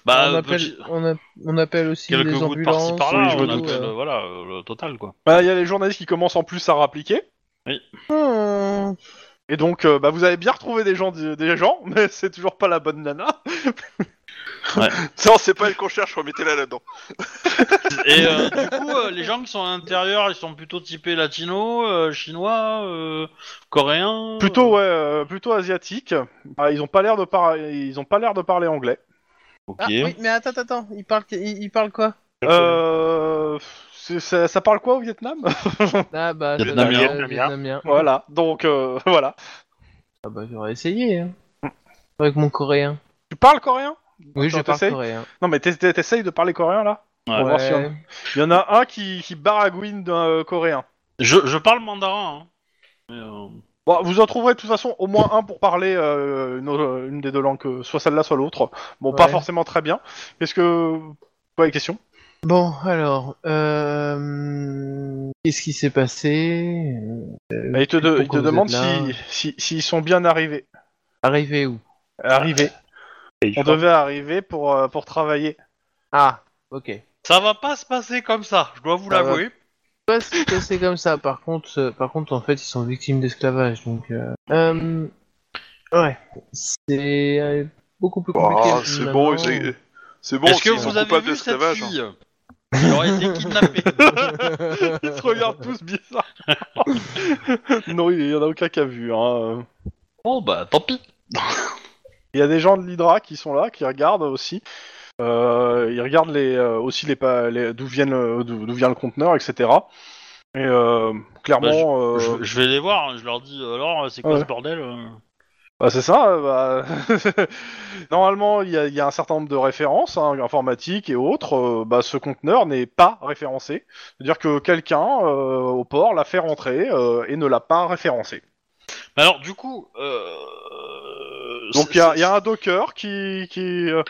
Bah, on, euh, appelle, petit- on, a- on appelle aussi quelques les gouttes par-ci ambulances. par-là. et on tout, appelle, euh. euh, voilà, euh, le total quoi. Bah, Il y a les journalistes qui commencent en plus à rappliquer. Oh. Hmm. (laughs) Et donc, euh, bah, vous avez bien retrouvé des gens, des gens, mais c'est toujours pas la bonne nana. (laughs) Non, c'est pas elle qu'on cherche, remettez-la là-dedans. Et euh, du coup, euh, les gens qui sont à l'intérieur, ils sont plutôt typés latino, euh, chinois, euh, coréens. Plutôt, ouais, euh, plutôt asiatique. Ah, ils ont pas l'air de, par... ils ont pas l'air de parler anglais. Ok. Ah, oui, mais attends, attends, il parle, il, il parle quoi Euh, c'est- ça, ça parle quoi au Vietnam Ah bah, Vietnamien. ça doit- Vietnamien. Vietnamien. (laughs) Voilà, donc euh, (laughs) voilà. Ah bah, j'aurais essayé. Hein. Avec mon coréen. Tu parles coréen Oui, Attends, je parle t'essayes coréen. Non, mais t'es- t'es- t'essayes de parler coréen là Ouais. voir si on- Ouais. Il y en a un qui, qui baragouine d'un euh, coréen. Je, je parle mandarin. hein. Mais, euh, Bon, vous en trouverez de toute façon au moins un pour parler euh, une, autre- une des deux langues, euh, soit celle-là, soit l'autre. Bon, pas Ouais. forcément très bien. Qu'est-ce que. Quoi, les questions Bon, alors, euh... qu'est-ce qui s'est passé Euh, Bah, Il te, de- il te pourquoi vous demande êtes là s'ils si, s'ils sont bien arrivés. Arrivé où Arrivés. On devait arriver pour, euh, pour travailler. Ah, ok. Ça va pas se passer comme ça, je dois vous Ça l'avouer. Pas si que c'est comme ça. Par contre, euh, par contre, en fait, ils sont victimes d'esclavage, donc. euh, euh, Ouais. C'est euh, beaucoup plus compliqué. Ah, c'est bon, c'est c'est bon. Est-ce que s'ils sont vous avez coupables vu cette d'esclavage, hein. fille Elle aurait été kidnappée. (laughs) Ils se regardent tous bizarre. (laughs) non, il y en a aucun qui a vu. hein. Bon bah tant pis. Il y a des gens de l'Hydra qui sont là, qui regardent aussi. Euh, ils regardent les, euh, aussi les, pa- les- d'où viennent le- d'où d'où vient le conteneur, etc. Et euh, clairement, euh, Je, je vais les voir, hein, je leur dis alors c'est quoi Ouais. ce bordel euh bah, c'est ça. euh, bah, (laughs) Normalement, il y, a- il y a un certain nombre de références, hein, informatiques et autres. euh, bah, ce conteneur n'est pas référencé. C'est-à-dire que quelqu'un euh, au port l'a fait rentrer euh, et ne l'a pas référencé. Mais Alors du coup, euh... Donc c'est- il y, a- c'est- y a un docker qui qui, euh,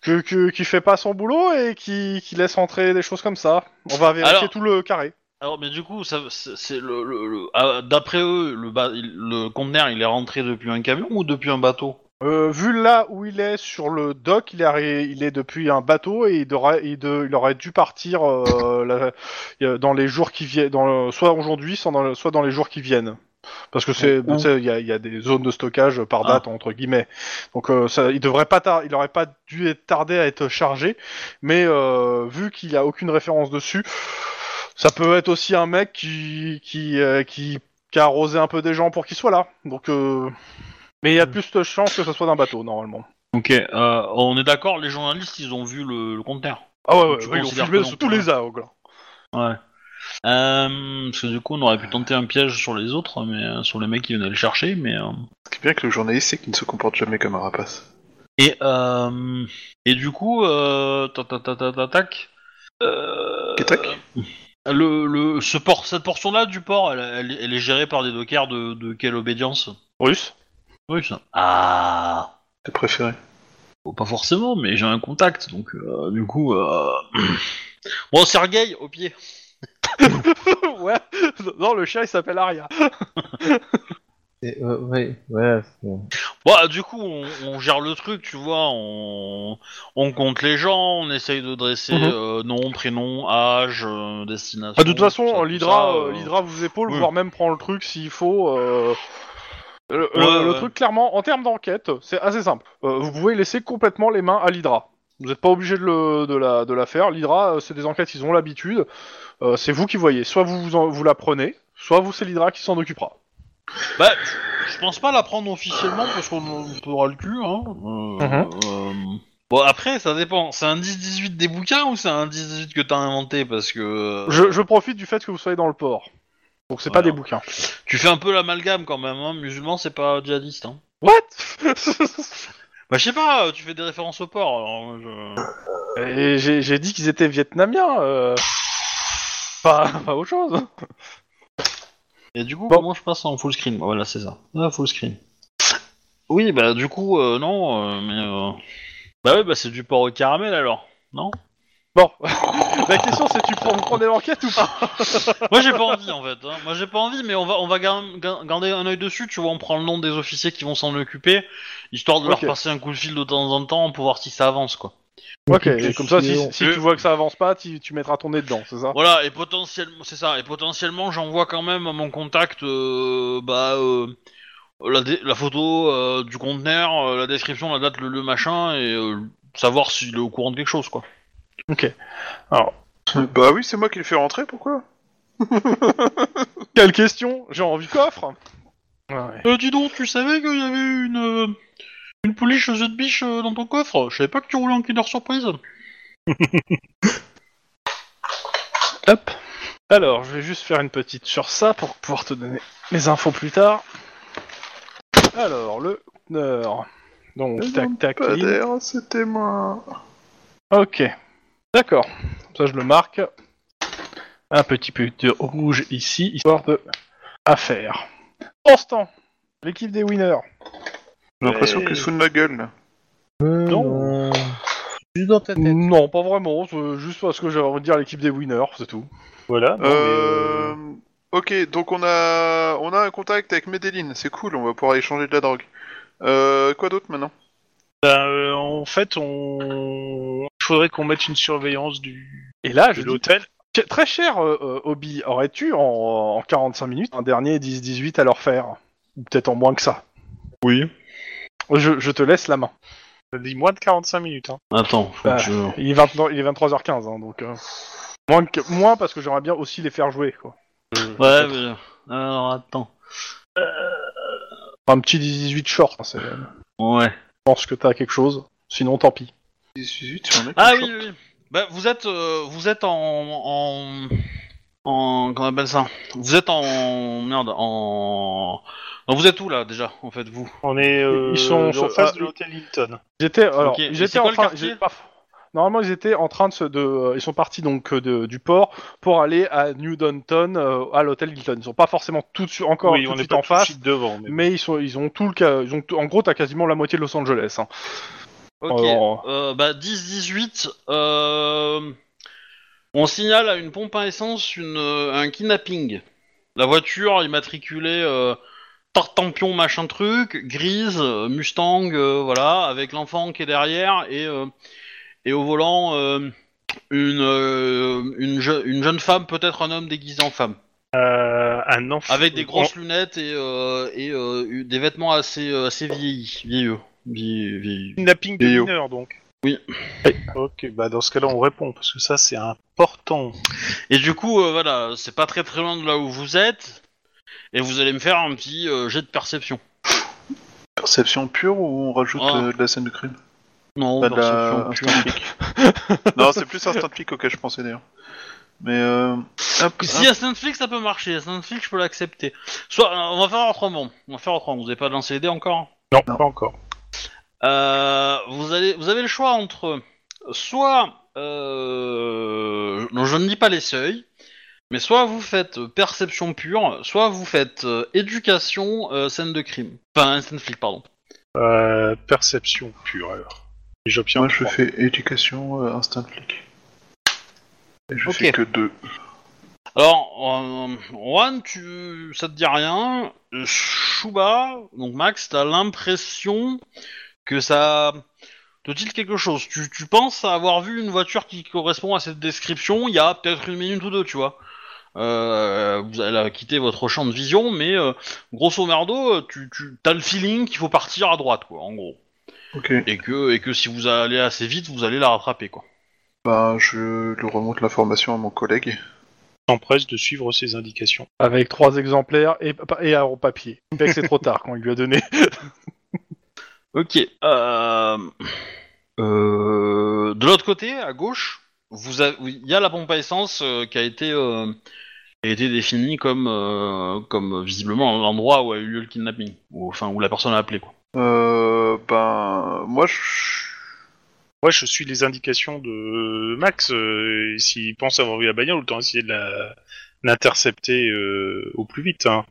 que- que- qui fait pas son boulot et qui, qui laisse rentrer des choses comme ça. On va vérifier Alors- tout le carré. Alors, mais du coup, ça, c'est c'est le, le- le- ah, d'après eux, le, ba- il- le conteneur, il est rentré depuis un camion ou depuis un bateau Euh, vu là où il est sur le dock, il est, arri- il est depuis un bateau et il, devra- il de- il aurait dû partir euh, la- il y a- dans les jours qui viennent, dans le- soit aujourd'hui, soit dans, le- soit dans les jours qui viennent. Parce que c'est, Ou- tu sais, il y, a- il y a des zones de stockage par Ah. date entre guillemets. Donc euh, ça, il devrait pas, tar- il aurait pas dû être tardé à être chargé. Mais euh, vu qu'il n'y a aucune référence dessus, ça peut être aussi un mec qui qui euh, qui, qui a arrosé un peu des gens pour qu'il soit là. Donc euh, mais il y a plus de chances que ce soit d'un bateau, normalement. Ok, euh, on est d'accord, les journalistes, ils ont vu le, le conteneur. Ah ouais, ouais, ouais, ils ils ont filmé ont filmé sous tous tous les les AOG, là. Ouais. Euh, parce que du coup, on aurait pu tenter un piège sur les autres, mais euh, sur les mecs qui venaient le chercher, mais... euh, Ce qui est bien que le journaliste, c'est qu'il ne se comporte jamais comme un rapace. Et, euh, et du coup, euh, ta- ta- ta- ta- ta- tac, euh, Qu'est-ce que le, le, ce port, cette portion-là du port, elle, elle- elle est gérée par des dockers de, de quelle obédience Russe Oui, ça. Ah T'es préféré Bon, pas forcément, mais j'ai un contact, donc euh, du coup. Euh... (clears throat) bon, Sergueï, au pied. (laughs) Ouais. Non, le chien, il s'appelle Aria. (laughs) Ah, c'est. euh, ouais, voilà. c'est- Bon, ah, du coup, on, on gère le truc, tu vois. On, on compte les gens, on essaye de dresser Mhm. euh, nom, prénom, âge, euh, destination. Ah, de toute tout ça, façon, tout l'Hydra ça, euh, euh, l'Hydra vous épaule, oui. voire même prend le truc s'il faut. euh, Le, le- Ouais, le ouais. truc, clairement, en termes d'enquête, c'est assez simple. Euh, vous pouvez laisser complètement les mains à l'Hydra. Vous n'êtes pas obligé de, le- de la, de la faire. L'Hydra, euh, c'est des enquêtes, ils ont l'habitude. Euh, c'est vous qui voyez. Soit vous, vous, en- vous la prenez, soit vous, c'est l'Hydra qui s'en occupera. Bah, je pense pas la prendre officiellement parce qu'on on pourra le cul, hein. euh, Mhm. euh, Bon, après, ça dépend. C'est un 10-18 des bouquins ou c'est un 10-18 que t'as inventé Parce que. euh, Je, je profite du fait que vous soyez dans le port. Donc c'est pas Voilà. des bouquins. Tu fais un peu l'amalgame quand même, hein. Musulman, c'est pas djihadiste, hein. What Bah je sais pas, euh, tu fais des références au port. alors, je- (laughs) Et j'ai j'ai dit qu'ils étaient vietnamiens. euh, Pas, pas autre chose. Et du coup, Bon. comment je passe en full screen Voilà, c'est ça. Ah, full screen. Oui, bah du coup, euh, non, euh, mais... euh, Bah ouais, bah c'est du porc au caramel alors, non Bon, la question c'est tu prends, vous prenez l'enquête ou pas Moi j'ai pas envie en fait, hein. moi j'ai pas envie, mais on va, on va gar- gar- garder un œil dessus, tu vois, on prend le nom des officiers qui vont s'en occuper, histoire de leur Ok. passer un coup de fil de temps en temps pour voir si ça avance quoi. Ok, Ok, comme ça si, on- si tu vois que ça avance pas, tu, tu mettras ton nez dedans, c'est ça Voilà, et potentiellement, c'est ça, et potentiellement j'envoie quand même à mon contact euh, bah, euh, la, dé- la photo euh, du conteneur, euh, la description, la date, le, le machin, et euh, savoir s'il est au courant de quelque chose, quoi. Bah oui, c'est moi qui le fais rentrer, pourquoi Quelle question J'ai envie de coffre Euh, dis donc, tu savais qu'il y avait une euh, une pouliche aux yeux de biche euh, dans ton coffre Je savais pas que tu roulais en Kinder Surprise. Hop. Alors, je vais juste faire une petite sur ça pour pouvoir te donner mes infos plus tard. Alors, le nord. Donc, Mais non, tac, tac, Pas ligne. d'air, Bah, c'était moi. Ok. D'accord. Comme Ça, je le marque. Un petit peu de rouge ici, histoire de... à faire. En ce temps, l'équipe des winners. J'ai l'impression Ouais. qu'ils se foutent de ma gueule, là. Euh, Non. non. Juste dans ta tête. Non, pas vraiment. c'est Juste parce que j'avais envie de dire l'équipe des winners, c'est tout. Voilà. non, mais, Euh... euh, Ok, donc on a on a un contact avec Medellin, c'est cool, on va pouvoir échanger de la drogue. Euh, quoi d'autre maintenant ben, euh, en fait, on... il faudrait qu'on mette une surveillance du... Et là, de je dis l'hôtel. Ch- Très cher, euh, euh, Obi, aurais-tu en, en 45 minutes un dernier 10-18 à leur faire Ou peut-être en moins que ça Oui. je, je te laisse la main. Ça dit moins de 45 minutes. Hein. Attends, faut Bah. que je- Il est, 20 il est 23h15, hein, donc... euh, moins, que- moins parce que j'aimerais bien aussi les faire jouer, quoi. Euh, Ouais, mais... Alors, attends. Un petit 10-18 short, hein, c'est- je Ouais. pense que t'as quelque chose. Sinon, tant pis. 18, j'en ai Ah quelque oui, chose. oui, oui. Bah, vous êtes, euh, vous êtes en, en, en, comment on appelle ça Vous êtes en, merde, en, non, vous êtes où là déjà En fait, vous. On est euh, Ils sont- en sont- face ah, de l'hôtel Hilton. Ils étaient, alors, Ok, et ils c'est étaient quoi en le train, quartier j'ai pas- Normalement, ils étaient en train de, se, de euh, ils sont partis donc euh, de, du port pour aller à New Downton, euh, à l'hôtel Hilton. Ils sont pas forcément tout de suite encore oui, tout on de est suite pas en tout de face, suite devant. Mais... mais ils sont, ils ont tout le, ca- ils ont tout- en gros, t'as quasiment la moitié de Los Angeles. hein. Ok. Alors- Euh, bah 10, 18. Euh... On signale à une pompe à essence une, euh, un kidnapping. La voiture immatriculée euh, Tartampion machin truc, grise, euh, Mustang, euh, voilà, avec l'enfant qui est derrière et euh, et au volant euh, une euh, une, je- une jeune femme, peut-être un homme déguisé en femme, Euh, un enfant. avec des grosses lunettes et euh, et euh, eu- des vêtements assez euh, assez vieillis, vieilleux, vieillis- vieillis. Kidnapping de Vidéo. mineurs, donc. Oui. Ok, bah dans ce cas-là, on répond, parce que ça, c'est important. Et du coup, euh, voilà, c'est pas très très loin de là où vous êtes. Et vous allez me faire un petit euh, jet de perception. Perception pure ou on rajoute Ah. euh, de la scène de crime Non, Pas de perception. la- pure. instant flic. (laughs) Non, c'est plus instant flic auquel je pensais d'ailleurs. Mais euh... hop, Si Assassin's Flick ça peut marcher, Assassin's Flick je peux l'accepter. Soit, euh, on va faire autrement. On va faire autrement. Vous avez pas lancé les dés encore hein Non, pas encore. Euh, vous, allez, vous avez le choix entre soit. Euh, non, je ne dis pas les seuils, mais soit vous faites euh, perception pure, soit vous faites euh, éducation, euh, scène de crime. Enfin, scène flic, pardon. Euh, perception pure, alors. Et J'obtiens Moi, je trois. fais éducation, euh, instinct flic. Et je Ok. fais que deux. Alors, euh, Juan, tu, ça te dit rien. Euh, Shuba, donc Max, t'as l'impression que ça te dit quelque chose. Tu, tu penses avoir vu une voiture qui correspond à cette description il y a peut-être une minute ou deux, tu vois. Euh, vous allez quitter votre champ de vision, mais euh, grosso merdo, euh, tu, tu as le feeling qu'il faut partir à droite, quoi, en gros. Ok. Et que, et que si vous allez assez vite, vous allez la rattraper, quoi. Bah, je lui remonte l'information à mon collègue. S'empresse de suivre ses indications. Avec trois exemplaires et, et un papier. Il fait que c'est trop tard quand il lui a (laughs) donné. Ok. euh, euh, De l'autre côté, à gauche, vous avez- il y a la pompe à essence euh, qui a été, euh, qui a été définie comme, euh, comme euh, visiblement l'endroit où a eu lieu le kidnapping, ou enfin où la personne a appelé. Quoi. Euh, ben, moi, je... Moi, je suis les indications de Max. euh, et S'il pense avoir vu la bagnole, autant essayer de la- l'intercepter euh, au plus vite. Hein.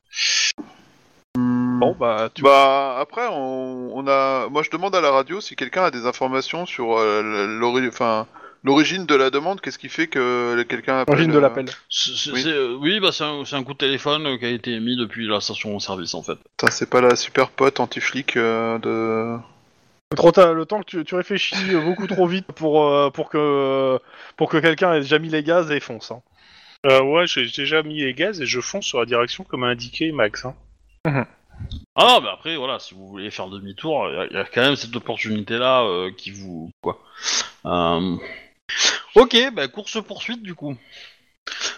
Hmm. Bon, bah, tu Bah, après, on, on a... Moi, je demande à la radio si quelqu'un a des informations sur euh, l'ori- enfin, l'origine de la demande. Qu'est-ce qui fait que quelqu'un appelle... imagines de euh, l'appel. C'est- c'est- Oui. c'est, euh, oui, bah, c'est un, c'est un coup de téléphone euh, qui a été émis depuis la station service en fait. Putain, c'est pas la super pote anti-flic euh, de... Trop tard, le temps que tu, tu réfléchis (laughs) beaucoup trop vite pour, euh, pour que, pour que quelqu'un ait déjà mis les gaz et fonce. hein. Euh, ouais, j'ai déjà mis les gaz et je fonce sur la direction comme a indiqué Max. hein. Ah non, mais après, voilà, si vous voulez faire demi-tour, il y, a quand même cette opportunité-là euh, qui vous... quoi. Euh, Ok, bah course-poursuite, du coup.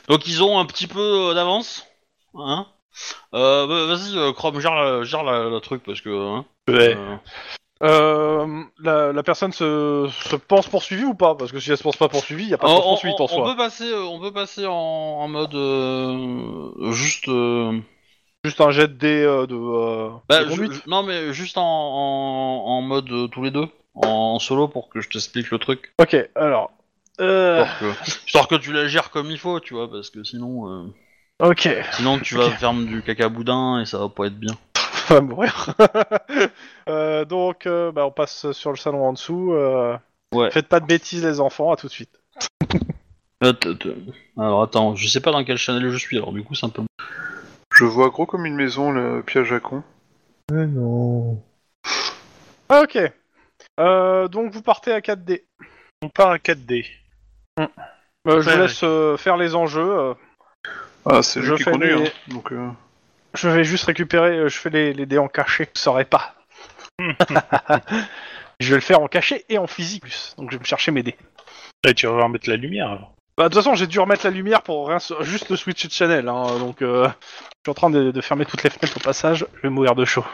Donc ils ont un petit peu euh, d'avance, hein euh, bah, Vas-y, euh, Chrome, gère, la, gère la, la truc, parce que... hein, Ouais. euh, Euh, la, la personne se, se pense poursuivie ou pas Parce que si elle se pense pas poursuivie, il n'y a pas de on, poursuite on- en soi. on peut passer, euh, on peut passer en, en mode... euh, juste... euh, Juste un jet de dés, euh, de, euh, bah, de ju- conduite. ju- non, mais juste en, en, en mode euh, tous les deux, en, en solo, pour que je t'explique le truc. Ok, alors. (laughs) Euh, Histoire que, histoire que tu la gères comme il faut, tu vois, parce que sinon... euh, ok, (laughs) Sinon, tu vas faire du caca boudin et ça va pas être bien. va mourir. (laughs) Euh, donc, euh, bah, on passe sur le salon en dessous. euh, Ouais. Faites pas de bêtises, les enfants, à tout de suite. Euh, t- t- Alors attends, je sais pas dans quel channel je suis, alors du coup c'est un peu. Je vois gros comme une maison le piège à con. Mais Euh, non. Ah, ok. Euh, donc, vous partez à 4D. On part à 4D. Euh, je Ouais, vous ouais. laisse euh, faire les enjeux. euh, Ah, c'est Je lui qui fais conduit, mes- hein. Donc, euh, Je vais juste récupérer, euh, je fais les, les dés en cachet, je saurais (laughs) pas. je vais le faire en cachet et en physique plus, donc je vais me chercher mes dés. Et tu vas remettre la lumière avant. Bah, de toute façon, j'ai dû remettre la lumière pour rien, juste le switch de channel, hein, donc euh, je suis en train de, de fermer toutes les fenêtres au passage, je vais mourir de chaud.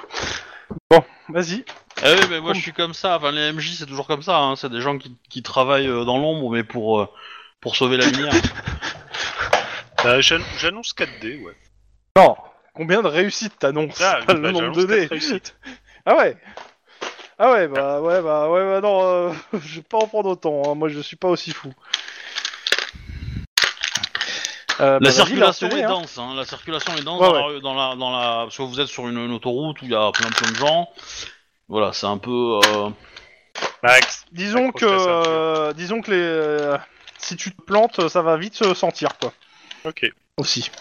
Bon, vas-y. Ah oui, mais moi je suis comme ça. Enfin, les MJ c'est toujours comme ça. Hein. C'est des gens qui, qui travaillent euh, dans l'ombre, mais pour euh, pour sauver la lumière. Bah, j'an- J'annonce 4D, ouais. Non, combien de réussites t'annonces Ah, Pas bah, le nombre j'annonce de quatre dés. réussites. (laughs) Ah ouais Ah ouais, bah ouais, bah ouais, bah non, euh, (laughs) je vais pas en prendre autant, hein, moi je suis pas aussi fou. Euh, bah, (laughs) la vas-y, circulation lance-les, est hein. dense. Hein. La circulation est dense Ouais, dans, La, rue- dans la dans la parce que vous êtes sur une, une autoroute où il y a plein plein de gens. Voilà, c'est un peu. euh, Max. Disons que, Accroche ta ceinture. euh, disons que les, euh, si tu te plantes, ça va vite se sentir, quoi. Ok. Aussi.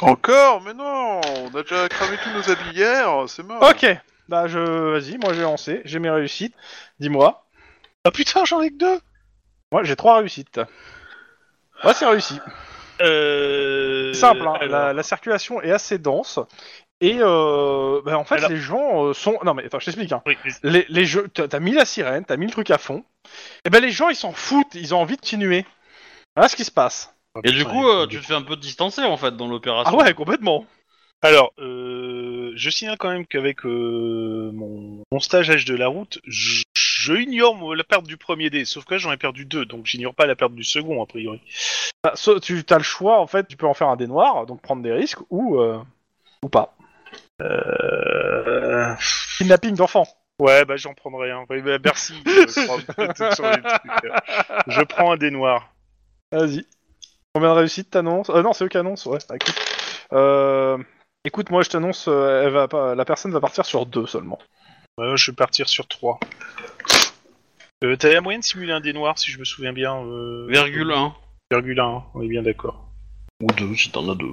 Encore Mais non On a déjà cramé tous nos habits hier, c'est Ah mort Ok. Bah je, vas-y, moi j'ai lancé, j'ai mes réussites. Dis-moi. Ah putain, j'en ai que deux Moi j'ai trois réussites. Ouais, c'est réussi. Euh... C'est Simple. hein, alors, La, la circulation est assez dense. Et euh, bah, en fait, Alors- les gens euh, sont. Non mais attends, je t'explique. hein. oui, mais- Les, les jeux, t'as t'as mis la sirène, t'as mis le truc à fond. Et ben les gens, ils s'en foutent, ils ont envie de continuer. Voilà ce qui se passe. Et du coup, euh, tu te fais un peu distancer en fait dans l'opération. Ah ouais, complètement. Alors, euh, je signale quand même qu'avec euh, mon, mon stage âge de la route, je, je ignore mon- la perte du premier dé, sauf que j'en ai perdu deux, donc j'ignore pas la perte du second, a priori. Bah, so- tu as le choix, en fait, tu peux en faire un dé noir, donc prendre des risques, ou, euh, ou pas. Euh... Kidnapping d'enfants. Ouais, bah j'en prendrai un. Ouais, bah, (laughs) merci. euh, Chrome, d'être sur les trucs. hein. Je prends un dé noir. Vas-y. Combien de réussites t'annonces euh, Non, c'est eux qui annoncent, ouais. bah, écoute. Euh, écoute, moi, je t'annonce, euh, elle va pas- la personne va partir sur deux seulement. Ouais, Bah, je vais partir sur trois. Euh, T'avais la moyenne de simuler un dé noir, si je me souviens bien. Euh... Virgule 1 Virgule un, on est bien d'accord. ou 2 si t'en as deux.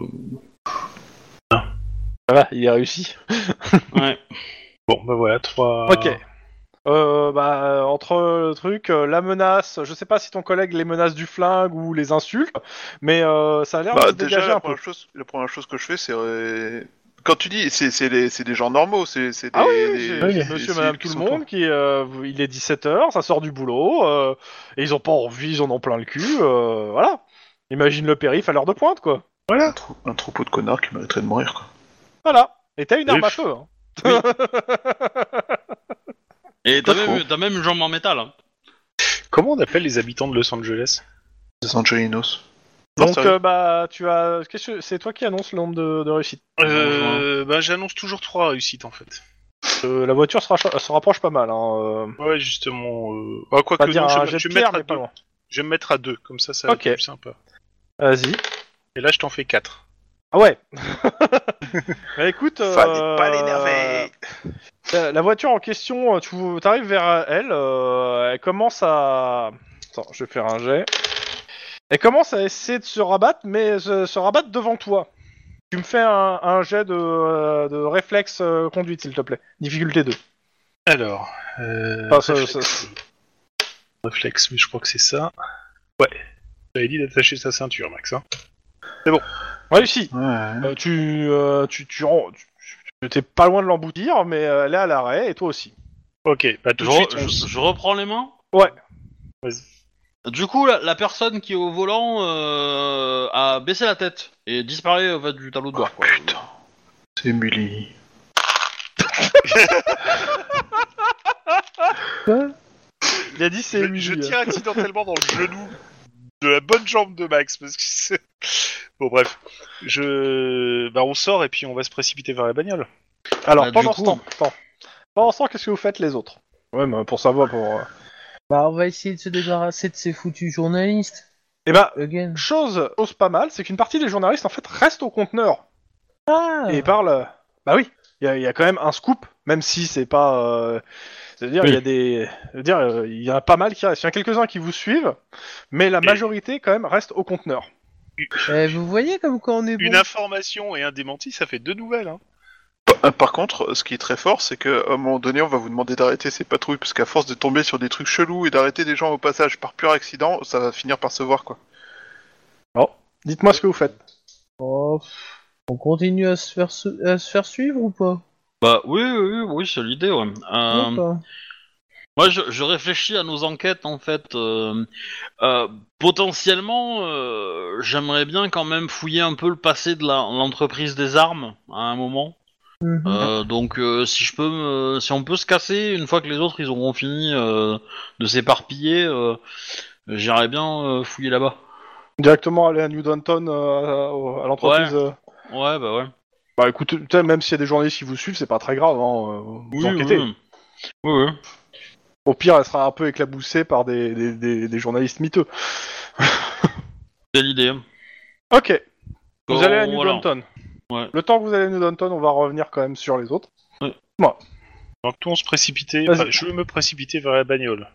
Voilà, il est réussi. Ouais. Bon, bah voilà, Ah. trois. Ok. Euh, bah, entre le truc, euh, la menace, je sais pas si ton collègue les menaces du flingue ou les insultes, mais euh, ça a l'air Bah, de se déjà, dégager la un peu. première, chose, la première chose que je fais, c'est. euh, Quand tu dis, c'est c'est des, c'est des gens normaux, c'est c'est des. Ah oui, oui, des- c'est- des- c'est monsieur, c'est- madame, qui tout le sont monde, qui, euh, il est 17h, ça sort du boulot, euh, et ils ont pas envie, ils en ont plein le cul, euh, voilà. Imagine le périph' à l'heure de pointe, quoi. Un, trou- un troupeau de connards qui mériterait de mourir, quoi. Voilà. Et t'as une Oui. arme à feu. hein. Et t'as Pas même, t'as même une jambe en métal. hein. Comment on appelle les habitants de Los Angeles Des Angelinos. Non, Donc, sérieux. euh, bah, tu as. qu'est-ce que- C'est toi qui annonce le nombre de, de réussites. Euh, bah j'annonce toujours trois réussites en fait. Euh, la voiture se, racha- se rapproche pas mal. Hein. euh, Ouais justement. Euh... Ah, quoi Pas que dire non, un je, jet je de vais me pierre, mettre à mais pas deux. loin. Je vais me mettre à deux, comme ça ça va Ok. être plus sympa. Vas-y. Et là je t'en fais quatre. Ah ouais. (laughs) bah écoute. euh, Fallait pas l'énerver. La, la voiture en question, euh, tu arrives vers elle, euh, elle commence à. Attends, je vais faire un jet. Elle commence à essayer de se rabattre, mais se, se rabattre devant toi. Tu me fais un, un jet de, euh, de réflexe euh, conduite, s'il te plaît. Difficulté 2. Alors. Euh... Enfin, ça- réflexe. Réflexe, mais je crois que c'est ça. Ouais. J'avais dit d'attacher sa ceinture, Max. Hein. Réussi Ouais. Euh, tu, euh, tu, tu, ren- tu- tu- tu Tu étais pas loin de l'emboutir, mais euh, elle est à l'arrêt, et toi aussi. Ok, bah tout Je, de suite. re- on- je- je reprends les mains Ouais. Du coup, la, la personne qui est au volant euh, a baissé la tête et disparaît en fait, du tableau de bord. quoi. C'est Mully. Il a dit c'est Je, lui. je tire accidentellement dans le genou de la bonne jambe de Max parce que c'est... Bon bref, je... Bah on sort et puis on va se précipiter vers la bagnole. Alors Bah, pendant du ce coup- temps, attends. pendant ce temps, qu'est-ce que vous faites les autres Ouais, mais pour savoir pour. euh. Bah, on va essayer de se débarrasser de ces foutus journalistes. Eh ben, Again. chose, chose pas mal, c'est qu'une partie des journalistes en fait restent au conteneur. Ah et parle. euh, Bah oui, il y, a- il y a quand même un scoop, même si c'est pas. euh, C'est-à-dire, il y a des. C'est-à-dire, euh, il y en a pas mal qui restent. Il y en a quelques-uns qui vous suivent, mais la majorité quand même reste au conteneur. Eh, vous voyez comme quand on est bon. Une information et un démenti, ça fait deux nouvelles. Hein. Ah, Par contre, ce qui est très fort, c'est que à un moment donné, on va vous demander d'arrêter ces patrouilles, parce qu'à force de tomber sur des trucs chelous et d'arrêter des gens au passage par pur accident, ça va finir par se voir quoi. Dites-moi ce que vous faites. Oh, pff. on continue à se faire, su- à se faire suivre ou pas Bah oui, oui, oui, oui, c'est l'idée. Ouais. Euh, Ou pas moi, je, je réfléchis à nos enquêtes en fait. euh, euh, potentiellement, euh, j'aimerais bien quand même fouiller un peu le passé de la- l'entreprise des armes à un moment. Mhm. Euh, donc, euh, si je peux, me- si on peut se casser une fois que les autres ils auront fini euh, de s'éparpiller, euh, j'irais bien euh, fouiller là-bas. Directement aller à New Downton, euh, au- à l'entreprise. euh, Ouais, bah ouais. Bah écoutez, peut-être même s'il y a des journalistes qui vous suivent, c'est pas très grave, hein, euh, vous enquêtez. Oui, oui. Au pire, elle sera un peu éclaboussée par des, des, des- des journalistes miteux. c'est l'idée. Ok, vous Bon, allez à New voilà. Downton. Ouais. Le temps que vous allez à New Downton, on va revenir quand même sur les autres. Donc nous on se précipitait, Vas-y. enfin, je veux me précipiter vers la bagnole.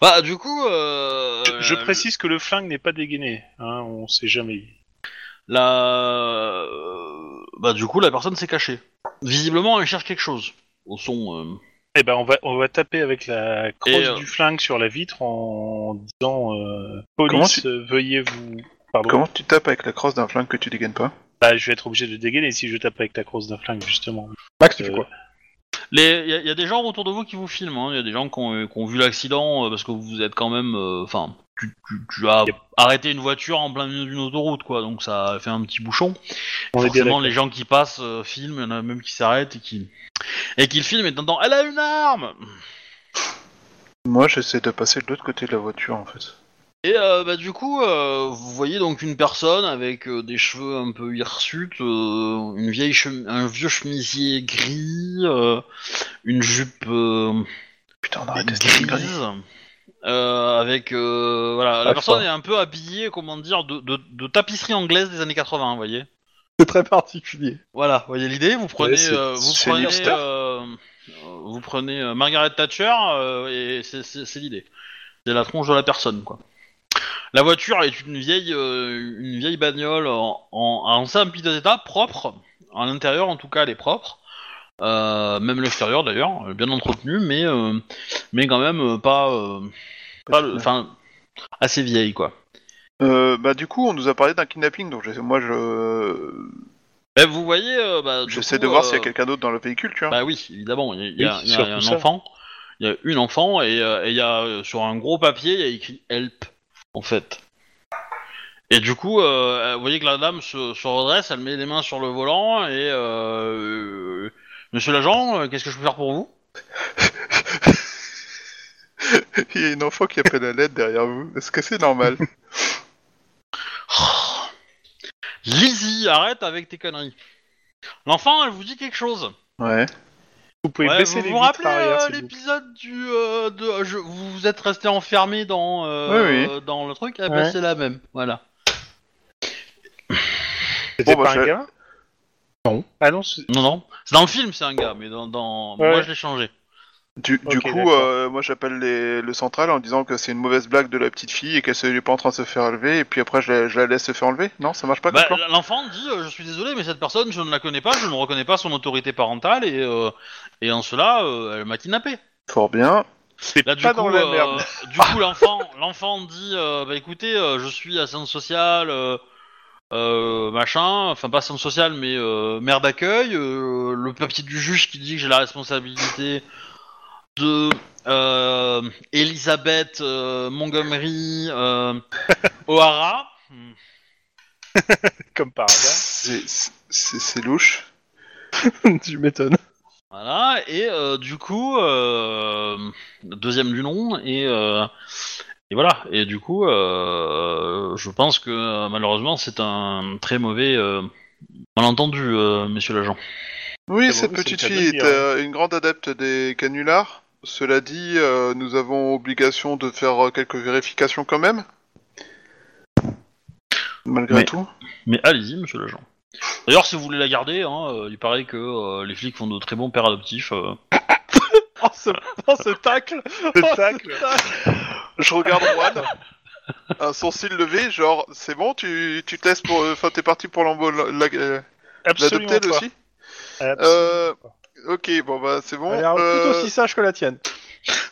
Bah, du coup, euh, Je, je euh, précise que le flingue n'est pas dégainé, hein, on sait jamais. La... euh, Bah, du coup, la personne s'est cachée. Visiblement, elle cherche quelque chose. Au son. euh, Eh ben on va, on va taper avec la crosse Et, euh, du flingue sur la vitre en disant euh, police, euh, veuillez vous... Pardon. Comment tu tapes avec la crosse d'un flingue que tu dégaines pas Bah, je vais être obligé de dégainer si je tape avec la crosse d'un flingue, justement. Max, tu fais Euh, quoi Il y, a- y a des gens autour de vous qui vous filment. Il y a des gens qui ont, qui ont vu l'accident euh, parce que vous êtes quand même. euh, Enfin, tu, tu- tu as Yep. arrêté une voiture en plein milieu d'une autoroute, quoi. Donc, ça a fait un petit bouchon. On est bien Forcément, les gens qui passent euh, filment. Il y en a même qui s'arrêtent et qui. Et qui le filment et t'entends Elle a une arme Moi, j'essaie de passer de l'autre côté de la voiture en fait. Et euh, bah, du coup, euh, vous voyez donc une personne avec euh, des cheveux un peu hirsutes, euh, une vieille chem- un vieux chemisier gris, euh, une jupe euh, Putain, on arrête de se grise, euh, avec euh, voilà, la Ah, personne putain. est un peu habillée, comment dire, de, de, de tapisserie anglaise des années 80, vous voyez. C'est très particulier. (laughs) Voilà, vous voyez l'idée, vous prenez, Ouais, c'est- euh, vous c'est prenez, l'hipster. euh, vous prenez euh, Margaret Thatcher euh, et c'est- c'est c'est l'idée. C'est la tronche de la personne, quoi. La voiture est une vieille, euh, une vieille bagnole en, en, en simple piteux état, propre. À l'intérieur, en tout cas, elle est propre. Euh, même l'extérieur, d'ailleurs, euh, bien entretenu, mais euh, mais quand même euh, pas, euh, pas le- enfin, assez vieille, quoi. Euh, bah du coup, on nous a parlé d'un kidnapping, donc je- moi je Ben, vous voyez, euh, bah, du j'essaie coup, de voir euh, s'il y a quelqu'un d'autre dans le véhicule, tu vois. Bah oui, évidemment, il y a, il y a- Oui, il y a surtout un ça. enfant, il y a une enfant, et euh, et il y a euh, sur un gros papier, il y a écrit Help, en fait. Et du coup, euh, vous voyez que la dame se, se redresse, elle met les mains sur le volant, et euh, euh, Monsieur l'agent, euh, qu'est-ce que je peux faire pour vous Il y a une enfant qui appelle à l'aide derrière vous. Est-ce que c'est normal Oh Lizzie, arrête avec tes conneries. L'enfant, elle vous dit quelque chose. (laughs) Ouais. Vous pouvez Ouais, baisser vous les vous vitres rappelez arrière, euh, s'il vous plaît. l'épisode du euh, de, je- vous vous êtes resté enfermé dans euh, Oui, dans le truc, ah, bah, Ouais. c'est la même, voilà. C'était Bon, bah, pas je- un gars Non. Ah non, c'est- Non, non. C'est dans le film, c'est un gars, mais dans, dans... Ouais. moi je l'ai changé. Du, du Ok, coup, d'accord. euh, moi j'appelle les- le central en disant que c'est une mauvaise blague de la petite fille et qu'elle se- elle est pas en train de se faire enlever et puis après je la, je la laisse se faire enlever. Non, ça marche pas Bah, comme plan. L'enfant dit euh, Je suis désolé, mais cette personne, je ne la connais pas, je ne reconnais pas son autorité parentale, et, euh, et en cela, euh, elle m'a kidnappé. Fort bien. c'est Là, pas du coup, dans la euh, (laughs) merde. du coup, l'enfant, l'enfant dit euh, Bah écoutez, euh, je suis assistante sociale, euh, euh, machin, enfin pas centre social, mais euh, mère d'accueil, euh, le papier du juge qui dit que j'ai la responsabilité de euh, Elisabeth euh, Montgomery (laughs) euh, O'Hara. Comme par hasard. C'est c'est- c'est louche. tu m'étonnes. (laughs) Voilà, et euh, du coup, euh, deuxième du nom, et, euh, et voilà, et du coup, euh, je pense que euh, malheureusement c'est un très mauvais euh, malentendu, euh, monsieur l'agent. Oui, C'est cette bon, c'est petite le cas de fille le dire, est euh, une grande adepte des canulars. Cela dit, euh, nous avons obligation de faire euh, quelques vérifications quand même. Malgré Mais- tout. Mais allez-y, monsieur l'agent. D'ailleurs, si vous voulez la garder, hein, euh, il paraît que euh, les flics font de très bons pères adoptifs. euh. Oh ce, oh, ce tacle Le tacle. Je regarde Juan, (laughs) un sourcil levé, genre, c'est bon, tu, tu te laisses pour. euh, Enfin, t'es parti pour l'embo- la- la- Absolument l'adopter elle pas. aussi Absolument. Euh. Ok, bon bah c'est bon. Elle a l'air euh, plutôt aussi sage que la tienne.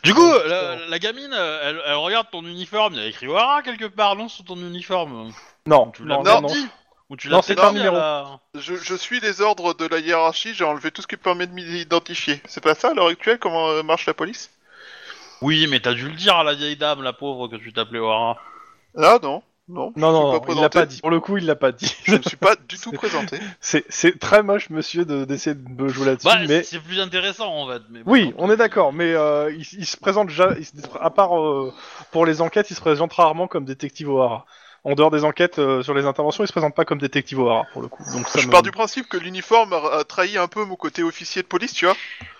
Du coup, la, la gamine, euh, elle, elle regarde ton uniforme, il y a écrit Ouara quelque part, non, sur ton uniforme. Non, Tu l'as non, peut-être non, non, non. dit Ou tu Non, l'as c'est peut-être pas un dit à numéro. la- Je, je suis les ordres de la hiérarchie, j'ai enlevé tout ce qui permet de m'identifier. C'est pas ça à l'heure actuelle comment euh, marche la police Oui, mais t'as dû le dire à la vieille dame, la pauvre, que tu t'appelais Ouara. Ah non, Non, non. je me non, non, suis pas il l'a présenté. pas dit. Pour le coup, il l'a pas (laughs) dit. Je me suis pas du tout présenté. C'est- C'est très moche, monsieur, de- d'essayer de, me jouer là-dessus, Bah, mais... c'est plus intéressant en fait. Mais bon, Oui, quand- on est d'accord, mais euh, il, il se présente ja- il se- à part euh, pour les enquêtes, il se présente rarement comme détective O'Hara. En dehors des enquêtes euh, sur les interventions, il se présente pas comme détective O'Hara pour le coup. Donc ça je me- pars du principe que l'uniforme a, a trahi un peu mon côté officier de police, tu vois.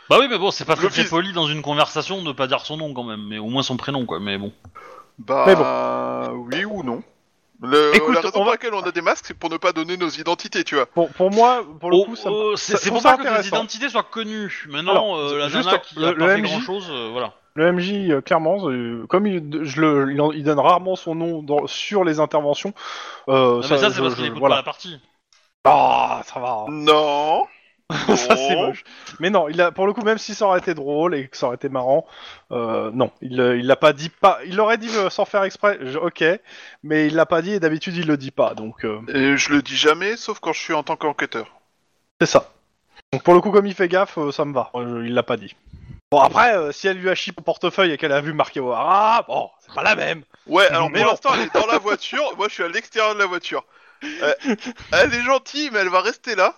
Bah oui, mais bon, c'est pas très, très L'office- poli dans une conversation de pas dire son nom quand même, mais au moins son prénom quoi, mais bon. Bah Mais oui ou non. Le- Écoute, la raison on pour va- laquelle on a des masques, c'est pour ne pas donner nos identités, tu vois. pour, pour moi, pour le Oh, coup, ça me- euh, c'est ça- c'est je pour trouve ça pas que les intéressant. identités soient connues. Maintenant, Alors, euh, la juste, nana qui a le- pas le fait MJ. grand chose, voilà. le MJ euh, clairement, euh, comme il, je le, il, en- il donne rarement son nom dans- sur les interventions, euh, Non, mais ça, c'est je- parce je- qu'il écoute pas voilà. la partie. Ah, ça va. Non. (laughs) ça c'est Non. moche. Mais non, il a, pour le coup, même si ça aurait été drôle et que ça aurait été marrant, euh, non, il euh, il l'a pas dit. Pas, il l'aurait dit euh, sans faire exprès. je- ok, mais il l'a pas dit et d'habitude il le dit pas. Donc euh, Et je le dis jamais, sauf quand je suis en tant qu'enquêteur. c'est ça. Donc pour le coup, comme il fait gaffe, euh, ça me va. Euh, je- il l'a pas dit. Bon après, euh, si elle lui a chié au portefeuille et qu'elle a vu marqué O'Hara, bon, c'est pas la même. Ouais, alors pour Mais non. l'instant, elle est dans la voiture. Moi, je suis à l'extérieur de la voiture. Euh, elle est gentille, mais elle va rester là.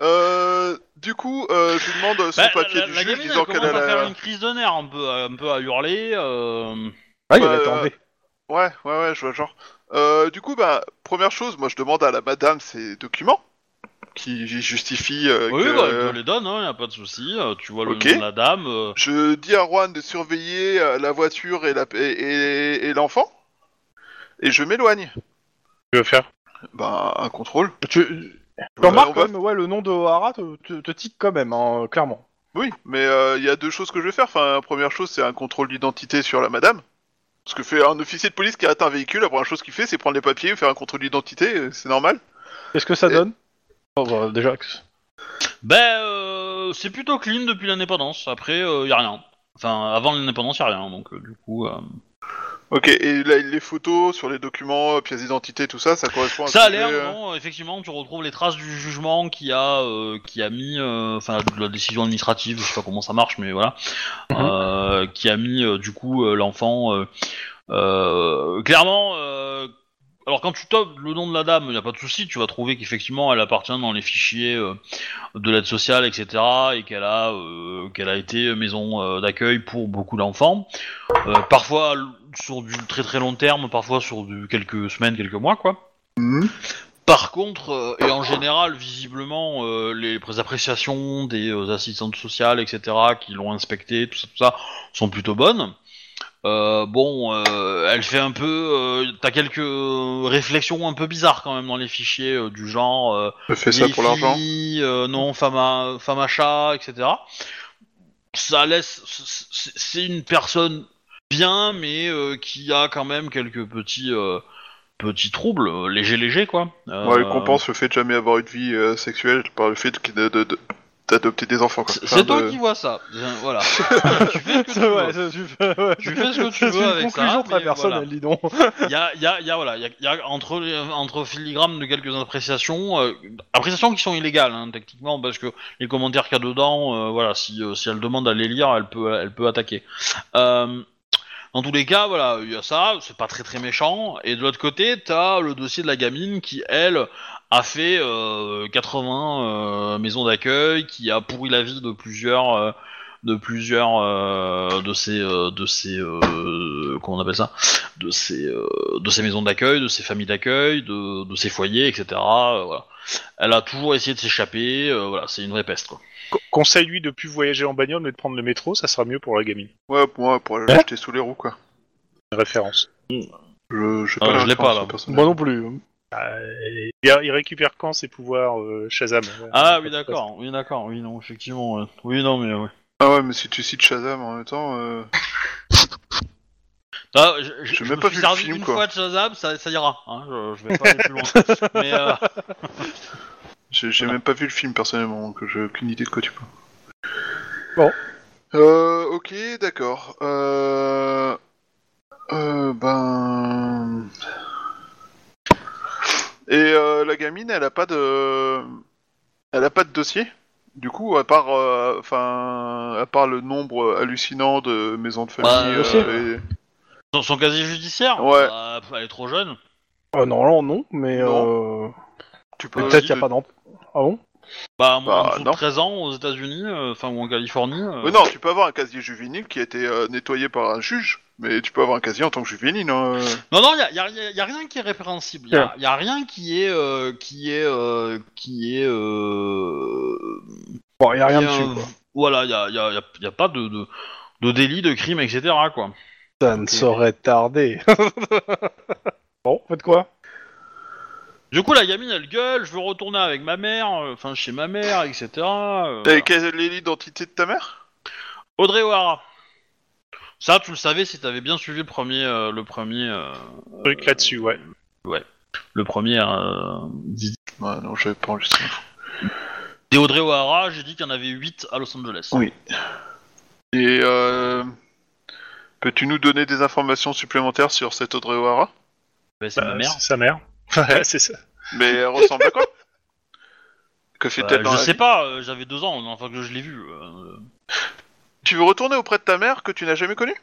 Euh, du coup, euh, je lui demande son Bah, papier la, du la juge, gamine, disant elle qu'elle commence a à faire la... une crise de nerfs, un peu, un peu à hurler. euh, Ah, il Ouais, avait été euh, enlevé. Ouais, ouais, ouais, je vois le genre. Euh, du coup, bah, première chose, moi, je demande à la madame ses documents, qui justifient euh, Oui, que... bah, elle te les donne, hein, y a pas de souci. euh, Tu vois le Ok. nom de la dame. euh, Je dis à Juan de surveiller euh, la voiture et la et, et- et l'enfant, et je m'éloigne. Tu veux faire Bah, un contrôle. Tu, tu Ouais, remarques on va- quand même, ouais, le nom de O'Hara te, te- te tique quand même, hein, euh, clairement. Oui, mais euh, il y a deux choses que je vais faire. Enfin, la première chose, c'est un contrôle d'identité sur la madame. Ce que fait un officier de police qui arrête un véhicule, la première chose qu'il fait, c'est prendre les papiers, faire un contrôle d'identité, euh, c'est normal. Qu'est-ce que ça Et- donne Oh, bah, Déjà, que- Ben, euh, c'est plutôt clean depuis l'indépendance. Après, euh, y a rien. Enfin, avant l'indépendance, y a rien. Donc, euh, du coup. euh, Ok, et là, les photos sur les documents, euh, pièces d'identité, tout ça, ça correspond à ce Ça a que l'air, j'ai, euh, non, effectivement, tu retrouves les traces du jugement qui a, euh, qui a mis, euh, enfin, de la décision administrative, je sais pas comment ça marche, mais voilà, euh, qui a mis, euh, du coup, euh, l'enfant, euh, euh, clairement, euh, alors quand tu tapes le nom de la dame, il a pas de souci, tu vas trouver qu'effectivement, elle appartient dans les fichiers euh, de l'aide sociale, etc., et qu'elle a, euh, qu'elle a été maison euh, d'accueil pour beaucoup d'enfants, Euh, parfois sur du très très long terme, parfois sur du quelques semaines, quelques mois, quoi. Par contre, euh, et en général, visiblement, euh, les pré- appréciations des euh, assistantes sociales, etc., qui l'ont inspecté, tout ça, tout ça, sont plutôt bonnes. Euh, bon, euh, elle fait un peu. euh, T'as quelques euh, réflexions un peu bizarres quand même dans les fichiers euh, du genre. euh, Je fais ça vieille pour l'argent. fille, euh, non, femme à, femme à chat, etc. Ça laisse. c'est- c'est- C'est une personne bien, mais euh, qui a quand même quelques petits. euh, petits troubles, euh, légers, légers, quoi. Euh, Ouais, elle compense le fait de jamais avoir eu de vie euh, sexuelle par le fait que de, de- de- adopter des enfants. quoi. C'est Enfin, c'est toi de- qui vois ça. Euh, (laughs) Voilà. tu fais ce (laughs) que tu veux. Ouais, ça, tu fais- ouais. Tu fais ce que tu (laughs) C'est veux une avec ça, conclusion mais très personnelle, voilà. dis donc. Il y a, il y a- il y a, voilà, il y a, il y a entre, les- entre filigrammes de quelques appréciations, euh, appréciations qui sont illégales, hein, techniquement, parce que les commentaires qu'il y a dedans, euh, voilà, si, euh, si elle demande à les lire, elle peut, elle peut attaquer. Euh, dans tous les cas, voilà, il y a ça, c'est pas très très méchant. Et de l'autre côté, t'as le dossier de la gamine qui, elle, a fait euh, 80 euh, maisons d'accueil, qui a pourri la vie de plusieurs, euh, de plusieurs euh, de ces, euh, de ces, euh, comment on appelle ça, de ces, euh, de ces maisons d'accueil, de ces familles d'accueil, de, de ces foyers, etc. euh, voilà. Elle a toujours essayé de s'échapper. euh, voilà, c'est une vraie peste. Quoi. Con- Conseille-lui de plus voyager en bagnole, mais de prendre le métro, ça sera mieux pour la gamine. Ouais, pour moi, pour aller l'acheter sous les roues, quoi. Une référence. Je, je, sais Ah, la je l'ai référence, pas, là. personnellement. (laughs) Moi non plus. Et il, il récupère quand ses pouvoirs euh, Shazam ouais. Ah oui, d'accord. Oui, d'accord. Oui, non, effectivement. ouais. Oui, non, mais. Ouais. Ah ouais, mais si tu cites Shazam en même temps, euh, Ah, je, J'ai je même me pas suis vu le servi film, une quoi. fois de Shazam, ça, ça ira. hein, je, je vais pas aller plus loin. (laughs) Mais euh, j'ai j'ai même pas vu le film personnellement, donc j'ai aucune idée de quoi tu parles. Bon. Euh, ok, d'accord. Euh... euh, ben. Et euh, la gamine, elle a pas de. Elle a pas de dossier du coup, à part, euh, enfin, à part le nombre hallucinant de maisons de famille, euh, Bah, dossier. et- dans son casier judiciaire, Ouais. bah, elle est trop jeune. Euh, normalement, non, mais euh, tu peux peut-être aussi qu'il n'y te- a pas d'emploi. Ah bon Bah, en- Bah, en dessous de non. 13 ans aux États-Unis, euh, enfin ou en Californie. euh, Oui, non, tu peux avoir un casier juvénile qui a été euh, nettoyé par un juge, mais tu peux avoir un casier en tant que juvénile. Hein. euh. Non, non, il y a, y a- y a rien qui est répréhensible. Il y, a- y a rien qui est euh, qui est euh, qui est. euh, Bon, il n'y a rien qui est dessus. un- quoi. Voilà, il y a, y a- y a- y a pas de, de de délit, de crime, etc. Quoi. Ça ne saurait tarder. bon, faites quoi Du coup, la gamine, elle gueule. Je veux retourner avec ma mère, euh, enfin chez ma mère, etc. euh, T'as voilà. quelle est l'identité de ta mère Audrey O'Hara. Ça, tu le savais si t'avais bien suivi le premier euh, le premier euh, Truc là-dessus, ouais. le premier euh, dit- Ouais, non, j'avais pas enregistré. des Audrey O'Hara. J'ai dit qu'il y en avait 8 à Los Angeles. Oui. Et euh, peux-tu nous donner des informations supplémentaires sur cette Audrey O'Hara Bah, c'est ma Euh, mère. c'est sa mère. Ouais, (laughs) c'est ça. Mais elle ressemble à quoi Que fait-elle Euh, dans je la sais vie pas, euh, j'avais deux ans, enfin que je l'ai vu. euh, Tu veux retourner auprès de ta mère que tu n'as jamais connue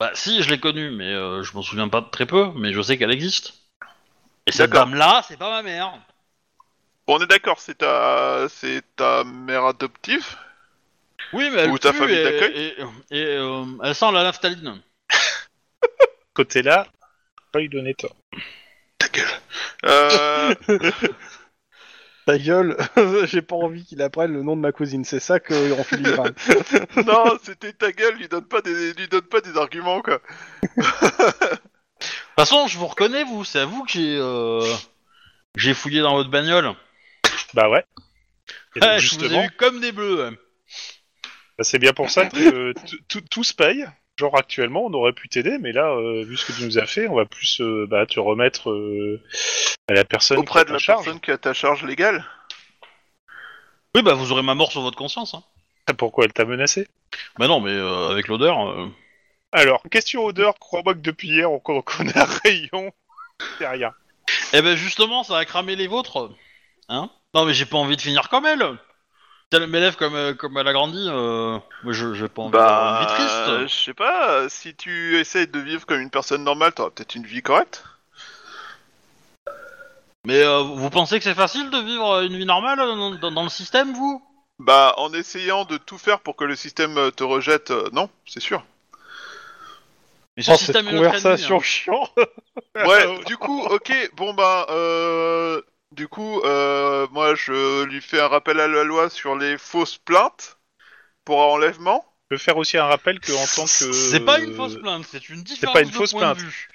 Bah si, je l'ai connue, mais euh, je m'en souviens pas de très peu, mais je sais qu'elle existe. Et cette D'accord. dame-là, c'est pas ma mère. On est d'accord, c'est ta... c'est ta mère adoptive Oui, mais elle Ou ta pue famille et- d'accueil. Et, et, euh, elle sent la naphtaline. Côté-là, pas lui donner tort. euh... (laughs) Ta gueule, (laughs) j'ai pas envie qu'il apprenne le nom de ma cousine, c'est ça que (laughs) en filigrane. Non, c'était ta gueule, lui donne pas des, lui donne pas des arguments quoi. De toute façon, je vous reconnais, vous, c'est à vous que j'ai... euh, J'ai fouillé dans votre bagnole. Bah ouais. Et donc, Ouais, Eh, je vous ai justement, eu comme des bleus. ouais. bah, c'est bien pour ça que euh, tout- tout tout se paye. Genre actuellement, on aurait pu t'aider, mais là, euh, vu ce que tu nous as fait, on va plus euh, bah, te remettre euh, à la personne Auprès de qui est en la charge. personne qui a ta charge légale. Oui, bah vous aurez ma mort sur votre conscience. Hein. (laughs) Pourquoi elle t'a menacé Bah non, mais euh, avec l'odeur... euh, Alors, question odeur, crois-moi que depuis hier, on, qu'on a un rayon. (laughs) C'est rien. Eh ben justement, ça a cramé les vôtres. Hein Non mais j'ai pas envie de finir comme elle. Elle m'élève comme, euh, comme elle a grandi. euh, Moi je- j'ai pas envie d'avoir une vie euh, triste. je sais pas, euh, si tu essayes de vivre comme une personne normale, t'auras peut-être une vie correcte. Mais euh, vous pensez que c'est facile de vivre une vie normale euh, dans, dans- dans le système, vous Bah, en essayant de tout faire pour que le système euh, te rejette, euh, non, (laughs) c'est sûr. Mais Oh, cette est notre ennemi, conversation hein. chiante. Ouais, du coup, ok, bon bah, euh, du coup, euh, moi je lui fais un rappel à la loi sur les fausses plaintes pour enlèvement. Je peux faire aussi un rappel que en tant que. C'est pas une fausse plainte, c'est une différence pas une de fausse point de plainte. vue.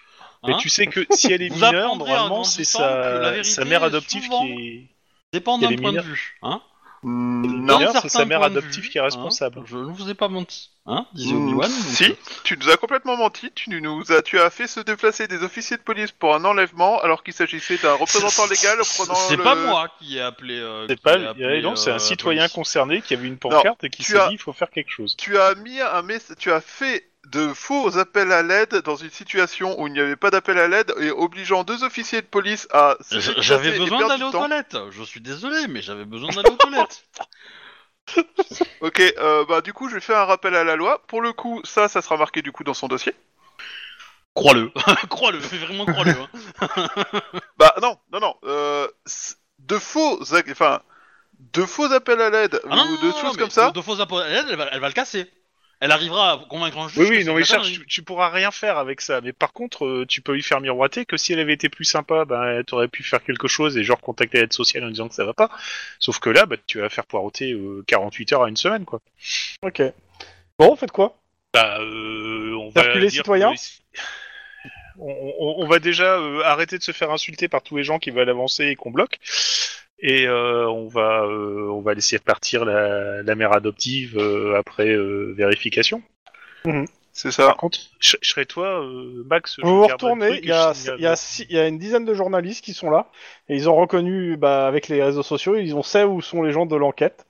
Mais Hein tu sais que si elle est Vous mineure, apprendrez en normalement, c'est grandissant que la sa... vérité sa mère est adoptive souvent- qui est. Dépend Qu'elle d'un est point de mineure. vue. Hein Mm, D'un Non. D'ailleurs, c'est certain sa mère point de adoptive vue, qui est responsable. Mmh. hein, je ne vous ai pas menti, hein, disait Mm, Obi-Wan. donc, euh, si, tu nous as complètement menti. Tu nous as, tu as fait se déplacer des officiers de police pour un enlèvement alors qu'il s'agissait d'un représentant légal prenant. C'est le- pas moi qui ai appelé. euh, C'est qui pas ai lui. appelé, non, c'est euh, un citoyen la police. concerné qui avait une pancarte et qui tu s'est as- dit il faut faire quelque chose. Tu as mis un mess- tu as fait de faux appels à l'aide dans une situation où il n'y avait pas d'appel à l'aide et obligeant deux officiers de police à. se (laughs) J- déplacer J'avais et besoin perdre d'aller du aux temps. toilettes. Je suis désolé, mais j'avais besoin d'aller aux (laughs) toilettes. Ok, euh, bah du coup je vais faire un rappel à la loi. Pour le coup, ça, ça sera marqué du coup dans son dossier. Crois-le, (laughs) crois-le, fais vraiment crois-le. hein. Bah non, non, non. Euh, c- de faux, ac- enfin, de faux appels à l'aide Ah non, ou non, de non, choses non, mais comme ça. De, de fausses appo- elle, elle va, elle va le casser. Elle arrivera à convaincre un juge. Oui, que oui, c'est non, de mais la Charles, connerie. tu, tu pourras rien faire avec ça. Mais par contre, euh, tu peux lui faire miroiter que si elle avait été plus sympa, ben, elle t'aurait pu faire quelque chose et genre contacter l'aide sociale en disant que ça va pas. Sauf que là, bah, tu vas faire poireauter euh, 48 heures à une semaine, quoi. Ok. Bon, faites quoi Bah, euh, on va Circuler, dire citoyen. que- On, on- on va déjà euh, arrêter de se faire insulter par tous les gens qui veulent avancer et qu'on bloque. Et euh, on va euh, on va laisser partir la, la mère adoptive euh, après euh, vérification. C'est Par ça. contre, je, je serais toi, euh, Max. je Vous vous garderais le retournez, il truc hein. et y, a, je signale. il y a six- il y a une dizaine de journalistes qui sont là, et ils ont reconnu, bah, avec les réseaux sociaux, ils ont sait où sont les gens de l'enquête.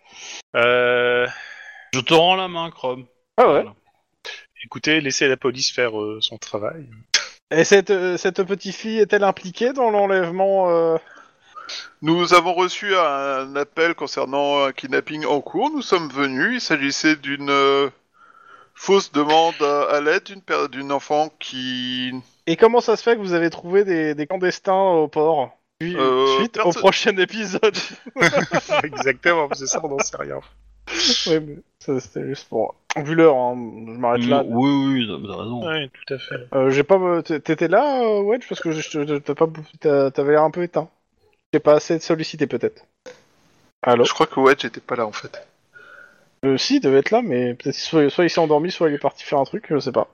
Euh, Je te rends la main, Chrome. Ah ouais. écoutez, laissez la police faire euh, (laughs) son travail. Et cette, euh, cette petite fille est-elle impliquée dans l'enlèvement euh, Nous avons reçu un appel concernant un kidnapping en cours. Nous sommes venus. Il s'agissait d'une euh, fausse demande à à l'aide d'une per- d'une enfant qui. Et comment ça se fait que vous avez trouvé des, des clandestins au port Puis, Euh, Suite au perso- (laughs) prochain épisode. Exactement, c'est ça, on n'en sait rien. Ouais, mais ça, c'était juste pour. Vu l'heure, hein, je m'arrête là. Mm, Oui, oui, t'as- t'as raison. Oui, tout à fait. Euh, j'ai pas. t'- T'étais là, euh, Wedge, parce que je- je- t'as pas. t'as- T'avais l'air un peu éteint. J'ai pas assez sollicité peut-être. Allô. Je crois que ouais, j'étais pas là en fait. Euh, si, il devait être là, mais peut-être soit, soit il s'est endormi, soit il est parti faire un truc, je sais pas.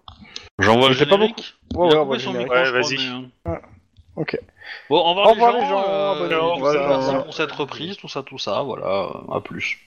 J'envoie le Je l'ai pas générique. Ouais, Il a ouais, on coupé va son générer. micro, je Ouais, crois, vas-y. mais, hein. Ah, ok. Bon, au revoir, Au revoir, les les gens, gens. euh, abonnez-vous, merci voilà. pour cette reprise, tout ça, tout ça. Voilà, euh, à plus.